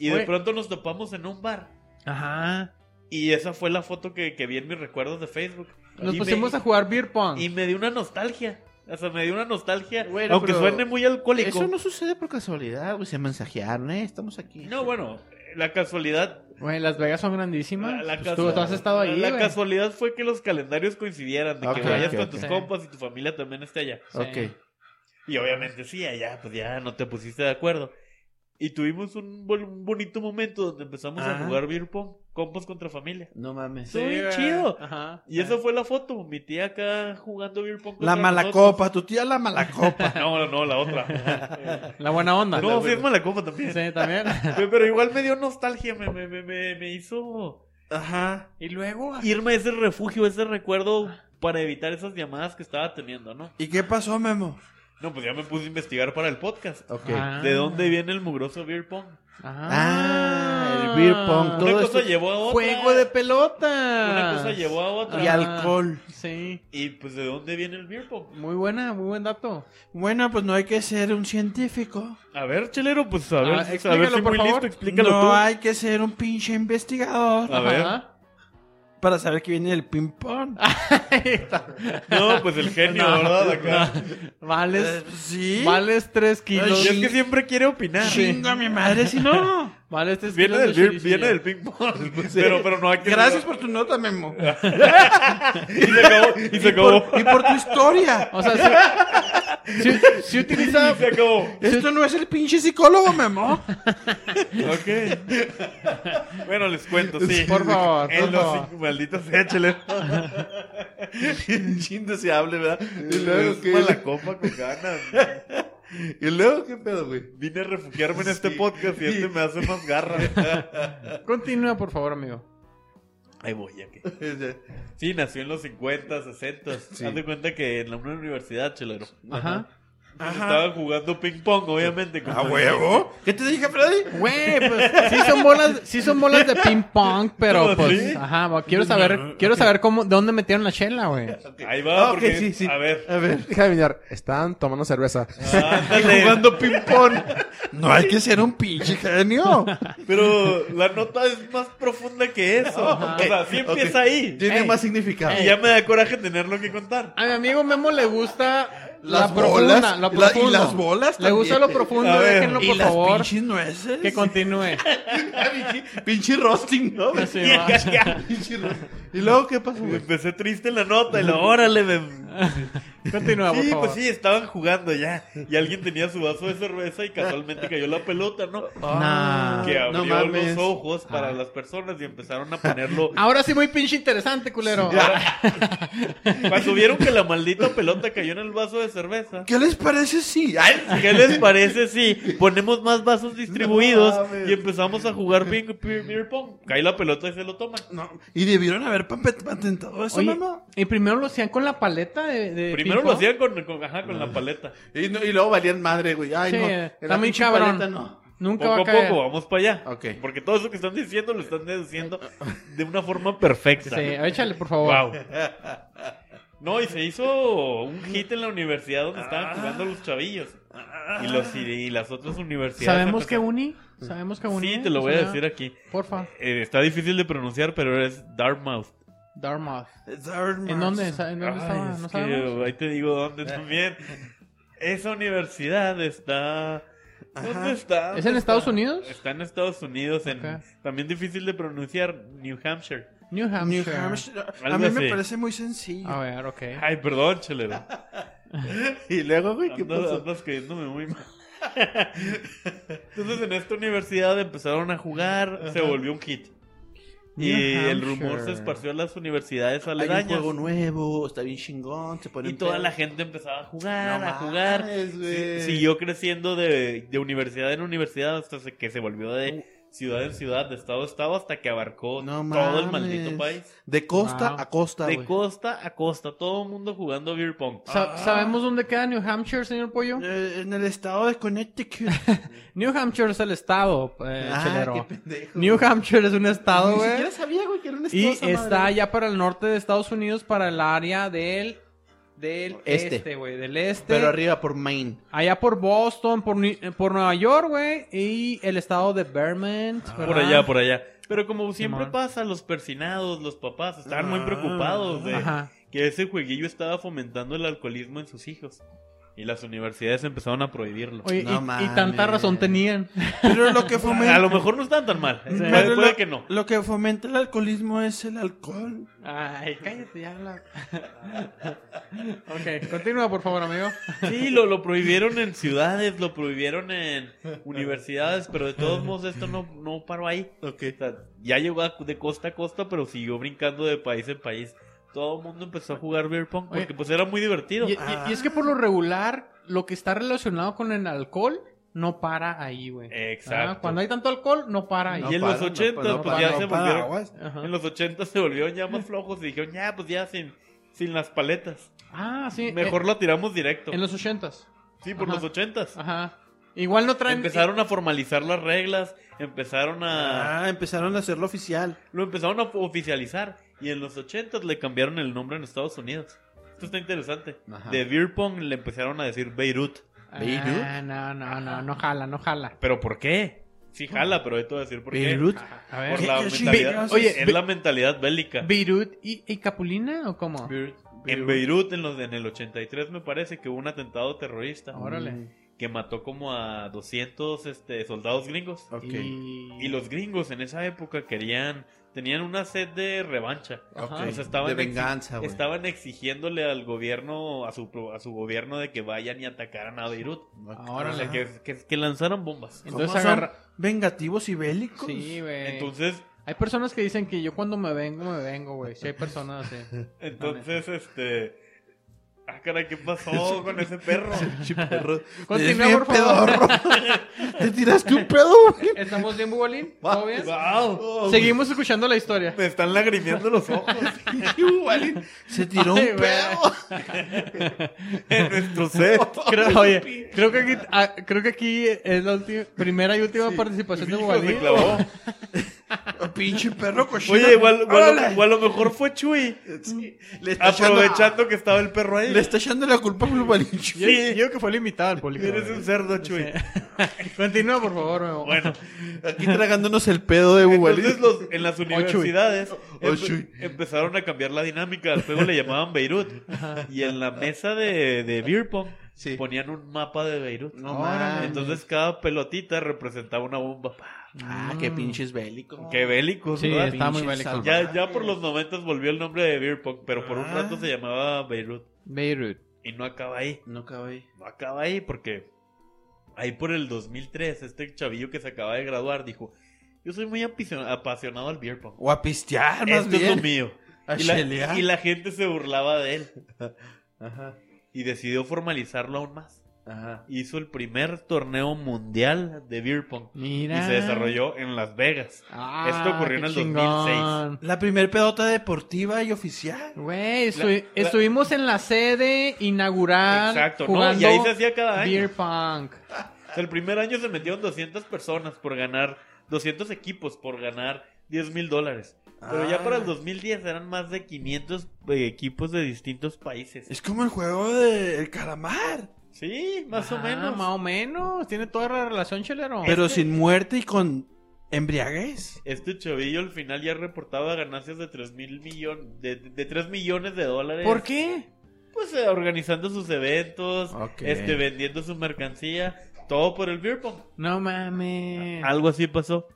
[SPEAKER 5] Y
[SPEAKER 1] Oye.
[SPEAKER 5] de pronto nos topamos en un bar.
[SPEAKER 1] Ajá.
[SPEAKER 5] Y esa fue la foto que, que vi en mis recuerdos de Facebook.
[SPEAKER 1] Nos
[SPEAKER 5] Y
[SPEAKER 1] pusimos
[SPEAKER 5] me,
[SPEAKER 1] a jugar beer pong.
[SPEAKER 5] Y me dio una nostalgia. O sea, me dio una nostalgia.
[SPEAKER 3] Bueno,
[SPEAKER 5] aunque
[SPEAKER 3] pero
[SPEAKER 5] suene muy alcohólico.
[SPEAKER 3] Eso no sucede por casualidad, güey. Se mensajearon, ¿eh? Estamos aquí.
[SPEAKER 5] No, bueno, la casualidad.
[SPEAKER 1] Güey, Las Vegas son grandísimas.
[SPEAKER 5] La, la
[SPEAKER 1] Pues tú,
[SPEAKER 5] casual-
[SPEAKER 1] tú has estado ahí,
[SPEAKER 5] La
[SPEAKER 1] güey.
[SPEAKER 5] casualidad fue que los calendarios coincidieran, de
[SPEAKER 3] Ok,
[SPEAKER 5] que vayas
[SPEAKER 3] ok,
[SPEAKER 5] con
[SPEAKER 3] ok.
[SPEAKER 5] tus compas y tu familia también esté allá.
[SPEAKER 1] Sí.
[SPEAKER 3] Ok.
[SPEAKER 5] Y obviamente sí, allá, pues ya no te pusiste de acuerdo. Y tuvimos un, bol- un bonito momento donde empezamos
[SPEAKER 2] Ajá.
[SPEAKER 5] a jugar beer pong compas contra familia.
[SPEAKER 3] No mames.
[SPEAKER 5] Estuvo bien
[SPEAKER 1] güey. Ah.
[SPEAKER 5] chido.
[SPEAKER 1] Ajá.
[SPEAKER 5] Y esa fue la foto, mi tía acá jugando beer pong.
[SPEAKER 2] La
[SPEAKER 5] contra
[SPEAKER 2] mala
[SPEAKER 5] nosotros.
[SPEAKER 2] copa, tu tía la mala copa.
[SPEAKER 5] No, no, la otra.
[SPEAKER 1] La buena onda.
[SPEAKER 5] no, sí es mala copa también.
[SPEAKER 1] Sí, también.
[SPEAKER 5] Pero pero igual me dio nostalgia, me, me, me, me, me hizo
[SPEAKER 2] Ajá.
[SPEAKER 1] y luego.
[SPEAKER 5] irme a ese refugio, ese recuerdo para evitar esas llamadas que estaba teniendo, ¿no?
[SPEAKER 2] ¿Y qué pasó, Memo?
[SPEAKER 5] No, pues ya me puse a investigar para el podcast.
[SPEAKER 3] Ok.
[SPEAKER 1] Ah.
[SPEAKER 5] ¿De dónde viene el mugroso beer pong?
[SPEAKER 3] Ah, el beer pong.
[SPEAKER 5] Una
[SPEAKER 3] Todo
[SPEAKER 5] cosa
[SPEAKER 3] esto-
[SPEAKER 5] llevó a otra.
[SPEAKER 1] Juego de pelota.
[SPEAKER 5] Una cosa llevó a otra.
[SPEAKER 2] Y alcohol.
[SPEAKER 1] Sí.
[SPEAKER 5] Y pues, ¿de dónde viene el beer pong?
[SPEAKER 1] Muy buena, muy buen dato.
[SPEAKER 2] Bueno, pues no hay que ser un científico.
[SPEAKER 5] A ver, chelero, pues a ver,
[SPEAKER 1] Ah,
[SPEAKER 5] a ver si
[SPEAKER 1] explícalo,
[SPEAKER 5] muy
[SPEAKER 1] por favor.
[SPEAKER 5] listo, explícalo
[SPEAKER 2] no
[SPEAKER 5] tú.
[SPEAKER 2] hay que ser un pinche investigador
[SPEAKER 5] A ver.
[SPEAKER 2] para saber que viene el ping-pong.
[SPEAKER 5] No, pues el genio,
[SPEAKER 1] No.
[SPEAKER 5] ¿verdad? Acá. Eh,
[SPEAKER 1] Vales,
[SPEAKER 5] pues,
[SPEAKER 2] sí.
[SPEAKER 1] vales 3 kilos.
[SPEAKER 5] Y es que siempre quiere opinar.
[SPEAKER 2] Chingo a mi madre, si no.
[SPEAKER 1] Vales 3
[SPEAKER 5] Viene
[SPEAKER 1] kilos.
[SPEAKER 5] del,
[SPEAKER 1] de
[SPEAKER 5] beer-
[SPEAKER 1] chirichilla.
[SPEAKER 5] viene del ping pong. Pero, pero no hay que.
[SPEAKER 2] Gracias por tu nota, Memo.
[SPEAKER 5] Y se acabó. Y se acabó.
[SPEAKER 2] Por- y por tu historia.
[SPEAKER 1] O sea, si, si, si utiliza.
[SPEAKER 5] Y se acabó.
[SPEAKER 2] Esto no es el pinche psicólogo, Memo.
[SPEAKER 5] Ok. Bueno, les cuento, sí.
[SPEAKER 1] Por favor,
[SPEAKER 5] En
[SPEAKER 1] por
[SPEAKER 5] los
[SPEAKER 1] favor.
[SPEAKER 5] cinco- malditos échale.
[SPEAKER 6] Chingo se hable, ¿verdad? Y luego,
[SPEAKER 5] Es
[SPEAKER 6] ¿qué,
[SPEAKER 5] mala copa con ganas.
[SPEAKER 6] y luego, ¿qué pedo, güey?
[SPEAKER 5] Vine a refugiarme en este podcast y este me hace más garra.
[SPEAKER 1] Continúa, por favor, amigo.
[SPEAKER 5] Ahí voy, ya que. Sí, nació en los 50, 60. Haz de cuenta que en la una universidad, chelero.
[SPEAKER 1] Ajá.
[SPEAKER 5] Estaban jugando ping pong, obviamente. como-
[SPEAKER 6] ¿A huevo?
[SPEAKER 2] ¿Qué te dije, Freddy?
[SPEAKER 1] Güey, pues sí son bolas, sí son bolas de ping pong, pero
[SPEAKER 5] No,
[SPEAKER 1] pues,
[SPEAKER 5] ¿sí?
[SPEAKER 1] ajá, va, quiero saber, quiero saber cómo, de dónde metieron la chela, güey.
[SPEAKER 5] Ahí va,
[SPEAKER 2] Ah, ok,
[SPEAKER 5] porque.
[SPEAKER 2] sí, sí.
[SPEAKER 5] A ver.
[SPEAKER 2] A ver.
[SPEAKER 4] Deja de mirar. Están tomando cerveza.
[SPEAKER 1] Ah.
[SPEAKER 5] Ándale.
[SPEAKER 2] ping-pong. No hay que ser un pinche genio.
[SPEAKER 5] Pero la nota es más profunda que eso. O sea, sí empieza ahí.
[SPEAKER 6] Tiene
[SPEAKER 1] Ey.
[SPEAKER 6] más significado.
[SPEAKER 5] Y ya me da coraje tenerlo que contar.
[SPEAKER 1] A mi amigo Memo le gusta
[SPEAKER 6] Las
[SPEAKER 1] la
[SPEAKER 6] bolas,
[SPEAKER 1] profunda, lo
[SPEAKER 6] y la- y
[SPEAKER 1] profundo.
[SPEAKER 6] las bolas
[SPEAKER 1] Le gusta lo
[SPEAKER 6] también.
[SPEAKER 1] profundo,
[SPEAKER 5] A ver,
[SPEAKER 1] déjenlo
[SPEAKER 2] y
[SPEAKER 1] por
[SPEAKER 2] las
[SPEAKER 1] favor
[SPEAKER 2] pinches nueces.
[SPEAKER 1] que continúe.
[SPEAKER 6] Pinche roasting, ¿no?
[SPEAKER 1] Sí, va.
[SPEAKER 6] Pinche roasting. ¿Y luego qué pasó, güey?
[SPEAKER 5] Empecé triste en la nota y luego, órale, me...
[SPEAKER 1] Continúa, por
[SPEAKER 5] Sí,
[SPEAKER 1] favor.
[SPEAKER 5] pues sí, estaban jugando ya. Y alguien tenía su vaso de cerveza y casualmente cayó la pelota, ¿no?
[SPEAKER 1] Nah.
[SPEAKER 5] Que
[SPEAKER 6] no
[SPEAKER 5] abrió
[SPEAKER 6] mames.
[SPEAKER 5] los ojos para
[SPEAKER 1] Ah.
[SPEAKER 5] las personas y empezaron a ponerlo.
[SPEAKER 1] Ahora sí muy pinche interesante, culero.
[SPEAKER 5] Cuando vieron que la maldita pelota cayó en el vaso de cerveza.
[SPEAKER 2] ¿Qué les parece si? Ay,
[SPEAKER 5] ¿Qué les parece si ponemos más vasos distribuidos
[SPEAKER 6] No mames.
[SPEAKER 5] y empezamos a jugar ping, ping- beer pong? Cae la pelota y se lo toman.
[SPEAKER 2] no. Y debieron haber pape- patentado eso,
[SPEAKER 1] Oye,
[SPEAKER 2] mamá.
[SPEAKER 1] y primero lo hacían con la paleta de, de
[SPEAKER 5] Primero
[SPEAKER 1] ping
[SPEAKER 5] lo
[SPEAKER 1] pong.
[SPEAKER 5] hacían con, con- ajá, con la paleta.
[SPEAKER 6] Y, no- y luego valían madre, güey. Ay,
[SPEAKER 1] Sí,
[SPEAKER 6] no.
[SPEAKER 1] eh,
[SPEAKER 6] En la
[SPEAKER 1] está muy
[SPEAKER 6] pinche
[SPEAKER 1] cabrón.
[SPEAKER 6] paleta, no.
[SPEAKER 1] Nunca
[SPEAKER 5] Poco
[SPEAKER 1] va
[SPEAKER 5] a
[SPEAKER 1] a caer.
[SPEAKER 5] poco, vamos para allá.
[SPEAKER 6] Ok.
[SPEAKER 5] Porque todo eso que están diciendo lo están deduciendo de una forma perfecta.
[SPEAKER 1] Sí, échale, por favor.
[SPEAKER 5] Wow. No, y se hizo un hit en la universidad donde estaban jugando los chavillos. Y, los, y las otras universidades.
[SPEAKER 1] Sabemos que
[SPEAKER 5] empezaron-
[SPEAKER 1] uni, sabemos que uni.
[SPEAKER 5] Sí, te lo
[SPEAKER 1] o
[SPEAKER 5] voy a
[SPEAKER 1] sea,
[SPEAKER 5] decir aquí.
[SPEAKER 1] Porfa,
[SPEAKER 5] Eh, está difícil de pronunciar, pero es Dartmouth.
[SPEAKER 1] Dartmouth.
[SPEAKER 2] ¿En
[SPEAKER 1] ¿En dónde? ¿Sa- ¿En dónde
[SPEAKER 5] Ay,
[SPEAKER 1] estaba?
[SPEAKER 5] Ah, es
[SPEAKER 1] Pues, ah, ¿No
[SPEAKER 5] que
[SPEAKER 1] sabemos?
[SPEAKER 5] Ahí te digo dónde también. Esa universidad está. ¿Dónde está?
[SPEAKER 1] ¿Es en
[SPEAKER 5] ¿Dónde
[SPEAKER 1] Estados
[SPEAKER 5] está?
[SPEAKER 1] Unidos?
[SPEAKER 5] Está en Estados Unidos, en,
[SPEAKER 1] Ok.
[SPEAKER 5] también difícil de pronunciar, New Hampshire. Ah.
[SPEAKER 1] New Hampshire.
[SPEAKER 2] New Hampshire. Ah. A
[SPEAKER 5] Algo
[SPEAKER 2] mí me
[SPEAKER 5] así.
[SPEAKER 2] parece muy sencillo.
[SPEAKER 1] A ver, ok.
[SPEAKER 5] Ay, perdón, chelero.
[SPEAKER 6] Y luego, güey, ¿qué
[SPEAKER 5] Andas,
[SPEAKER 6] pasó?
[SPEAKER 5] andas cayéndome muy mal. Entonces en esta universidad empezaron a jugar, se volvió un hit. Y
[SPEAKER 1] New
[SPEAKER 5] el rumor se
[SPEAKER 1] Hampshire.
[SPEAKER 5] esparció a las universidades
[SPEAKER 3] Hay un
[SPEAKER 5] aledañas.
[SPEAKER 3] juego nuevo, está bien chingón, se pone
[SPEAKER 5] Y toda la gente empezaba a jugar,
[SPEAKER 6] No
[SPEAKER 5] a jugar.
[SPEAKER 6] mames, güey.
[SPEAKER 5] Si- Siguió creciendo de, de universidad en universidad hasta se- que se volvió de ciudad en ciudad, de estado a estado, hasta que abarcó
[SPEAKER 3] No
[SPEAKER 5] todo el
[SPEAKER 3] mames.
[SPEAKER 5] maldito país.
[SPEAKER 3] De costa
[SPEAKER 1] Wow.
[SPEAKER 3] a costa,
[SPEAKER 5] de
[SPEAKER 3] güey.
[SPEAKER 5] costa a costa, todo el mundo jugando beer pong.
[SPEAKER 1] Sa- ¿Sabemos dónde queda New Hampshire, señor Pollo?
[SPEAKER 2] Eh, en el estado de Connecticut.
[SPEAKER 1] New Hampshire es el estado, eh,
[SPEAKER 3] Ah,
[SPEAKER 1] chelero.
[SPEAKER 3] qué pendejo.
[SPEAKER 1] New Hampshire es un estado,
[SPEAKER 3] Ni
[SPEAKER 1] güey.
[SPEAKER 3] siquiera sabía, güey, que era un estado
[SPEAKER 1] Y
[SPEAKER 3] esa madre,
[SPEAKER 1] está
[SPEAKER 3] güey.
[SPEAKER 1] allá para el norte de Estados Unidos, para el área del, del
[SPEAKER 3] Este.
[SPEAKER 1] este, güey. del este.
[SPEAKER 3] Pero arriba por Maine.
[SPEAKER 1] Allá por Boston, por, Ni- eh, por Nueva York, güey. Y el estado de Vermont.
[SPEAKER 3] Ah.
[SPEAKER 5] Por
[SPEAKER 1] Ah, ¿verdad?
[SPEAKER 5] allá, por allá. Pero como siempre
[SPEAKER 1] Simón.
[SPEAKER 5] pasa, los persinados, los papás estaban muy preocupados de
[SPEAKER 1] Ajá.
[SPEAKER 5] que ese jueguillo estaba fomentando el alcoholismo en sus hijos. Y las universidades empezaron a prohibirlo.
[SPEAKER 1] Oye,
[SPEAKER 3] No
[SPEAKER 1] y- y,
[SPEAKER 3] mames.
[SPEAKER 1] tanta razón tenían.
[SPEAKER 2] Pero lo que
[SPEAKER 5] a
[SPEAKER 2] fomenta...
[SPEAKER 5] lo mejor no están tan mal. ¿eh? Puede-
[SPEAKER 2] pero
[SPEAKER 5] puede
[SPEAKER 2] lo-
[SPEAKER 5] que no.
[SPEAKER 2] Lo que fomenta el alcoholismo es el alcohol.
[SPEAKER 1] Ay, cállate, ya habla. ok, continúa, por favor, amigo.
[SPEAKER 5] Sí, lo, lo prohibieron en ciudades, lo prohibieron en universidades, pero de todos modos esto no, no paró ahí. O sea, ya llegó a- de costa a costa, pero siguió brincando de país en país. Todo el mundo empezó a jugar beer pong porque
[SPEAKER 1] Oye.
[SPEAKER 5] pues era muy divertido.
[SPEAKER 1] Y, y- y es que por lo regular, lo que está relacionado con el alcohol no para ahí, güey.
[SPEAKER 5] Eh, Exacto.
[SPEAKER 1] Ah, Cuando hay tanto alcohol, no para ahí.
[SPEAKER 5] Y en los
[SPEAKER 6] para, no
[SPEAKER 5] 80
[SPEAKER 6] para, no
[SPEAKER 5] pues
[SPEAKER 6] para,
[SPEAKER 5] ya
[SPEAKER 6] no ¿eh?
[SPEAKER 5] se
[SPEAKER 6] para,
[SPEAKER 5] volvieron
[SPEAKER 6] aguas.
[SPEAKER 1] Ajá.
[SPEAKER 5] en los 80 se volvieron ya más flojos y dijeron, "Ya, pues ya sin sin las paletas.
[SPEAKER 1] Ah, sí.
[SPEAKER 5] Mejor la tiramos directo."
[SPEAKER 1] eh, en los ochentas.
[SPEAKER 5] Sí, por
[SPEAKER 1] Ajá.
[SPEAKER 5] los 80s.
[SPEAKER 1] Ajá. Igual no traen.
[SPEAKER 5] Empezaron a formalizar las reglas, empezaron a
[SPEAKER 3] Ah, empezaron a hacerlo oficial.
[SPEAKER 5] Lo empezaron a oficializar y en los 80 le cambiaron el nombre en Estados Unidos. Esto está interesante.
[SPEAKER 6] Ajá.
[SPEAKER 5] De beer pong le empezaron a decir Beirut.
[SPEAKER 1] Ah, no, no, no, no jala, no jala.
[SPEAKER 5] ¿Pero por qué? Sí jala, pero esto voy a decir por
[SPEAKER 3] Beirut.
[SPEAKER 1] A
[SPEAKER 5] qué. Por
[SPEAKER 1] ver.
[SPEAKER 5] la
[SPEAKER 3] ¿Qué- qué
[SPEAKER 5] mentalidad.
[SPEAKER 3] chingados
[SPEAKER 5] Oye,
[SPEAKER 1] es?
[SPEAKER 5] es la mentalidad bélica.
[SPEAKER 1] ¿Beirut y, y Capulina o cómo?
[SPEAKER 5] En Beirut, en, los, en el 83 me parece que hubo un atentado terrorista
[SPEAKER 1] Órale.
[SPEAKER 5] que mató como a 200 este, soldados gringos.
[SPEAKER 6] Ok.
[SPEAKER 1] Y...
[SPEAKER 5] Y los gringos en esa época querían, tenían una sed de revancha.
[SPEAKER 1] Ajá.
[SPEAKER 5] O sea, estaban
[SPEAKER 3] de
[SPEAKER 5] exi-
[SPEAKER 3] venganza, güey.
[SPEAKER 5] Estaban exigiéndole al gobierno, a su, pro- a su gobierno, de que vayan y atacaran a Beirut.
[SPEAKER 1] Ahora
[SPEAKER 5] O sea,
[SPEAKER 1] le-
[SPEAKER 5] que, que, que lanzaran bombas.
[SPEAKER 1] Entonces
[SPEAKER 3] ¿Cómo son
[SPEAKER 1] agarra.
[SPEAKER 3] Vengativos y bélicos.
[SPEAKER 1] Sí, güey.
[SPEAKER 5] Entonces,
[SPEAKER 1] Hay personas que dicen que yo cuando me vengo, me vengo, güey. Sí, hay personas así.
[SPEAKER 5] entonces, este... Ah, caray, ¿qué pasó con ese perro?
[SPEAKER 1] Continúa,
[SPEAKER 6] bien
[SPEAKER 1] por favor.
[SPEAKER 6] ¿Te tiraste un pedo, güey?
[SPEAKER 1] ¿Estamos bien, Bubalín? ¿Todo bien?
[SPEAKER 5] ¡Wow!
[SPEAKER 1] Seguimos escuchando la historia.
[SPEAKER 5] Me están lagrimeando los ojos.
[SPEAKER 3] Se tiró
[SPEAKER 1] Ay, güey.
[SPEAKER 3] un pedo.
[SPEAKER 5] en nuestro set.
[SPEAKER 1] Creo, oye, creo que aquí, ah, creo que aquí es la última, primera y última participación de
[SPEAKER 5] Hijo, se
[SPEAKER 1] Bubalín.
[SPEAKER 5] clavó.
[SPEAKER 3] Pinche perro cochino.
[SPEAKER 5] Oye, igual, igual,
[SPEAKER 3] Órale.
[SPEAKER 5] o a lo mejor fue Chuy.
[SPEAKER 3] Le está echando-
[SPEAKER 5] Aprovechando que estaba el perro ahí.
[SPEAKER 3] Le está echando la culpa a Fulvarín.
[SPEAKER 1] Yo, yo digo que fue limitado al público.
[SPEAKER 5] Eres un cerdo, Chuy.
[SPEAKER 1] Continúa, por favor, Memo.
[SPEAKER 5] Bueno,
[SPEAKER 3] Aquí tragándonos el pedo de Bubalín.
[SPEAKER 5] entonces los, en las
[SPEAKER 1] Chuy.
[SPEAKER 5] universidades empe-
[SPEAKER 3] Chuy.
[SPEAKER 5] empezaron a cambiar la dinámica. Al juego le llamaban Beirut. Y en la mesa de, de beer pong
[SPEAKER 3] Sí.
[SPEAKER 5] ponían un mapa de Beirut.
[SPEAKER 3] No
[SPEAKER 1] Órale.
[SPEAKER 3] mames.
[SPEAKER 5] Entonces cada pelotita representaba una bomba. Pa,
[SPEAKER 3] Ah,
[SPEAKER 1] Mm.
[SPEAKER 3] qué pinches bélicos.
[SPEAKER 5] Qué bélicos,
[SPEAKER 1] Sí,
[SPEAKER 5] ¿verdad?
[SPEAKER 1] está muy
[SPEAKER 3] Pinches
[SPEAKER 1] bélico.
[SPEAKER 5] Ya, ya por los momentos volvió el nombre de beer pong, pero por un
[SPEAKER 3] Ah.
[SPEAKER 5] rato se llamaba Beirut.
[SPEAKER 1] Beirut.
[SPEAKER 5] Y no acaba ahí.
[SPEAKER 3] No cabe.
[SPEAKER 5] no acaba ahí porque ahí por el 2003 este chavillo que se acaba de graduar dijo, yo soy muy apisio- apasionado al beer pong.
[SPEAKER 3] O a pistear, Ah, más
[SPEAKER 5] Esto es
[SPEAKER 3] bien.
[SPEAKER 5] lo mío.
[SPEAKER 3] A
[SPEAKER 5] Y la,
[SPEAKER 3] chelear.
[SPEAKER 5] y la gente se burlaba de él
[SPEAKER 6] Ajá,
[SPEAKER 5] y decidió formalizarlo aún más.
[SPEAKER 6] ajá.
[SPEAKER 5] Hizo el primer torneo mundial de beer pong
[SPEAKER 1] Mira.
[SPEAKER 5] y se desarrolló en Las Vegas.
[SPEAKER 1] Ah,
[SPEAKER 5] Esto ocurrió en
[SPEAKER 1] qué
[SPEAKER 5] el
[SPEAKER 1] chingón.
[SPEAKER 3] La primer pedota deportiva y oficial.
[SPEAKER 1] Güey, estu-
[SPEAKER 5] La- la-
[SPEAKER 1] estuvimos en la sede inaugural
[SPEAKER 5] Exacto, ¿no?
[SPEAKER 1] jugando
[SPEAKER 5] Y ahí se hacía ¿eh? cada año.
[SPEAKER 1] beer punk.
[SPEAKER 5] O sea, el primer año se metieron 200 personas por ganar, 200 equipos por ganar 10 mil dólares. Pero ya para el 2010 eran más de 500 equipos de distintos países.
[SPEAKER 3] Es como el juego del calamar.
[SPEAKER 5] Sí, más o
[SPEAKER 1] Ah,
[SPEAKER 5] menos.
[SPEAKER 1] Más o menos. Tiene toda la relación, chelero.
[SPEAKER 3] Pero sin muerte y con embriaguez.
[SPEAKER 5] Este chavillo al final ya reportaba ganancias de 3 mil millones, de, de 3 millones de dólares.
[SPEAKER 1] ¿Por qué?
[SPEAKER 5] Pues eh, organizando sus eventos,
[SPEAKER 6] Ok.
[SPEAKER 5] este, vendiendo su mercancía, todo por el beer pong.
[SPEAKER 1] No mames.
[SPEAKER 5] Algo así pasó.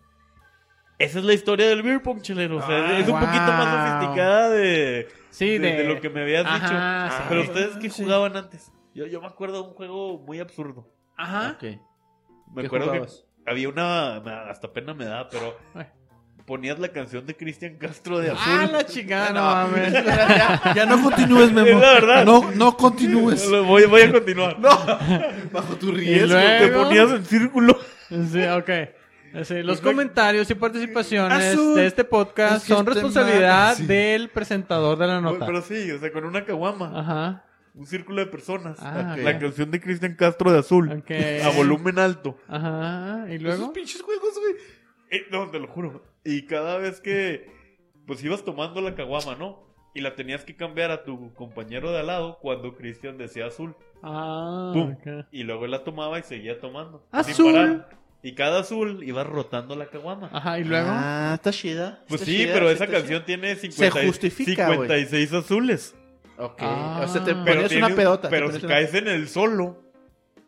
[SPEAKER 5] Esa es la historia del beer pong, chelero. O sea,
[SPEAKER 1] Ah,
[SPEAKER 5] es un poquito más
[SPEAKER 1] wow.
[SPEAKER 5] sofisticada de,
[SPEAKER 1] Sí,
[SPEAKER 5] de,
[SPEAKER 1] de,
[SPEAKER 5] de lo que me habías
[SPEAKER 1] Ajá,
[SPEAKER 5] dicho.
[SPEAKER 1] sí.
[SPEAKER 5] Pero ustedes que
[SPEAKER 3] Sí.
[SPEAKER 5] jugaban antes. Yo, yo me acuerdo de un juego muy absurdo.
[SPEAKER 1] Ajá.
[SPEAKER 5] Me
[SPEAKER 1] ¿Qué
[SPEAKER 5] acuerdo
[SPEAKER 1] jugabas?
[SPEAKER 5] que había una. me- Hasta pena me daba, pero.
[SPEAKER 1] Ay.
[SPEAKER 5] Ponías la canción de Cristian Castro de azul.
[SPEAKER 1] Ah, la chingada, no mames.
[SPEAKER 3] Ya no continúes,
[SPEAKER 5] Es
[SPEAKER 3] Memo.
[SPEAKER 5] la verdad.
[SPEAKER 3] No, no continúes.
[SPEAKER 5] Lo Voy, voy a continuar.
[SPEAKER 6] Bajo tu
[SPEAKER 1] Y
[SPEAKER 6] riesgo.
[SPEAKER 5] Te
[SPEAKER 1] luego...
[SPEAKER 5] ponías en círculo.
[SPEAKER 1] Sí, ok. Sí, los comentarios y participaciones
[SPEAKER 3] Azul.
[SPEAKER 1] de este podcast
[SPEAKER 3] Es que
[SPEAKER 1] son
[SPEAKER 3] este
[SPEAKER 1] responsabilidad
[SPEAKER 3] man- sí.
[SPEAKER 1] del presentador de la nota.
[SPEAKER 5] Pero sí, o sea, con una caguama.
[SPEAKER 1] Ajá.
[SPEAKER 5] Un círculo de personas.
[SPEAKER 1] Ah,
[SPEAKER 5] La
[SPEAKER 1] ok.
[SPEAKER 5] canción de Cristian Castro de azul.
[SPEAKER 1] Ok.
[SPEAKER 5] A volumen alto.
[SPEAKER 1] Ajá. ¿Y
[SPEAKER 6] Esos
[SPEAKER 1] luego?
[SPEAKER 6] pinches juegos, güey.
[SPEAKER 5] Eh, no, te lo juro. Y cada vez que, pues ibas tomando la caguama, ¿no? Y la tenías que cambiar a tu compañero de al lado cuando Cristian decía azul.
[SPEAKER 1] Ah,
[SPEAKER 5] Pum.
[SPEAKER 1] ok.
[SPEAKER 5] Y luego él la tomaba y seguía tomando.
[SPEAKER 1] Azul.
[SPEAKER 5] Y cada azul iba rotando la caguama.
[SPEAKER 1] Ajá, ¿y luego?
[SPEAKER 3] Ah, está chida.
[SPEAKER 5] Pues
[SPEAKER 3] Está
[SPEAKER 5] sí,
[SPEAKER 3] chida,
[SPEAKER 5] pero
[SPEAKER 3] sí
[SPEAKER 5] esa
[SPEAKER 3] está chida.
[SPEAKER 5] canción tiene 50
[SPEAKER 3] justifica, güey.
[SPEAKER 5] 56 azules.
[SPEAKER 3] Ok.
[SPEAKER 1] Ah.
[SPEAKER 3] o sea, te
[SPEAKER 1] Pero
[SPEAKER 3] pones
[SPEAKER 5] tienes-
[SPEAKER 3] una pedota.
[SPEAKER 5] Pero
[SPEAKER 3] te
[SPEAKER 5] si
[SPEAKER 3] pones una-
[SPEAKER 5] caes en el solo,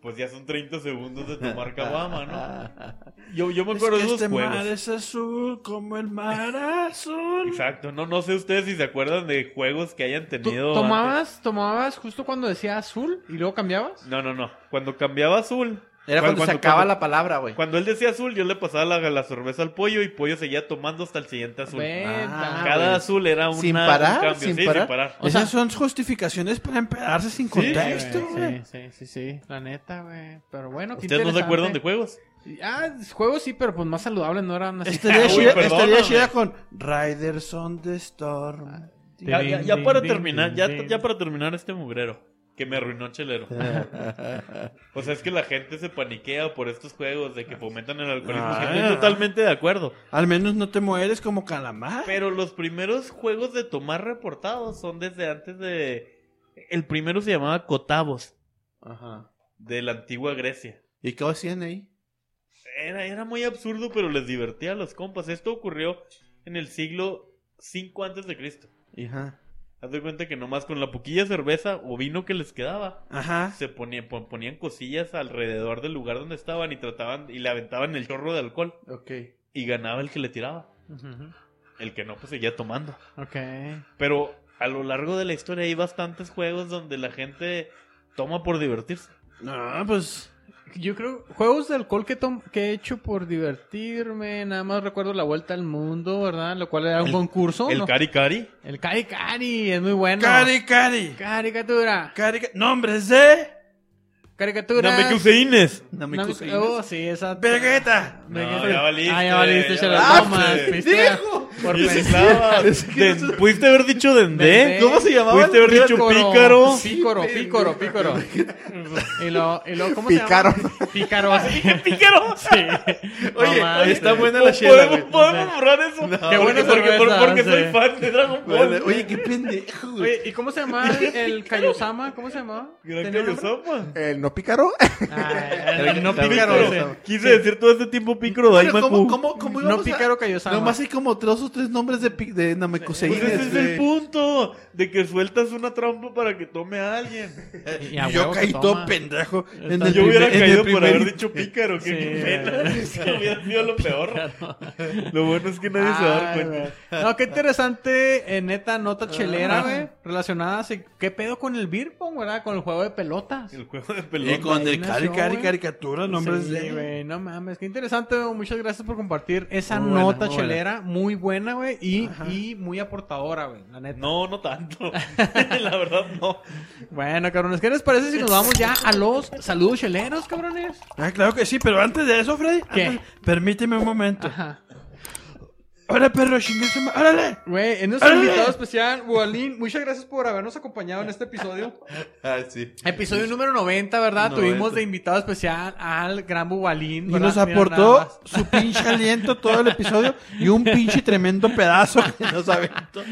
[SPEAKER 5] pues ya son 30 segundos de tomar cabama, ¿no? Yo, yo me
[SPEAKER 2] Es
[SPEAKER 5] acuerdo
[SPEAKER 2] que
[SPEAKER 5] de esos
[SPEAKER 2] este
[SPEAKER 5] juegos.
[SPEAKER 2] mar es azul como el mar azul.
[SPEAKER 5] Exacto, no, no sé ustedes si se acuerdan de juegos que hayan
[SPEAKER 1] ¿Tú
[SPEAKER 5] tenido. antes.
[SPEAKER 1] tomabas, tomabas justo cuando decía azul y luego cambiabas?
[SPEAKER 5] No, no, no. Cuando cambiaba azul.
[SPEAKER 3] Era cuando, se acaba la palabra, güey.
[SPEAKER 5] Cuando él decía azul, yo le pasaba la, la cerveza al pollo y pollo seguía tomando hasta el siguiente azul.
[SPEAKER 1] Venta.
[SPEAKER 3] Ah,
[SPEAKER 5] Cada
[SPEAKER 3] güey.
[SPEAKER 5] azul era una,
[SPEAKER 3] Sin
[SPEAKER 5] un
[SPEAKER 3] parar,
[SPEAKER 5] cambio.
[SPEAKER 3] sin
[SPEAKER 5] sí,
[SPEAKER 3] parar.
[SPEAKER 5] sin parar.
[SPEAKER 1] O sea-
[SPEAKER 2] Esas son justificaciones para empedarse sin contexto,
[SPEAKER 1] Sí,
[SPEAKER 2] güey.
[SPEAKER 1] Sí, sí, sí, sí, la neta, güey. Pero bueno, qué
[SPEAKER 5] ¿Ustedes no se acuerdan de
[SPEAKER 1] interesante.
[SPEAKER 5] juegos?
[SPEAKER 1] Ah, juegos sí, pero pues más saludables no eran así.
[SPEAKER 2] Estaría,
[SPEAKER 5] Uy,
[SPEAKER 2] chida,
[SPEAKER 5] Ah, perdóname.
[SPEAKER 2] estaría chida con Riders on the Storm.
[SPEAKER 5] Ya, ya- ya para terminar, ya, ya para terminar este mugrero que me arruinó Chelero. o sea, es que la gente se paniquea por estos juegos de que fomentan el alcoholismo.
[SPEAKER 2] Ah.
[SPEAKER 5] que estoy totalmente de acuerdo.
[SPEAKER 2] Al menos no te mueres como calamar.
[SPEAKER 5] Pero los primeros juegos de tomar reportados son desde antes de. El primero se llamaba Cotavos,
[SPEAKER 3] Ajá.
[SPEAKER 5] de la antigua Grecia.
[SPEAKER 3] ¿Y qué hacían ahí?
[SPEAKER 5] Era, era muy absurdo, pero les divertía a los compas. Esto ocurrió en el siglo 5 antes de Cristo.
[SPEAKER 3] Ajá.
[SPEAKER 5] Haz de cuenta que nomás con la poquilla de cerveza o vino que les quedaba,
[SPEAKER 2] Ajá.
[SPEAKER 5] se ponía- pon- ponían cosillas alrededor del lugar donde estaban y trataban y le aventaban el chorro de alcohol
[SPEAKER 3] Ok.
[SPEAKER 5] y ganaba el que le tiraba.
[SPEAKER 1] Ujú.
[SPEAKER 5] El que no, pues seguía tomando.
[SPEAKER 1] Ok.
[SPEAKER 5] Pero a lo largo de la historia hay bastantes juegos donde la gente toma por divertirse.
[SPEAKER 2] No, pues.
[SPEAKER 1] Yo creo, juegos de alcohol que, tom- que he hecho por divertirme, nada más recuerdo la vuelta al mundo, ¿verdad? Lo cual era un
[SPEAKER 5] El-
[SPEAKER 1] concurso.
[SPEAKER 5] el
[SPEAKER 1] ¿no?
[SPEAKER 5] cari cari.
[SPEAKER 1] el Cari Cari, es muy bueno.
[SPEAKER 2] Cari, cari.
[SPEAKER 1] Caricatura.
[SPEAKER 2] Cari, ca- Nombres de.
[SPEAKER 1] Caricatura.
[SPEAKER 5] Namekuseines.
[SPEAKER 1] Oh, sí, esa.
[SPEAKER 2] Vegeta.
[SPEAKER 5] No, ya valiste.
[SPEAKER 1] Ah, ya valiste, se la
[SPEAKER 5] valiste. Ah,
[SPEAKER 1] tomas. ¿viste? Por
[SPEAKER 5] Y se
[SPEAKER 1] pensar.
[SPEAKER 5] clava. Den- ¿Pudiste haber dicho Dendé?
[SPEAKER 1] Dendé. ¿Cómo se
[SPEAKER 5] llamaba? ¿Pudiste haber dicho Pícaro?
[SPEAKER 1] Pícaro, pícaro, pícaro. Y lo, y lo, ¿cómo se llama? Pícaro. Pícaro.
[SPEAKER 5] ¿Pícaro?
[SPEAKER 1] Sí.
[SPEAKER 5] Oye,
[SPEAKER 1] No
[SPEAKER 5] oye,
[SPEAKER 1] manches.
[SPEAKER 5] está buena
[SPEAKER 3] la chela,
[SPEAKER 5] Podemos,
[SPEAKER 3] güey.
[SPEAKER 5] podemos borrar eso.
[SPEAKER 1] Qué buena
[SPEAKER 5] porque, porque,
[SPEAKER 1] cerveza,
[SPEAKER 5] porque
[SPEAKER 1] sí.
[SPEAKER 5] soy fan de Dragon Ball.
[SPEAKER 3] Oye, qué pendejo, güey.
[SPEAKER 1] Oye, ¿y cómo se llamaba el Kaiosama? ¿Cómo se llamaba?
[SPEAKER 5] Gran
[SPEAKER 1] ¿Tenía nombre?
[SPEAKER 5] Kaiosama.
[SPEAKER 4] ¿El no pícaro?
[SPEAKER 1] Ah,
[SPEAKER 3] Gran
[SPEAKER 1] no
[SPEAKER 3] Kaiosama.
[SPEAKER 1] pícaro.
[SPEAKER 5] Pícaro.
[SPEAKER 1] ese.
[SPEAKER 5] Quise decir todo este tiempo Pícaro
[SPEAKER 3] Bueno, ¿cómo,
[SPEAKER 5] Daimaku.
[SPEAKER 3] cómo, cómo
[SPEAKER 1] No
[SPEAKER 3] íbamos
[SPEAKER 1] pícaro
[SPEAKER 3] a...
[SPEAKER 1] Kaiosama.
[SPEAKER 3] Nomás hay como tres o tres nombres de, pi- de Este, Namekuseines,
[SPEAKER 5] Pues ese es
[SPEAKER 3] güey.
[SPEAKER 5] el punto de que sueltas una trampa para que tome a alguien.
[SPEAKER 1] Y a
[SPEAKER 2] Y yo
[SPEAKER 1] huevo que
[SPEAKER 2] caí
[SPEAKER 1] toma.
[SPEAKER 2] todo pendejo. En
[SPEAKER 1] Está-
[SPEAKER 2] el
[SPEAKER 5] Yo hubiera
[SPEAKER 2] primer- en el
[SPEAKER 5] caído por
[SPEAKER 2] primer-
[SPEAKER 5] haber dicho pícaro, qué, qué
[SPEAKER 1] Ah,
[SPEAKER 5] pena. Eso hubiera sido lo peor. Lo bueno es que nadie se
[SPEAKER 2] Ah,
[SPEAKER 5] va a dar
[SPEAKER 1] Ay,
[SPEAKER 5] cuenta.
[SPEAKER 1] güey. No, qué interesante, eh, neta, nota chelera, güey. Relacionada, sí. ¿qué pedo con el beer pong, verdad? Con el juego de pelotas.
[SPEAKER 5] El juego de
[SPEAKER 2] Y
[SPEAKER 5] pelota.
[SPEAKER 2] con el cari,
[SPEAKER 1] Nació,
[SPEAKER 2] cari,
[SPEAKER 1] güey.
[SPEAKER 2] caricatura, nombres
[SPEAKER 1] Sí,
[SPEAKER 2] de.
[SPEAKER 1] güey, no mames, qué interesante, güey. Muchas gracias por compartir esa
[SPEAKER 2] Muy buena,
[SPEAKER 1] nota
[SPEAKER 2] muy buena.
[SPEAKER 1] chelera, muy buena, güey, y, y muy aportadora, güey, la neta.
[SPEAKER 5] No, no tanto. La verdad, no.
[SPEAKER 1] Bueno, cabrones, ¿qué les parece si nos vamos ya a los saludos cheleros, cabrones?
[SPEAKER 2] Ah, claro que sí, pero antes de eso, Freddy.
[SPEAKER 1] ¿Qué?
[SPEAKER 2] antes- permíteme un momento.
[SPEAKER 1] Ajá.
[SPEAKER 2] ¡Órale, perro, chingarse! ¡Órale!
[SPEAKER 1] Güey, es nuestro
[SPEAKER 2] ¡Órale!
[SPEAKER 1] invitado especial, Bualín. Muchas gracias por habernos acompañado en este episodio.
[SPEAKER 6] Ah, sí.
[SPEAKER 1] Episodio número 90, ¿verdad?
[SPEAKER 6] 90.
[SPEAKER 1] Tuvimos de invitado especial al gran Bubalín.
[SPEAKER 2] Y
[SPEAKER 1] ¿verdad?
[SPEAKER 2] nos
[SPEAKER 1] Mira nada
[SPEAKER 2] aportó
[SPEAKER 1] más.
[SPEAKER 2] su pinche aliento todo el episodio y un pinche tremendo pedazo que nos aventó.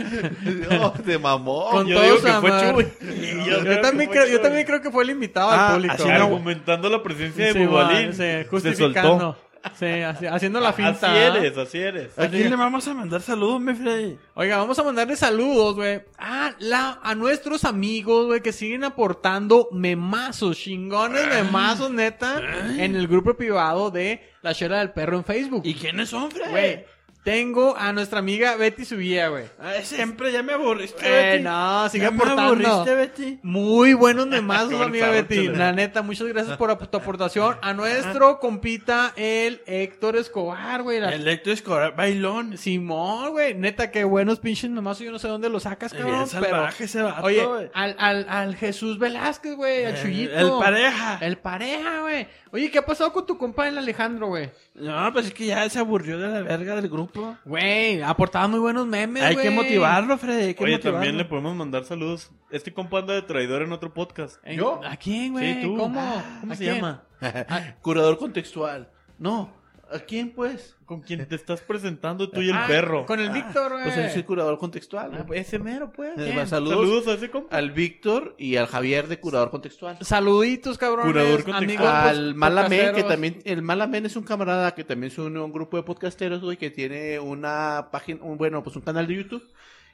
[SPEAKER 6] No,
[SPEAKER 5] Oh,
[SPEAKER 6] te mamó.
[SPEAKER 1] Con
[SPEAKER 5] Yo
[SPEAKER 1] todo
[SPEAKER 5] digo
[SPEAKER 1] su
[SPEAKER 5] que fue
[SPEAKER 1] amor.
[SPEAKER 5] Chuy.
[SPEAKER 1] Yo,
[SPEAKER 5] creo que
[SPEAKER 1] también
[SPEAKER 5] fue
[SPEAKER 1] creo, yo
[SPEAKER 5] Chuy.
[SPEAKER 1] también creo que fue el invitado
[SPEAKER 2] Ah,
[SPEAKER 1] al público.
[SPEAKER 2] así
[SPEAKER 5] Sí,
[SPEAKER 2] no,
[SPEAKER 5] argumentando la presencia de
[SPEAKER 1] Sí,
[SPEAKER 5] Bubalín,
[SPEAKER 1] va, sí,
[SPEAKER 5] se soltó.
[SPEAKER 1] justificando. Sí, así- haciendo
[SPEAKER 2] Ah,
[SPEAKER 1] la finta.
[SPEAKER 5] Así
[SPEAKER 1] ¿verdad?
[SPEAKER 5] eres, así eres.
[SPEAKER 2] ¿A quién le vamos a mandar saludos, mi Freddy?
[SPEAKER 1] Oiga, vamos a mandarle saludos, güey. A, la, a nuestros amigos, güey, que siguen aportando memazos, chingones memazos, neta, en el grupo privado de La Chela del Perro en Facebook.
[SPEAKER 2] ¿Y quiénes son, Freddy?
[SPEAKER 1] Güey, tengo a nuestra amiga Betty Subía, güey.
[SPEAKER 2] Ay, Ah, siempre ya me aburriste,
[SPEAKER 1] Eh,
[SPEAKER 2] Betty.
[SPEAKER 1] no, sigue
[SPEAKER 2] ya me
[SPEAKER 1] aportando.
[SPEAKER 2] aburriste, Betty.
[SPEAKER 1] Muy buenos memazos,
[SPEAKER 5] Comenzaron,
[SPEAKER 1] amiga Betty.
[SPEAKER 5] chale.
[SPEAKER 1] La neta, muchas gracias por ap- tu aportación. A nuestro compita, el Héctor Escobar, güey. La-
[SPEAKER 2] Electro Escobar, bailón.
[SPEAKER 1] Simón, güey. Neta, qué buenos pinches memazos. Yo no sé dónde los sacas,
[SPEAKER 2] Bien
[SPEAKER 1] cabrón. Pero,
[SPEAKER 2] salvaje ese vato, güey.
[SPEAKER 1] oye, al, al, al Jesús Velázquez, güey. Al
[SPEAKER 2] Eh,
[SPEAKER 1] Chuyito.
[SPEAKER 2] El pareja.
[SPEAKER 1] El pareja, güey. Oye, ¿qué ha pasado con tu compa, el Alejandro, güey?
[SPEAKER 2] No, pues es que ya se aburrió de la verga del grupo.
[SPEAKER 1] Güey, aportaba muy buenos memes,
[SPEAKER 2] Hay
[SPEAKER 1] güey.
[SPEAKER 2] que motivarlo, Freddy. Hay que
[SPEAKER 5] Oye,
[SPEAKER 2] motivarlo.
[SPEAKER 5] también le podemos mandar saludos. Este compa anda de traidor en otro podcast.
[SPEAKER 1] En-
[SPEAKER 3] ¿Yo?
[SPEAKER 1] ¿A quién, güey?
[SPEAKER 5] Sí, tú.
[SPEAKER 1] ¿Cómo?
[SPEAKER 5] Ah, ¿Cómo
[SPEAKER 1] ¿A
[SPEAKER 5] se
[SPEAKER 1] quién?
[SPEAKER 5] llama?
[SPEAKER 3] Curador contextual. No. ¿A quién, pues?
[SPEAKER 5] Con quien te estás presentando tú y el
[SPEAKER 1] Ah,
[SPEAKER 5] perro.
[SPEAKER 1] Con el Víctor, güey.
[SPEAKER 3] Pues él es el curador contextual. güey.
[SPEAKER 5] Ese mero, pues.
[SPEAKER 3] Eh,
[SPEAKER 1] ¿quién?
[SPEAKER 3] va, saludos,
[SPEAKER 5] Saludos a ese compa.
[SPEAKER 3] al Víctor y al Javier de Curador Contextual.
[SPEAKER 1] Saluditos, cabrones.
[SPEAKER 5] Curador contextual.
[SPEAKER 1] amigos,
[SPEAKER 3] Al
[SPEAKER 1] pues,
[SPEAKER 3] Malamen,
[SPEAKER 1] podcasteros.
[SPEAKER 3] que también, el Malamen es un camarada que también se unió a un grupo de podcasteros, güey, que tiene una página, un, bueno, pues un canal de YouTube.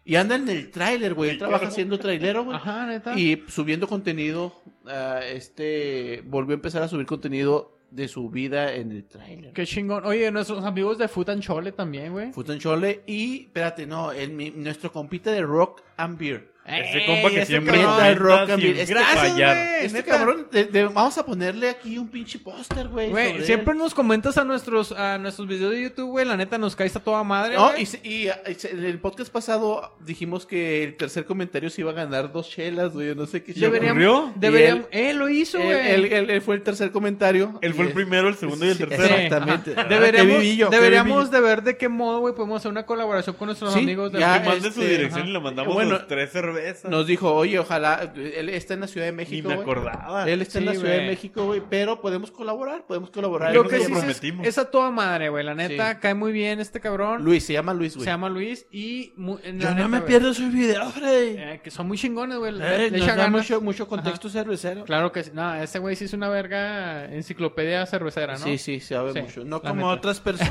[SPEAKER 3] Y anda en el tráiler, güey. Él trabaja siendo trailero, güey.
[SPEAKER 1] Ajá, neta.
[SPEAKER 3] Y subiendo contenido, ah, este volvió a empezar a subir contenido de su vida en el tráiler.
[SPEAKER 1] Qué chingón. Oye, nuestros amigos de Food and Chole también, güey.
[SPEAKER 3] Futan Chole y, espérate, no, el, mi- nuestro compita de Rock and Beer.
[SPEAKER 5] Ese
[SPEAKER 1] Ey,
[SPEAKER 5] compa que
[SPEAKER 1] ese
[SPEAKER 5] siempre
[SPEAKER 1] cabrón.
[SPEAKER 3] comenta el rock
[SPEAKER 5] sin
[SPEAKER 3] and beer. Este-
[SPEAKER 1] Gracias,
[SPEAKER 5] fallar.
[SPEAKER 1] güey.
[SPEAKER 3] Este
[SPEAKER 1] Eh, neta.
[SPEAKER 3] cabrón, de- de- vamos a ponerle aquí un pinche póster, güey. sobre
[SPEAKER 1] Güey,
[SPEAKER 3] él.
[SPEAKER 1] siempre nos comentas a nuestros, a nuestros videos de YouTube, güey. La neta nos caíste a toda madre.
[SPEAKER 3] No,
[SPEAKER 1] güey.
[SPEAKER 3] y, se- y, ah, y se- en el podcast pasado dijimos que el tercer comentario se iba a ganar dos chelas, güey. No sé qué.
[SPEAKER 1] ¿Y ocurrió? Deberíamos- eh, lo hizo,
[SPEAKER 3] Él,
[SPEAKER 1] güey.
[SPEAKER 3] él- él- él fue el tercer comentario.
[SPEAKER 5] Él fue el
[SPEAKER 3] Y-
[SPEAKER 5] primero, el segundo y el
[SPEAKER 3] Sí,
[SPEAKER 5] tercero.
[SPEAKER 1] exacto.
[SPEAKER 3] Exactamente. Ah,
[SPEAKER 1] Deberíamos,
[SPEAKER 3] Qué vivillo, qué
[SPEAKER 1] deberíamos
[SPEAKER 3] vivillo.
[SPEAKER 1] de ver de qué modo, güey, podemos hacer una colaboración con nuestros
[SPEAKER 3] Sí,
[SPEAKER 1] amigos de
[SPEAKER 3] ya,
[SPEAKER 5] Que mande su
[SPEAKER 3] este,
[SPEAKER 5] dirección
[SPEAKER 1] ajá.
[SPEAKER 5] y le mandamos
[SPEAKER 3] Bueno,
[SPEAKER 5] las tres cervezas.
[SPEAKER 3] Nos dijo, oye, ojalá. Él está en la Ciudad de
[SPEAKER 5] Ni
[SPEAKER 3] México.
[SPEAKER 5] me
[SPEAKER 3] güey.
[SPEAKER 5] acordaba.
[SPEAKER 3] Él está en la
[SPEAKER 1] Sí,
[SPEAKER 3] Ciudad
[SPEAKER 1] güey.
[SPEAKER 3] de México, güey. Pero podemos colaborar, podemos colaborar.
[SPEAKER 1] Lo
[SPEAKER 5] nos
[SPEAKER 1] que sí
[SPEAKER 3] Luis,
[SPEAKER 1] es,
[SPEAKER 5] comprometimos.
[SPEAKER 1] es a toda madre, güey. La neta,
[SPEAKER 3] Sí.
[SPEAKER 1] cae muy bien este cabrón.
[SPEAKER 3] Luis, se llama Luis,
[SPEAKER 1] se
[SPEAKER 3] güey.
[SPEAKER 1] llama Luis y... mu- en la
[SPEAKER 2] Yo
[SPEAKER 1] neta,
[SPEAKER 2] no me
[SPEAKER 1] güey,
[SPEAKER 2] pierdo sus videos, Freddy.
[SPEAKER 1] eh, que son muy chingones, güey. Le, le
[SPEAKER 2] Eh, nos
[SPEAKER 1] echa
[SPEAKER 2] da
[SPEAKER 1] ganas.
[SPEAKER 2] mucho, mucho contexto cervecero.
[SPEAKER 1] Claro que sí. No, ese güey sí es una verga enciclopedia cervecera, ¿no?
[SPEAKER 3] Sí, sí, se sabe
[SPEAKER 1] Sí,
[SPEAKER 3] mucho. No
[SPEAKER 1] la
[SPEAKER 3] como
[SPEAKER 1] neta.
[SPEAKER 3] otras personas.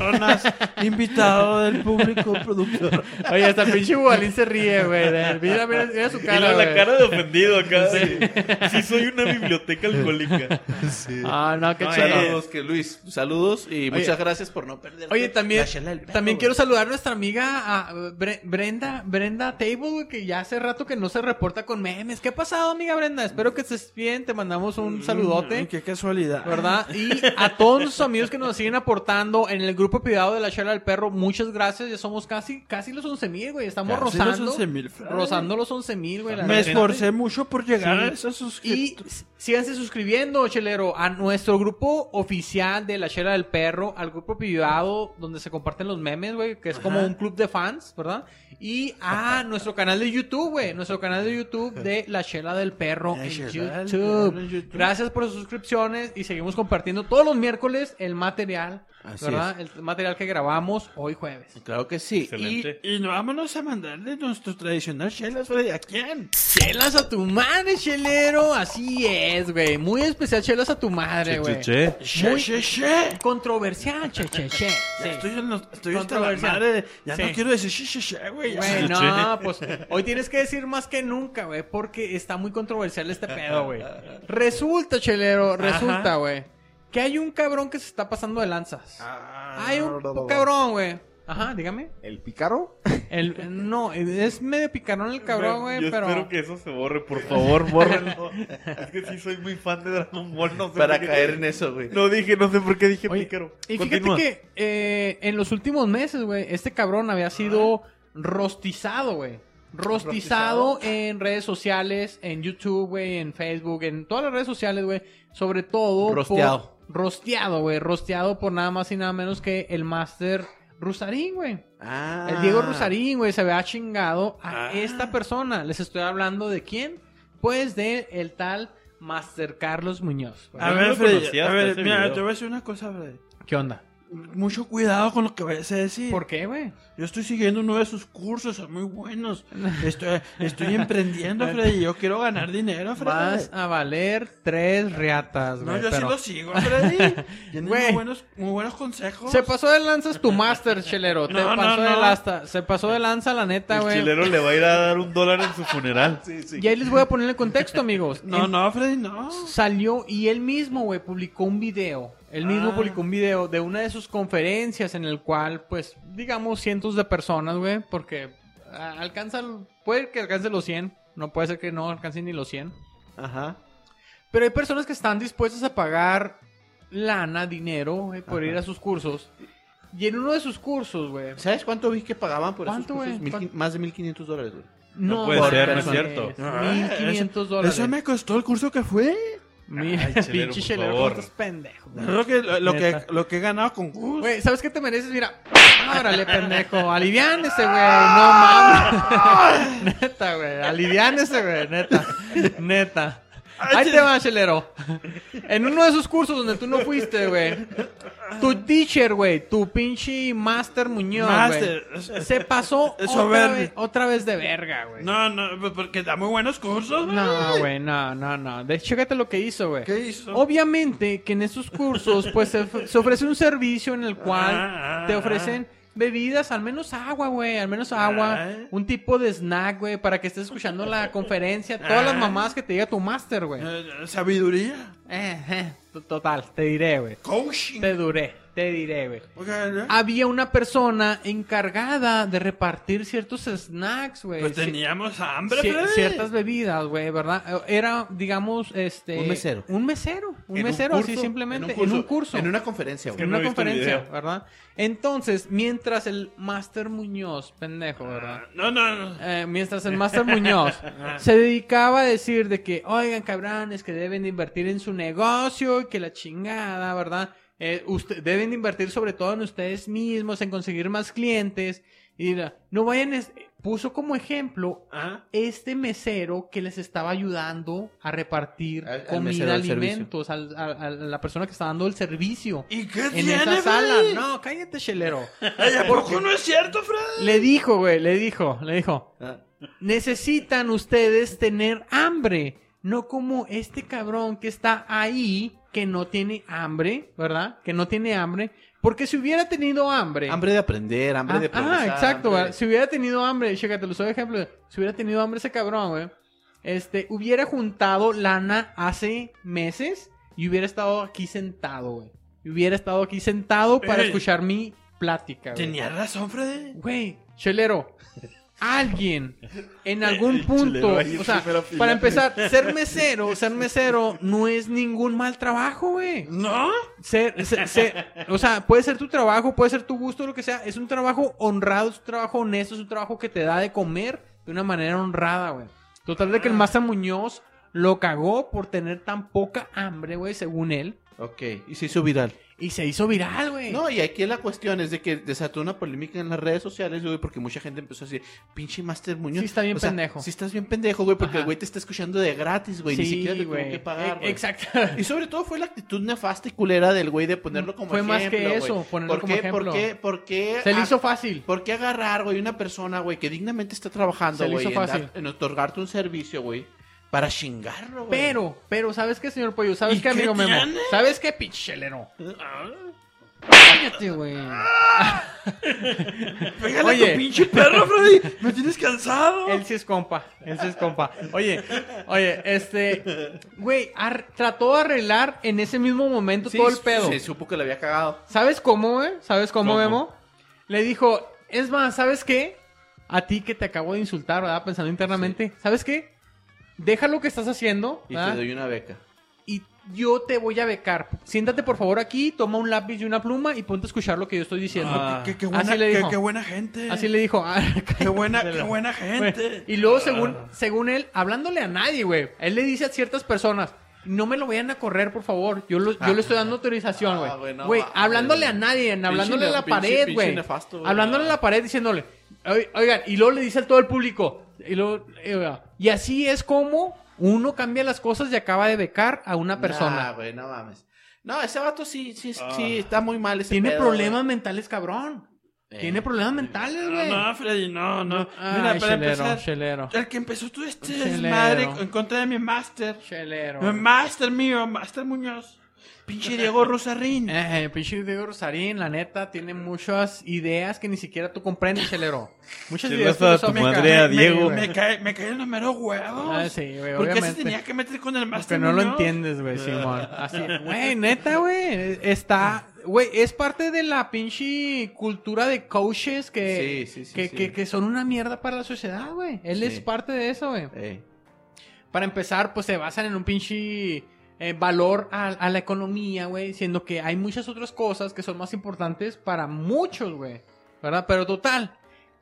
[SPEAKER 2] Personas, invitado del público, productor.
[SPEAKER 1] Oye, hasta el pinche Bubalín se ríe, güey. de- Mira, mira, mira su
[SPEAKER 5] y
[SPEAKER 1] cara,
[SPEAKER 5] luego la
[SPEAKER 1] güey.
[SPEAKER 5] cara de ofendido acá. Sí. sí, soy una biblioteca alcohólica.
[SPEAKER 6] Sí.
[SPEAKER 1] Ah, no, qué
[SPEAKER 5] No,
[SPEAKER 1] chido.
[SPEAKER 5] eh,
[SPEAKER 3] Saludos, que Luis. Saludos y muchas gracias por no perder.
[SPEAKER 1] Oye, también,
[SPEAKER 3] la chela del perro,
[SPEAKER 1] también
[SPEAKER 3] güey.
[SPEAKER 1] quiero saludar a nuestra amiga a Bre- Brenda, Brenda Table, güey, que ya hace rato que no se reporta con memes. ¿Qué ha pasado, amiga Brenda? Espero que estés bien, te mandamos un
[SPEAKER 2] Mm,
[SPEAKER 1] saludote.
[SPEAKER 2] Qué casualidad.
[SPEAKER 1] ¿Verdad? Y a todos nuestros amigos que nos siguen aportando en el grupo privado de la Chela del Perro, muchas gracias. Ya somos casi, casi los 11 mil, güey. Estamos
[SPEAKER 2] Casi los
[SPEAKER 1] rozando.
[SPEAKER 2] 11,000, Fran.
[SPEAKER 1] rozando los 11 mil, güey. la
[SPEAKER 2] Me
[SPEAKER 1] neta.
[SPEAKER 2] esforcé mucho por llegar
[SPEAKER 1] Sí.
[SPEAKER 2] a esos
[SPEAKER 1] Y
[SPEAKER 2] suscriptores.
[SPEAKER 1] s- síganse suscribiendo, chelero, a nuestro grupo oficial de La Chela del Perro, al grupo privado donde se comparten los memes, güey, que es como un club de fans, ¿verdad? Y a nuestro canal de YouTube, güey, nuestro canal de YouTube de La Chela del Perro
[SPEAKER 2] La
[SPEAKER 1] en
[SPEAKER 2] Chela del Perro en
[SPEAKER 1] YouTube.
[SPEAKER 2] YouTube.
[SPEAKER 1] Gracias por sus suscripciones y seguimos compartiendo todos los miércoles el material,
[SPEAKER 3] Así
[SPEAKER 1] ¿verdad? El material que grabamos hoy jueves.
[SPEAKER 3] Claro que sí. Y
[SPEAKER 5] Excelente.
[SPEAKER 2] Y, no vámonos a mandarle nuestros tradicional chelas, Freddy. ¿A quién?
[SPEAKER 1] Chelas a tu madre, chelero, así es, güey. Muy especial, chelas a tu madre, güey.
[SPEAKER 2] Che, che, che.
[SPEAKER 1] Controversial, che, che, che.
[SPEAKER 2] Ya
[SPEAKER 1] Sí.
[SPEAKER 2] Estoy, en los- estoy hasta la
[SPEAKER 1] Controversial.
[SPEAKER 2] madre. Ya
[SPEAKER 1] Sí.
[SPEAKER 2] no quiero decir che, che, che, güey. Ya.
[SPEAKER 1] Güey, no, pues hoy tienes que decir más que nunca, güey, porque está muy controversial este pedo, güey. Resulta, chelero, resulta, güey, que hay un cabrón que se está pasando de lanzas. hay un cabrón, güey. Ajá, dígame.
[SPEAKER 4] ¿El pícaro?
[SPEAKER 1] El, no, es medio picarón el cabrón, güey,
[SPEAKER 5] Yo
[SPEAKER 1] pero...
[SPEAKER 5] espero que eso se borre, por favor, bórrenlo. es que sí soy muy fan de Dragon Ball, no sé
[SPEAKER 3] para
[SPEAKER 5] por qué-
[SPEAKER 3] caer en eso, güey.
[SPEAKER 5] No dije, no sé por qué dije
[SPEAKER 1] Oye,
[SPEAKER 5] pícaro.
[SPEAKER 1] Y
[SPEAKER 5] Continúa.
[SPEAKER 1] fíjate que eh, en los últimos meses, güey, este cabrón había sido rostizado, güey. Rostizado, en redes sociales, en YouTube, güey, en Facebook, en todas las redes sociales, güey. Sobre todo. por-
[SPEAKER 3] Rosteado.
[SPEAKER 1] rosteado, güey. Rosteado por nada más y nada menos que el Master Rusarín, güey.
[SPEAKER 3] Ah.
[SPEAKER 1] El Diego Rosarín, güey, se había chingado a esta persona. Les estoy hablando de quién. Pues de el tal Master Carlos Muñoz. güey.
[SPEAKER 2] A
[SPEAKER 5] Yo no
[SPEAKER 2] ver,
[SPEAKER 5] lo
[SPEAKER 2] Freddy.
[SPEAKER 5] conocía
[SPEAKER 2] A
[SPEAKER 5] hasta
[SPEAKER 2] ver,
[SPEAKER 5] ese
[SPEAKER 2] mira,
[SPEAKER 5] video.
[SPEAKER 2] te voy a decir una cosa, Freddy.
[SPEAKER 1] ¿Qué onda?
[SPEAKER 2] Mucho cuidado con lo que vayas a decir.
[SPEAKER 1] ¿Por qué, güey?
[SPEAKER 2] Yo estoy siguiendo uno de sus cursos, son muy buenos. Estoy, estoy emprendiendo, Freddy. Yo quiero ganar dinero, Freddy.
[SPEAKER 1] Vas a valer tres riatas,
[SPEAKER 2] Ah, No,
[SPEAKER 1] güey.
[SPEAKER 2] yo sí
[SPEAKER 1] pero-
[SPEAKER 2] lo sigo, Freddy. Tienen
[SPEAKER 1] Güey.
[SPEAKER 2] muy buenos, muy buenos consejos.
[SPEAKER 1] Se pasó de lanzas tu master, chelero. Te
[SPEAKER 2] No, no,
[SPEAKER 1] pasó de
[SPEAKER 2] no.
[SPEAKER 1] lasta. Se pasó de lanza, la neta,
[SPEAKER 5] El
[SPEAKER 1] güey.
[SPEAKER 5] chilero le va a ir a dar un dólar en su funeral.
[SPEAKER 1] Y ahí les voy a poner el contexto, amigos.
[SPEAKER 2] No,
[SPEAKER 1] En-
[SPEAKER 2] no, Freddy, no.
[SPEAKER 1] Salió y él mismo, güey, publicó un video. Él mismo
[SPEAKER 2] Ah.
[SPEAKER 1] publicó un video de una de sus conferencias en el cual, pues, digamos, cientos de personas, güey, porque ah, alcanza, puede que alcance los 100. No puede ser que no alcance ni los 100.
[SPEAKER 3] Ajá.
[SPEAKER 1] Pero hay personas que están dispuestas a pagar lana, dinero, güey, por ir a sus cursos. Y en uno de sus cursos, güey.
[SPEAKER 3] ¿Sabes cuánto vi que pagaban por
[SPEAKER 1] ¿Cuánto,
[SPEAKER 3] esos cursos?
[SPEAKER 1] güey?
[SPEAKER 3] Mil quin-
[SPEAKER 1] ¿Cuánto?
[SPEAKER 3] Más de 1500 dólares, güey.
[SPEAKER 5] No puede
[SPEAKER 1] por
[SPEAKER 5] ser,
[SPEAKER 3] no es
[SPEAKER 1] personas.
[SPEAKER 5] cierto.
[SPEAKER 2] Ah,
[SPEAKER 1] 1500
[SPEAKER 2] eso-
[SPEAKER 1] dólares.
[SPEAKER 2] Eso me costó el curso que fue.
[SPEAKER 1] Mira,
[SPEAKER 5] Ay, chelero,
[SPEAKER 1] pinche
[SPEAKER 5] por
[SPEAKER 1] chelero,
[SPEAKER 5] favor.
[SPEAKER 1] ¿cómo estás pendejo. güey?
[SPEAKER 2] Lo que, lo, lo que,
[SPEAKER 1] Neta.
[SPEAKER 2] lo que he ganado con gusto.
[SPEAKER 1] Güey, ¿sabes qué te mereces? Mira, órale, pendejo. Aliviánese, güey. No mames. neta, güey. Aliviánese, güey. Neta. Neta. Ahí te va, chelero. En uno de esos cursos donde tú no fuiste, güey. Tu teacher, güey. Tu pinche master Muñoz, güey.
[SPEAKER 2] Master, es-
[SPEAKER 1] Se pasó
[SPEAKER 2] es
[SPEAKER 1] otra
[SPEAKER 2] soberbio.
[SPEAKER 1] vez, otra vez de verga, güey.
[SPEAKER 2] No, no, pues, porque da muy buenos cursos. güey.
[SPEAKER 1] No, güey, Oh, no, no, no. De, chécate lo que hizo, güey.
[SPEAKER 2] ¿Qué hizo?
[SPEAKER 1] Obviamente que en estos cursos, pues se, of- se ofrece un servicio en el cual
[SPEAKER 2] Ah, ah,
[SPEAKER 1] te ofrecen bebidas, al menos agua, güey, al menos agua,
[SPEAKER 2] Ah.
[SPEAKER 1] un tipo de snack, güey, para que estés escuchando la conferencia, todas las
[SPEAKER 2] Ah.
[SPEAKER 1] mamás que te diga tu máster, güey.
[SPEAKER 2] Eh, sabiduría.
[SPEAKER 1] Eh, eh, t- total, te diré, güey.
[SPEAKER 2] Coaching.
[SPEAKER 1] Te duré, te diré, güey.
[SPEAKER 2] Oiga, ¿no?
[SPEAKER 1] Había una persona encargada de repartir ciertos snacks, güey.
[SPEAKER 2] pues
[SPEAKER 1] Ci-
[SPEAKER 2] teníamos hambre,
[SPEAKER 1] ci-
[SPEAKER 2] Freddy.
[SPEAKER 1] ciertas bebidas, güey, ¿verdad? Era, digamos, este...
[SPEAKER 3] Un mesero.
[SPEAKER 1] Un mesero, un
[SPEAKER 5] En un
[SPEAKER 1] mesero, así
[SPEAKER 5] curso,
[SPEAKER 1] simplemente, en un curso.
[SPEAKER 3] En una conferencia,
[SPEAKER 5] que
[SPEAKER 1] En
[SPEAKER 3] güey.
[SPEAKER 1] una
[SPEAKER 5] no he visto el
[SPEAKER 1] conferencia,
[SPEAKER 5] video.
[SPEAKER 1] ¿verdad? Entonces, mientras el Master Muñoz, pendejo, ¿verdad?
[SPEAKER 2] No, no, no.
[SPEAKER 1] Eh, mientras el Master Muñoz se dedicaba a decir de que, oigan, cabrones, que deben de invertir en su negocio y que la chingada, ¿verdad? Eh, usted, deben de invertir sobre todo en ustedes mismos, en conseguir más clientes. Y la- no vayan, es- puso como ejemplo
[SPEAKER 2] Ah,
[SPEAKER 1] este mesero que les estaba ayudando a repartir
[SPEAKER 3] Al- al mesero,
[SPEAKER 1] comida,
[SPEAKER 3] al servicio.
[SPEAKER 1] alimentos, al- al- a la persona que está dando el servicio
[SPEAKER 2] ¿Y qué
[SPEAKER 1] en
[SPEAKER 2] tiene,
[SPEAKER 1] esa sala.
[SPEAKER 2] Freddy?
[SPEAKER 1] No, cállate, chelero.
[SPEAKER 2] Ay, ¿a poco no es cierto, Freddy?
[SPEAKER 1] Le dijo, güey, le dijo, le dijo. Necesitan ustedes tener hambre. No como este cabrón que está ahí, que no tiene hambre, ¿verdad? Que no tiene hambre. Porque si hubiera tenido hambre.
[SPEAKER 3] Ah, Hambre de aprender, hambre de
[SPEAKER 1] Ah, ah,
[SPEAKER 3] progresar.
[SPEAKER 1] exacto,
[SPEAKER 3] hambre
[SPEAKER 1] güey. Si hubiera tenido hambre, chécate, lo uso de ejemplo. Si hubiera tenido hambre ese cabrón, güey. Este, hubiera juntado lana hace meses y hubiera estado aquí sentado, güey. Y hubiera estado aquí sentado para
[SPEAKER 2] Ey.
[SPEAKER 1] escuchar mi plática, güey.
[SPEAKER 2] Tenía razón, Freddy.
[SPEAKER 1] Güey, chelero. Alguien en algún
[SPEAKER 5] El chelero
[SPEAKER 1] punto,
[SPEAKER 5] ahí en
[SPEAKER 1] o sea,
[SPEAKER 5] primera fila.
[SPEAKER 1] para empezar, ser mesero, ser mesero no es ningún mal trabajo, güey.
[SPEAKER 2] ¿No?
[SPEAKER 1] Ser- ser- ser- o sea, puede ser tu trabajo, puede ser tu gusto, lo que sea, es un trabajo honrado, es un trabajo honesto, es un trabajo que te da de comer de una manera honrada, güey. Total
[SPEAKER 3] Ah.
[SPEAKER 1] de que el Maza Muñoz lo cagó por tener tan poca hambre, güey, según él,
[SPEAKER 3] Ok, y se hizo viral.
[SPEAKER 1] y se hizo viral, güey.
[SPEAKER 3] No, y aquí la cuestión es de que desató una polémica en las redes sociales, güey, porque mucha gente empezó a decir, pinche Master Muñoz.
[SPEAKER 1] Sí está bien
[SPEAKER 3] O sea,
[SPEAKER 1] pendejo.
[SPEAKER 3] Sí estás bien pendejo, güey, porque
[SPEAKER 1] Ajá.
[SPEAKER 3] el güey te está escuchando de gratis, güey. ni siquiera te tuvo que pagar, güey.
[SPEAKER 1] E, Exacto.
[SPEAKER 3] Y sobre todo fue la actitud nefasta y culera del güey de ponerlo como
[SPEAKER 1] Fue
[SPEAKER 3] ejemplo.
[SPEAKER 1] más que eso,
[SPEAKER 3] güey.
[SPEAKER 1] ponerlo
[SPEAKER 3] ¿Por
[SPEAKER 1] como
[SPEAKER 3] qué,
[SPEAKER 1] ejemplo.
[SPEAKER 3] ¿Por qué? ¿Por qué?
[SPEAKER 1] Se le
[SPEAKER 3] a-
[SPEAKER 1] hizo fácil.
[SPEAKER 3] ¿Por qué agarrar, güey, una persona, güey, que dignamente está trabajando,
[SPEAKER 1] Se le
[SPEAKER 3] güey,
[SPEAKER 1] hizo
[SPEAKER 3] en, dar-
[SPEAKER 1] fácil.
[SPEAKER 3] en otorgarte un servicio, güey, para chingarlo, güey?
[SPEAKER 1] Pero, pero, ¿sabes qué, señor Pollo? ¿Sabes
[SPEAKER 2] ¿Y
[SPEAKER 1] qué,
[SPEAKER 2] qué
[SPEAKER 1] amigo Memo?
[SPEAKER 2] tiene?
[SPEAKER 1] ¿Sabes qué, pichelero?
[SPEAKER 2] Ah,
[SPEAKER 1] Cállate, güey.
[SPEAKER 2] Pégale
[SPEAKER 1] Oye.
[SPEAKER 2] a tu pinche perro, Freddy. Me tienes cansado.
[SPEAKER 1] Él sí es compa, él sí es compa. Oye, oye, este, güey, ar- trató de arreglar en ese mismo momento
[SPEAKER 3] Sí,
[SPEAKER 1] todo el pedo.
[SPEAKER 3] Se supo que le había cagado.
[SPEAKER 1] ¿Sabes cómo, güey? ¿Sabes cómo,
[SPEAKER 5] ¿Cómo?
[SPEAKER 1] Memo? Le dijo, es más, ¿sabes qué? A ti que te acabo de insultar, ¿verdad? Pensando internamente. ¿Sabes qué? Deja lo que estás haciendo,
[SPEAKER 3] Y
[SPEAKER 1] ¿verdad?
[SPEAKER 3] te doy una beca.
[SPEAKER 1] y yo te voy a becar. Siéntate por favor aquí, toma un lápiz y una pluma y ponte a escuchar lo que yo estoy diciendo.
[SPEAKER 2] Ah, qué, qué
[SPEAKER 1] así
[SPEAKER 2] buena,
[SPEAKER 1] le
[SPEAKER 2] qué,
[SPEAKER 1] dijo.
[SPEAKER 2] qué buena gente.
[SPEAKER 1] Así le dijo. Ah,
[SPEAKER 2] Qué buena, qué
[SPEAKER 1] cállate.
[SPEAKER 2] buena gente.
[SPEAKER 1] Y luego según
[SPEAKER 3] Ah.
[SPEAKER 1] según él, hablándole a nadie, güey. Él le dice a ciertas personas, no me lo vayan a correr, por favor. Yo lo- yo le estoy dando autorización,
[SPEAKER 3] Ah,
[SPEAKER 1] güey.
[SPEAKER 3] güey, no
[SPEAKER 1] güey,
[SPEAKER 3] mames.
[SPEAKER 1] hablándole a nadie, en- hablándole a la
[SPEAKER 3] pinche-
[SPEAKER 1] pared,
[SPEAKER 3] pinche
[SPEAKER 1] güey.
[SPEAKER 3] nefasto, güey.
[SPEAKER 1] Hablándole a la pared diciéndole, "Oi- oigan, y luego le dice a todo el público. Y, luego, eh, y así es como uno cambia las cosas y acaba de becar a una persona. Ah.
[SPEAKER 3] Nah, güey, no mames. No, ese vato sí, sí, sí, está muy mal ese
[SPEAKER 1] Tiene
[SPEAKER 3] pedo,
[SPEAKER 1] problemas
[SPEAKER 3] güey.
[SPEAKER 1] mentales, cabrón.
[SPEAKER 3] Eh.
[SPEAKER 1] Tiene problemas mentales,
[SPEAKER 2] No,
[SPEAKER 1] güey.
[SPEAKER 2] no, Freddy, no, no.
[SPEAKER 1] Ay,
[SPEAKER 2] Mira, para
[SPEAKER 1] chelero,
[SPEAKER 2] empezar,
[SPEAKER 1] chelero.
[SPEAKER 2] el que empezó todo este
[SPEAKER 1] Chelero.
[SPEAKER 2] desmadre en contra de mi máster.
[SPEAKER 1] Chelero.
[SPEAKER 2] Mi máster mío, máster Muñoz. Pinche Diego Rosarín.
[SPEAKER 1] Eh, el pinche Diego Rosarín, la neta, tiene muchas ideas que ni siquiera tú comprendes, chelero. Muchas
[SPEAKER 5] Se
[SPEAKER 1] ideas
[SPEAKER 5] vas a tu
[SPEAKER 1] filosóficas.
[SPEAKER 5] madre a
[SPEAKER 1] Me-
[SPEAKER 5] Diego.
[SPEAKER 1] me-
[SPEAKER 2] Me cae, me caen los meros huevos.
[SPEAKER 1] Ah, sí, güey,
[SPEAKER 2] ¿Por qué se
[SPEAKER 1] obviamente.
[SPEAKER 2] tenía que meter con el
[SPEAKER 1] Porque
[SPEAKER 2] máster
[SPEAKER 1] no lo
[SPEAKER 2] Muñoz?
[SPEAKER 1] entiendes, güey, Simón. Así, güey, neta, güey. Está, güey, es parte de la pinche cultura de coaches que,
[SPEAKER 3] Sí, sí, sí,
[SPEAKER 1] que,
[SPEAKER 3] sí.
[SPEAKER 1] que- que son una mierda para la sociedad, güey. Él es
[SPEAKER 3] Sí.
[SPEAKER 1] parte de eso, güey.
[SPEAKER 3] Eh.
[SPEAKER 1] Para empezar, pues se basan en un pinche eh, valor a, a la economía, güey, siendo que hay muchas otras cosas que son más importantes para muchos, güey. ¿Verdad? Pero total,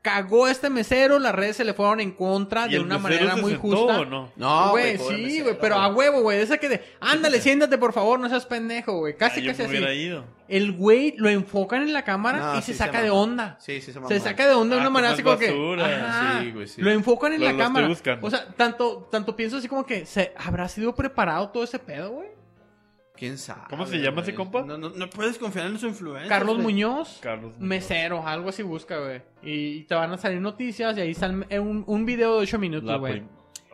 [SPEAKER 1] cagó este mesero, las redes se le fueron en contra
[SPEAKER 5] ¿Y
[SPEAKER 1] de
[SPEAKER 5] el
[SPEAKER 1] una
[SPEAKER 5] mesero
[SPEAKER 1] manera
[SPEAKER 5] se
[SPEAKER 1] muy
[SPEAKER 5] sentó
[SPEAKER 1] justa.
[SPEAKER 5] o no?
[SPEAKER 3] No,
[SPEAKER 1] güey,
[SPEAKER 3] pobre
[SPEAKER 1] sí,
[SPEAKER 3] mesero,
[SPEAKER 1] güey, pero a huevo, güey, de esa que de, ándale, siéntate por favor, no seas pendejo, güey,
[SPEAKER 5] Ah,
[SPEAKER 1] casi
[SPEAKER 5] yo
[SPEAKER 1] casi
[SPEAKER 5] me hubiera
[SPEAKER 1] así.
[SPEAKER 5] ido.
[SPEAKER 1] El güey lo enfocan en la cámara
[SPEAKER 3] No,
[SPEAKER 1] y se
[SPEAKER 3] sí,
[SPEAKER 1] saca
[SPEAKER 3] se
[SPEAKER 1] de
[SPEAKER 3] mamó.
[SPEAKER 1] onda.
[SPEAKER 3] Sí, sí, se mamó.
[SPEAKER 1] Se saca de onda de
[SPEAKER 5] Ah,
[SPEAKER 1] una manera
[SPEAKER 5] como
[SPEAKER 1] así
[SPEAKER 5] es
[SPEAKER 1] como que.
[SPEAKER 5] basura.
[SPEAKER 1] ajá,
[SPEAKER 3] Sí, güey, sí.
[SPEAKER 1] Lo enfocan en
[SPEAKER 5] Lo-
[SPEAKER 1] la
[SPEAKER 5] lo
[SPEAKER 1] cámara.
[SPEAKER 5] estoy buscando.
[SPEAKER 1] O sea, tanto, tanto pienso así como que ¿se habrá sido preparado todo ese pedo, güey.
[SPEAKER 3] ¿Quién sabe?
[SPEAKER 5] ¿Cómo se llama
[SPEAKER 3] güey?
[SPEAKER 5] ese compa?
[SPEAKER 2] No, no, no puedes confiar en su influencia.
[SPEAKER 1] Carlos Muñoz,
[SPEAKER 5] Carlos.
[SPEAKER 1] mesero, algo así busca, güey. Y te van a salir noticias y ahí sale un, un video de 8 minutos,
[SPEAKER 5] La
[SPEAKER 1] güey.
[SPEAKER 5] prim-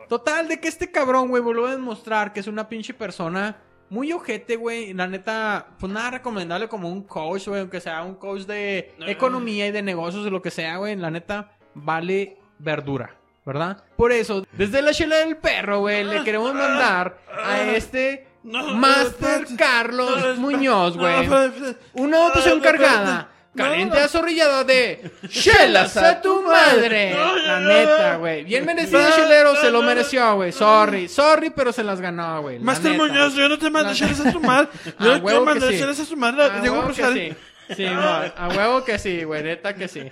[SPEAKER 1] Total, de que este cabrón, güey, volvió a demostrar que es una pinche persona muy ojete, güey. La neta, pues nada recomendable como un coach, güey. Aunque sea un coach de economía y de negocios o lo que sea, güey. La neta, vale verdura, ¿verdad? Por eso, desde la chela del perro, güey, le queremos mandar a este
[SPEAKER 2] No,
[SPEAKER 1] Master
[SPEAKER 2] espérate.
[SPEAKER 1] Carlos
[SPEAKER 2] No, espérate.
[SPEAKER 1] Muñoz,
[SPEAKER 2] No,
[SPEAKER 1] güey.
[SPEAKER 2] espérate.
[SPEAKER 1] Una votación
[SPEAKER 2] Ah, no,
[SPEAKER 1] cargada.
[SPEAKER 2] no, no.
[SPEAKER 1] Caliente azorrillada de chelas a tu madre.
[SPEAKER 2] No, no,
[SPEAKER 1] La
[SPEAKER 2] no,
[SPEAKER 1] neta,
[SPEAKER 2] no.
[SPEAKER 1] güey. Bien merecido,
[SPEAKER 2] No,
[SPEAKER 1] chilero.
[SPEAKER 2] no,
[SPEAKER 1] Se lo
[SPEAKER 2] no,
[SPEAKER 1] mereció, güey. Sorry, sorry, pero se las ganó, güey. La
[SPEAKER 2] Master
[SPEAKER 1] neta.
[SPEAKER 2] Muñoz, yo no te mando
[SPEAKER 1] La-
[SPEAKER 2] chelas a tu madre.
[SPEAKER 1] A
[SPEAKER 2] Yo no
[SPEAKER 1] huevo
[SPEAKER 2] quiero
[SPEAKER 1] que
[SPEAKER 2] mandar
[SPEAKER 1] sí.
[SPEAKER 2] chelas a su madre.
[SPEAKER 1] A
[SPEAKER 2] Diego
[SPEAKER 1] huevo que
[SPEAKER 2] Cruzal.
[SPEAKER 1] sí. Sí, mo- a huevo que sí, güey. Neta que sí.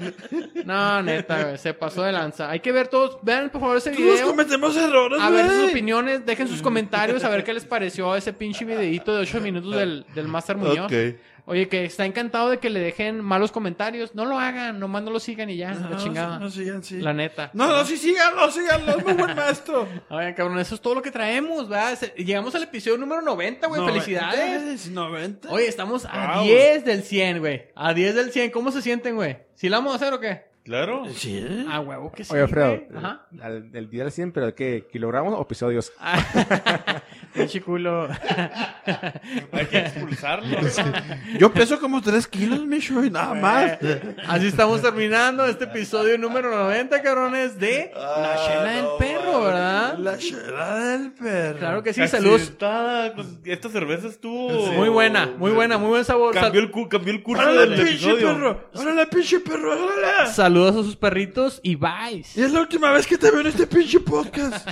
[SPEAKER 1] No, neta, güey. Se pasó de lanza. Hay que ver todos. Vean, por favor, ese
[SPEAKER 2] Todos
[SPEAKER 1] video.
[SPEAKER 2] cometemos errores,
[SPEAKER 1] A ver sus
[SPEAKER 2] güey.
[SPEAKER 1] opiniones. Dejen sus comentarios. A ver qué les pareció ese pinche videito de 8 minutos del, del Master Muñoz.
[SPEAKER 6] Ok.
[SPEAKER 1] Oye, que está encantado de que le dejen malos comentarios. No lo hagan, nomás no lo sigan y ya, Ah, la chingada.
[SPEAKER 2] No, sigan, sí.
[SPEAKER 1] La neta.
[SPEAKER 2] No, no, sí, síganlo, síganlo. Es muy buen maestro.
[SPEAKER 1] Oigan, cabrón, eso es todo lo que traemos, ¿verdad? Se- Llegamos al episodio número 90, güey.
[SPEAKER 2] Noventa,
[SPEAKER 1] Felicidades.
[SPEAKER 2] es 90.
[SPEAKER 1] Oye, estamos a
[SPEAKER 2] Wow.
[SPEAKER 1] 10 del 100, güey. A 10 del 100. ¿Cómo se sienten, güey? ¿Sí la vamos a hacer o qué?
[SPEAKER 5] Claro.
[SPEAKER 2] Sí. ¿eh?
[SPEAKER 1] A huevo que sí.
[SPEAKER 4] Oye, Alfredo,
[SPEAKER 1] güey. Ajá.
[SPEAKER 4] al- el día del 100, pero ¿qué? ¿Kilogramos o episodios?
[SPEAKER 1] Pinche culo.
[SPEAKER 5] Hay que expulsarlo.
[SPEAKER 2] Yo peso como 3 kilos, Micho, y nada más.
[SPEAKER 1] Así estamos terminando este episodio número 90, cabrones, de La Chela del Perro, ¿verdad?
[SPEAKER 2] La chela del perro.
[SPEAKER 1] Claro que sí, saludos.
[SPEAKER 5] Accidentada, pues, Esta cerveza estuvo.
[SPEAKER 1] Muy buena, muy buena, muy buen sabor. Sal-
[SPEAKER 5] Oh. Cambió el, cu- cambió el curso del
[SPEAKER 2] ¡Órale, pinche
[SPEAKER 5] episodio.
[SPEAKER 2] perro! ¡Órale, pinche perro! ¡Órale!
[SPEAKER 1] Saludos a sus perritos y bye.
[SPEAKER 2] Y es la última vez que te veo en este pinche podcast.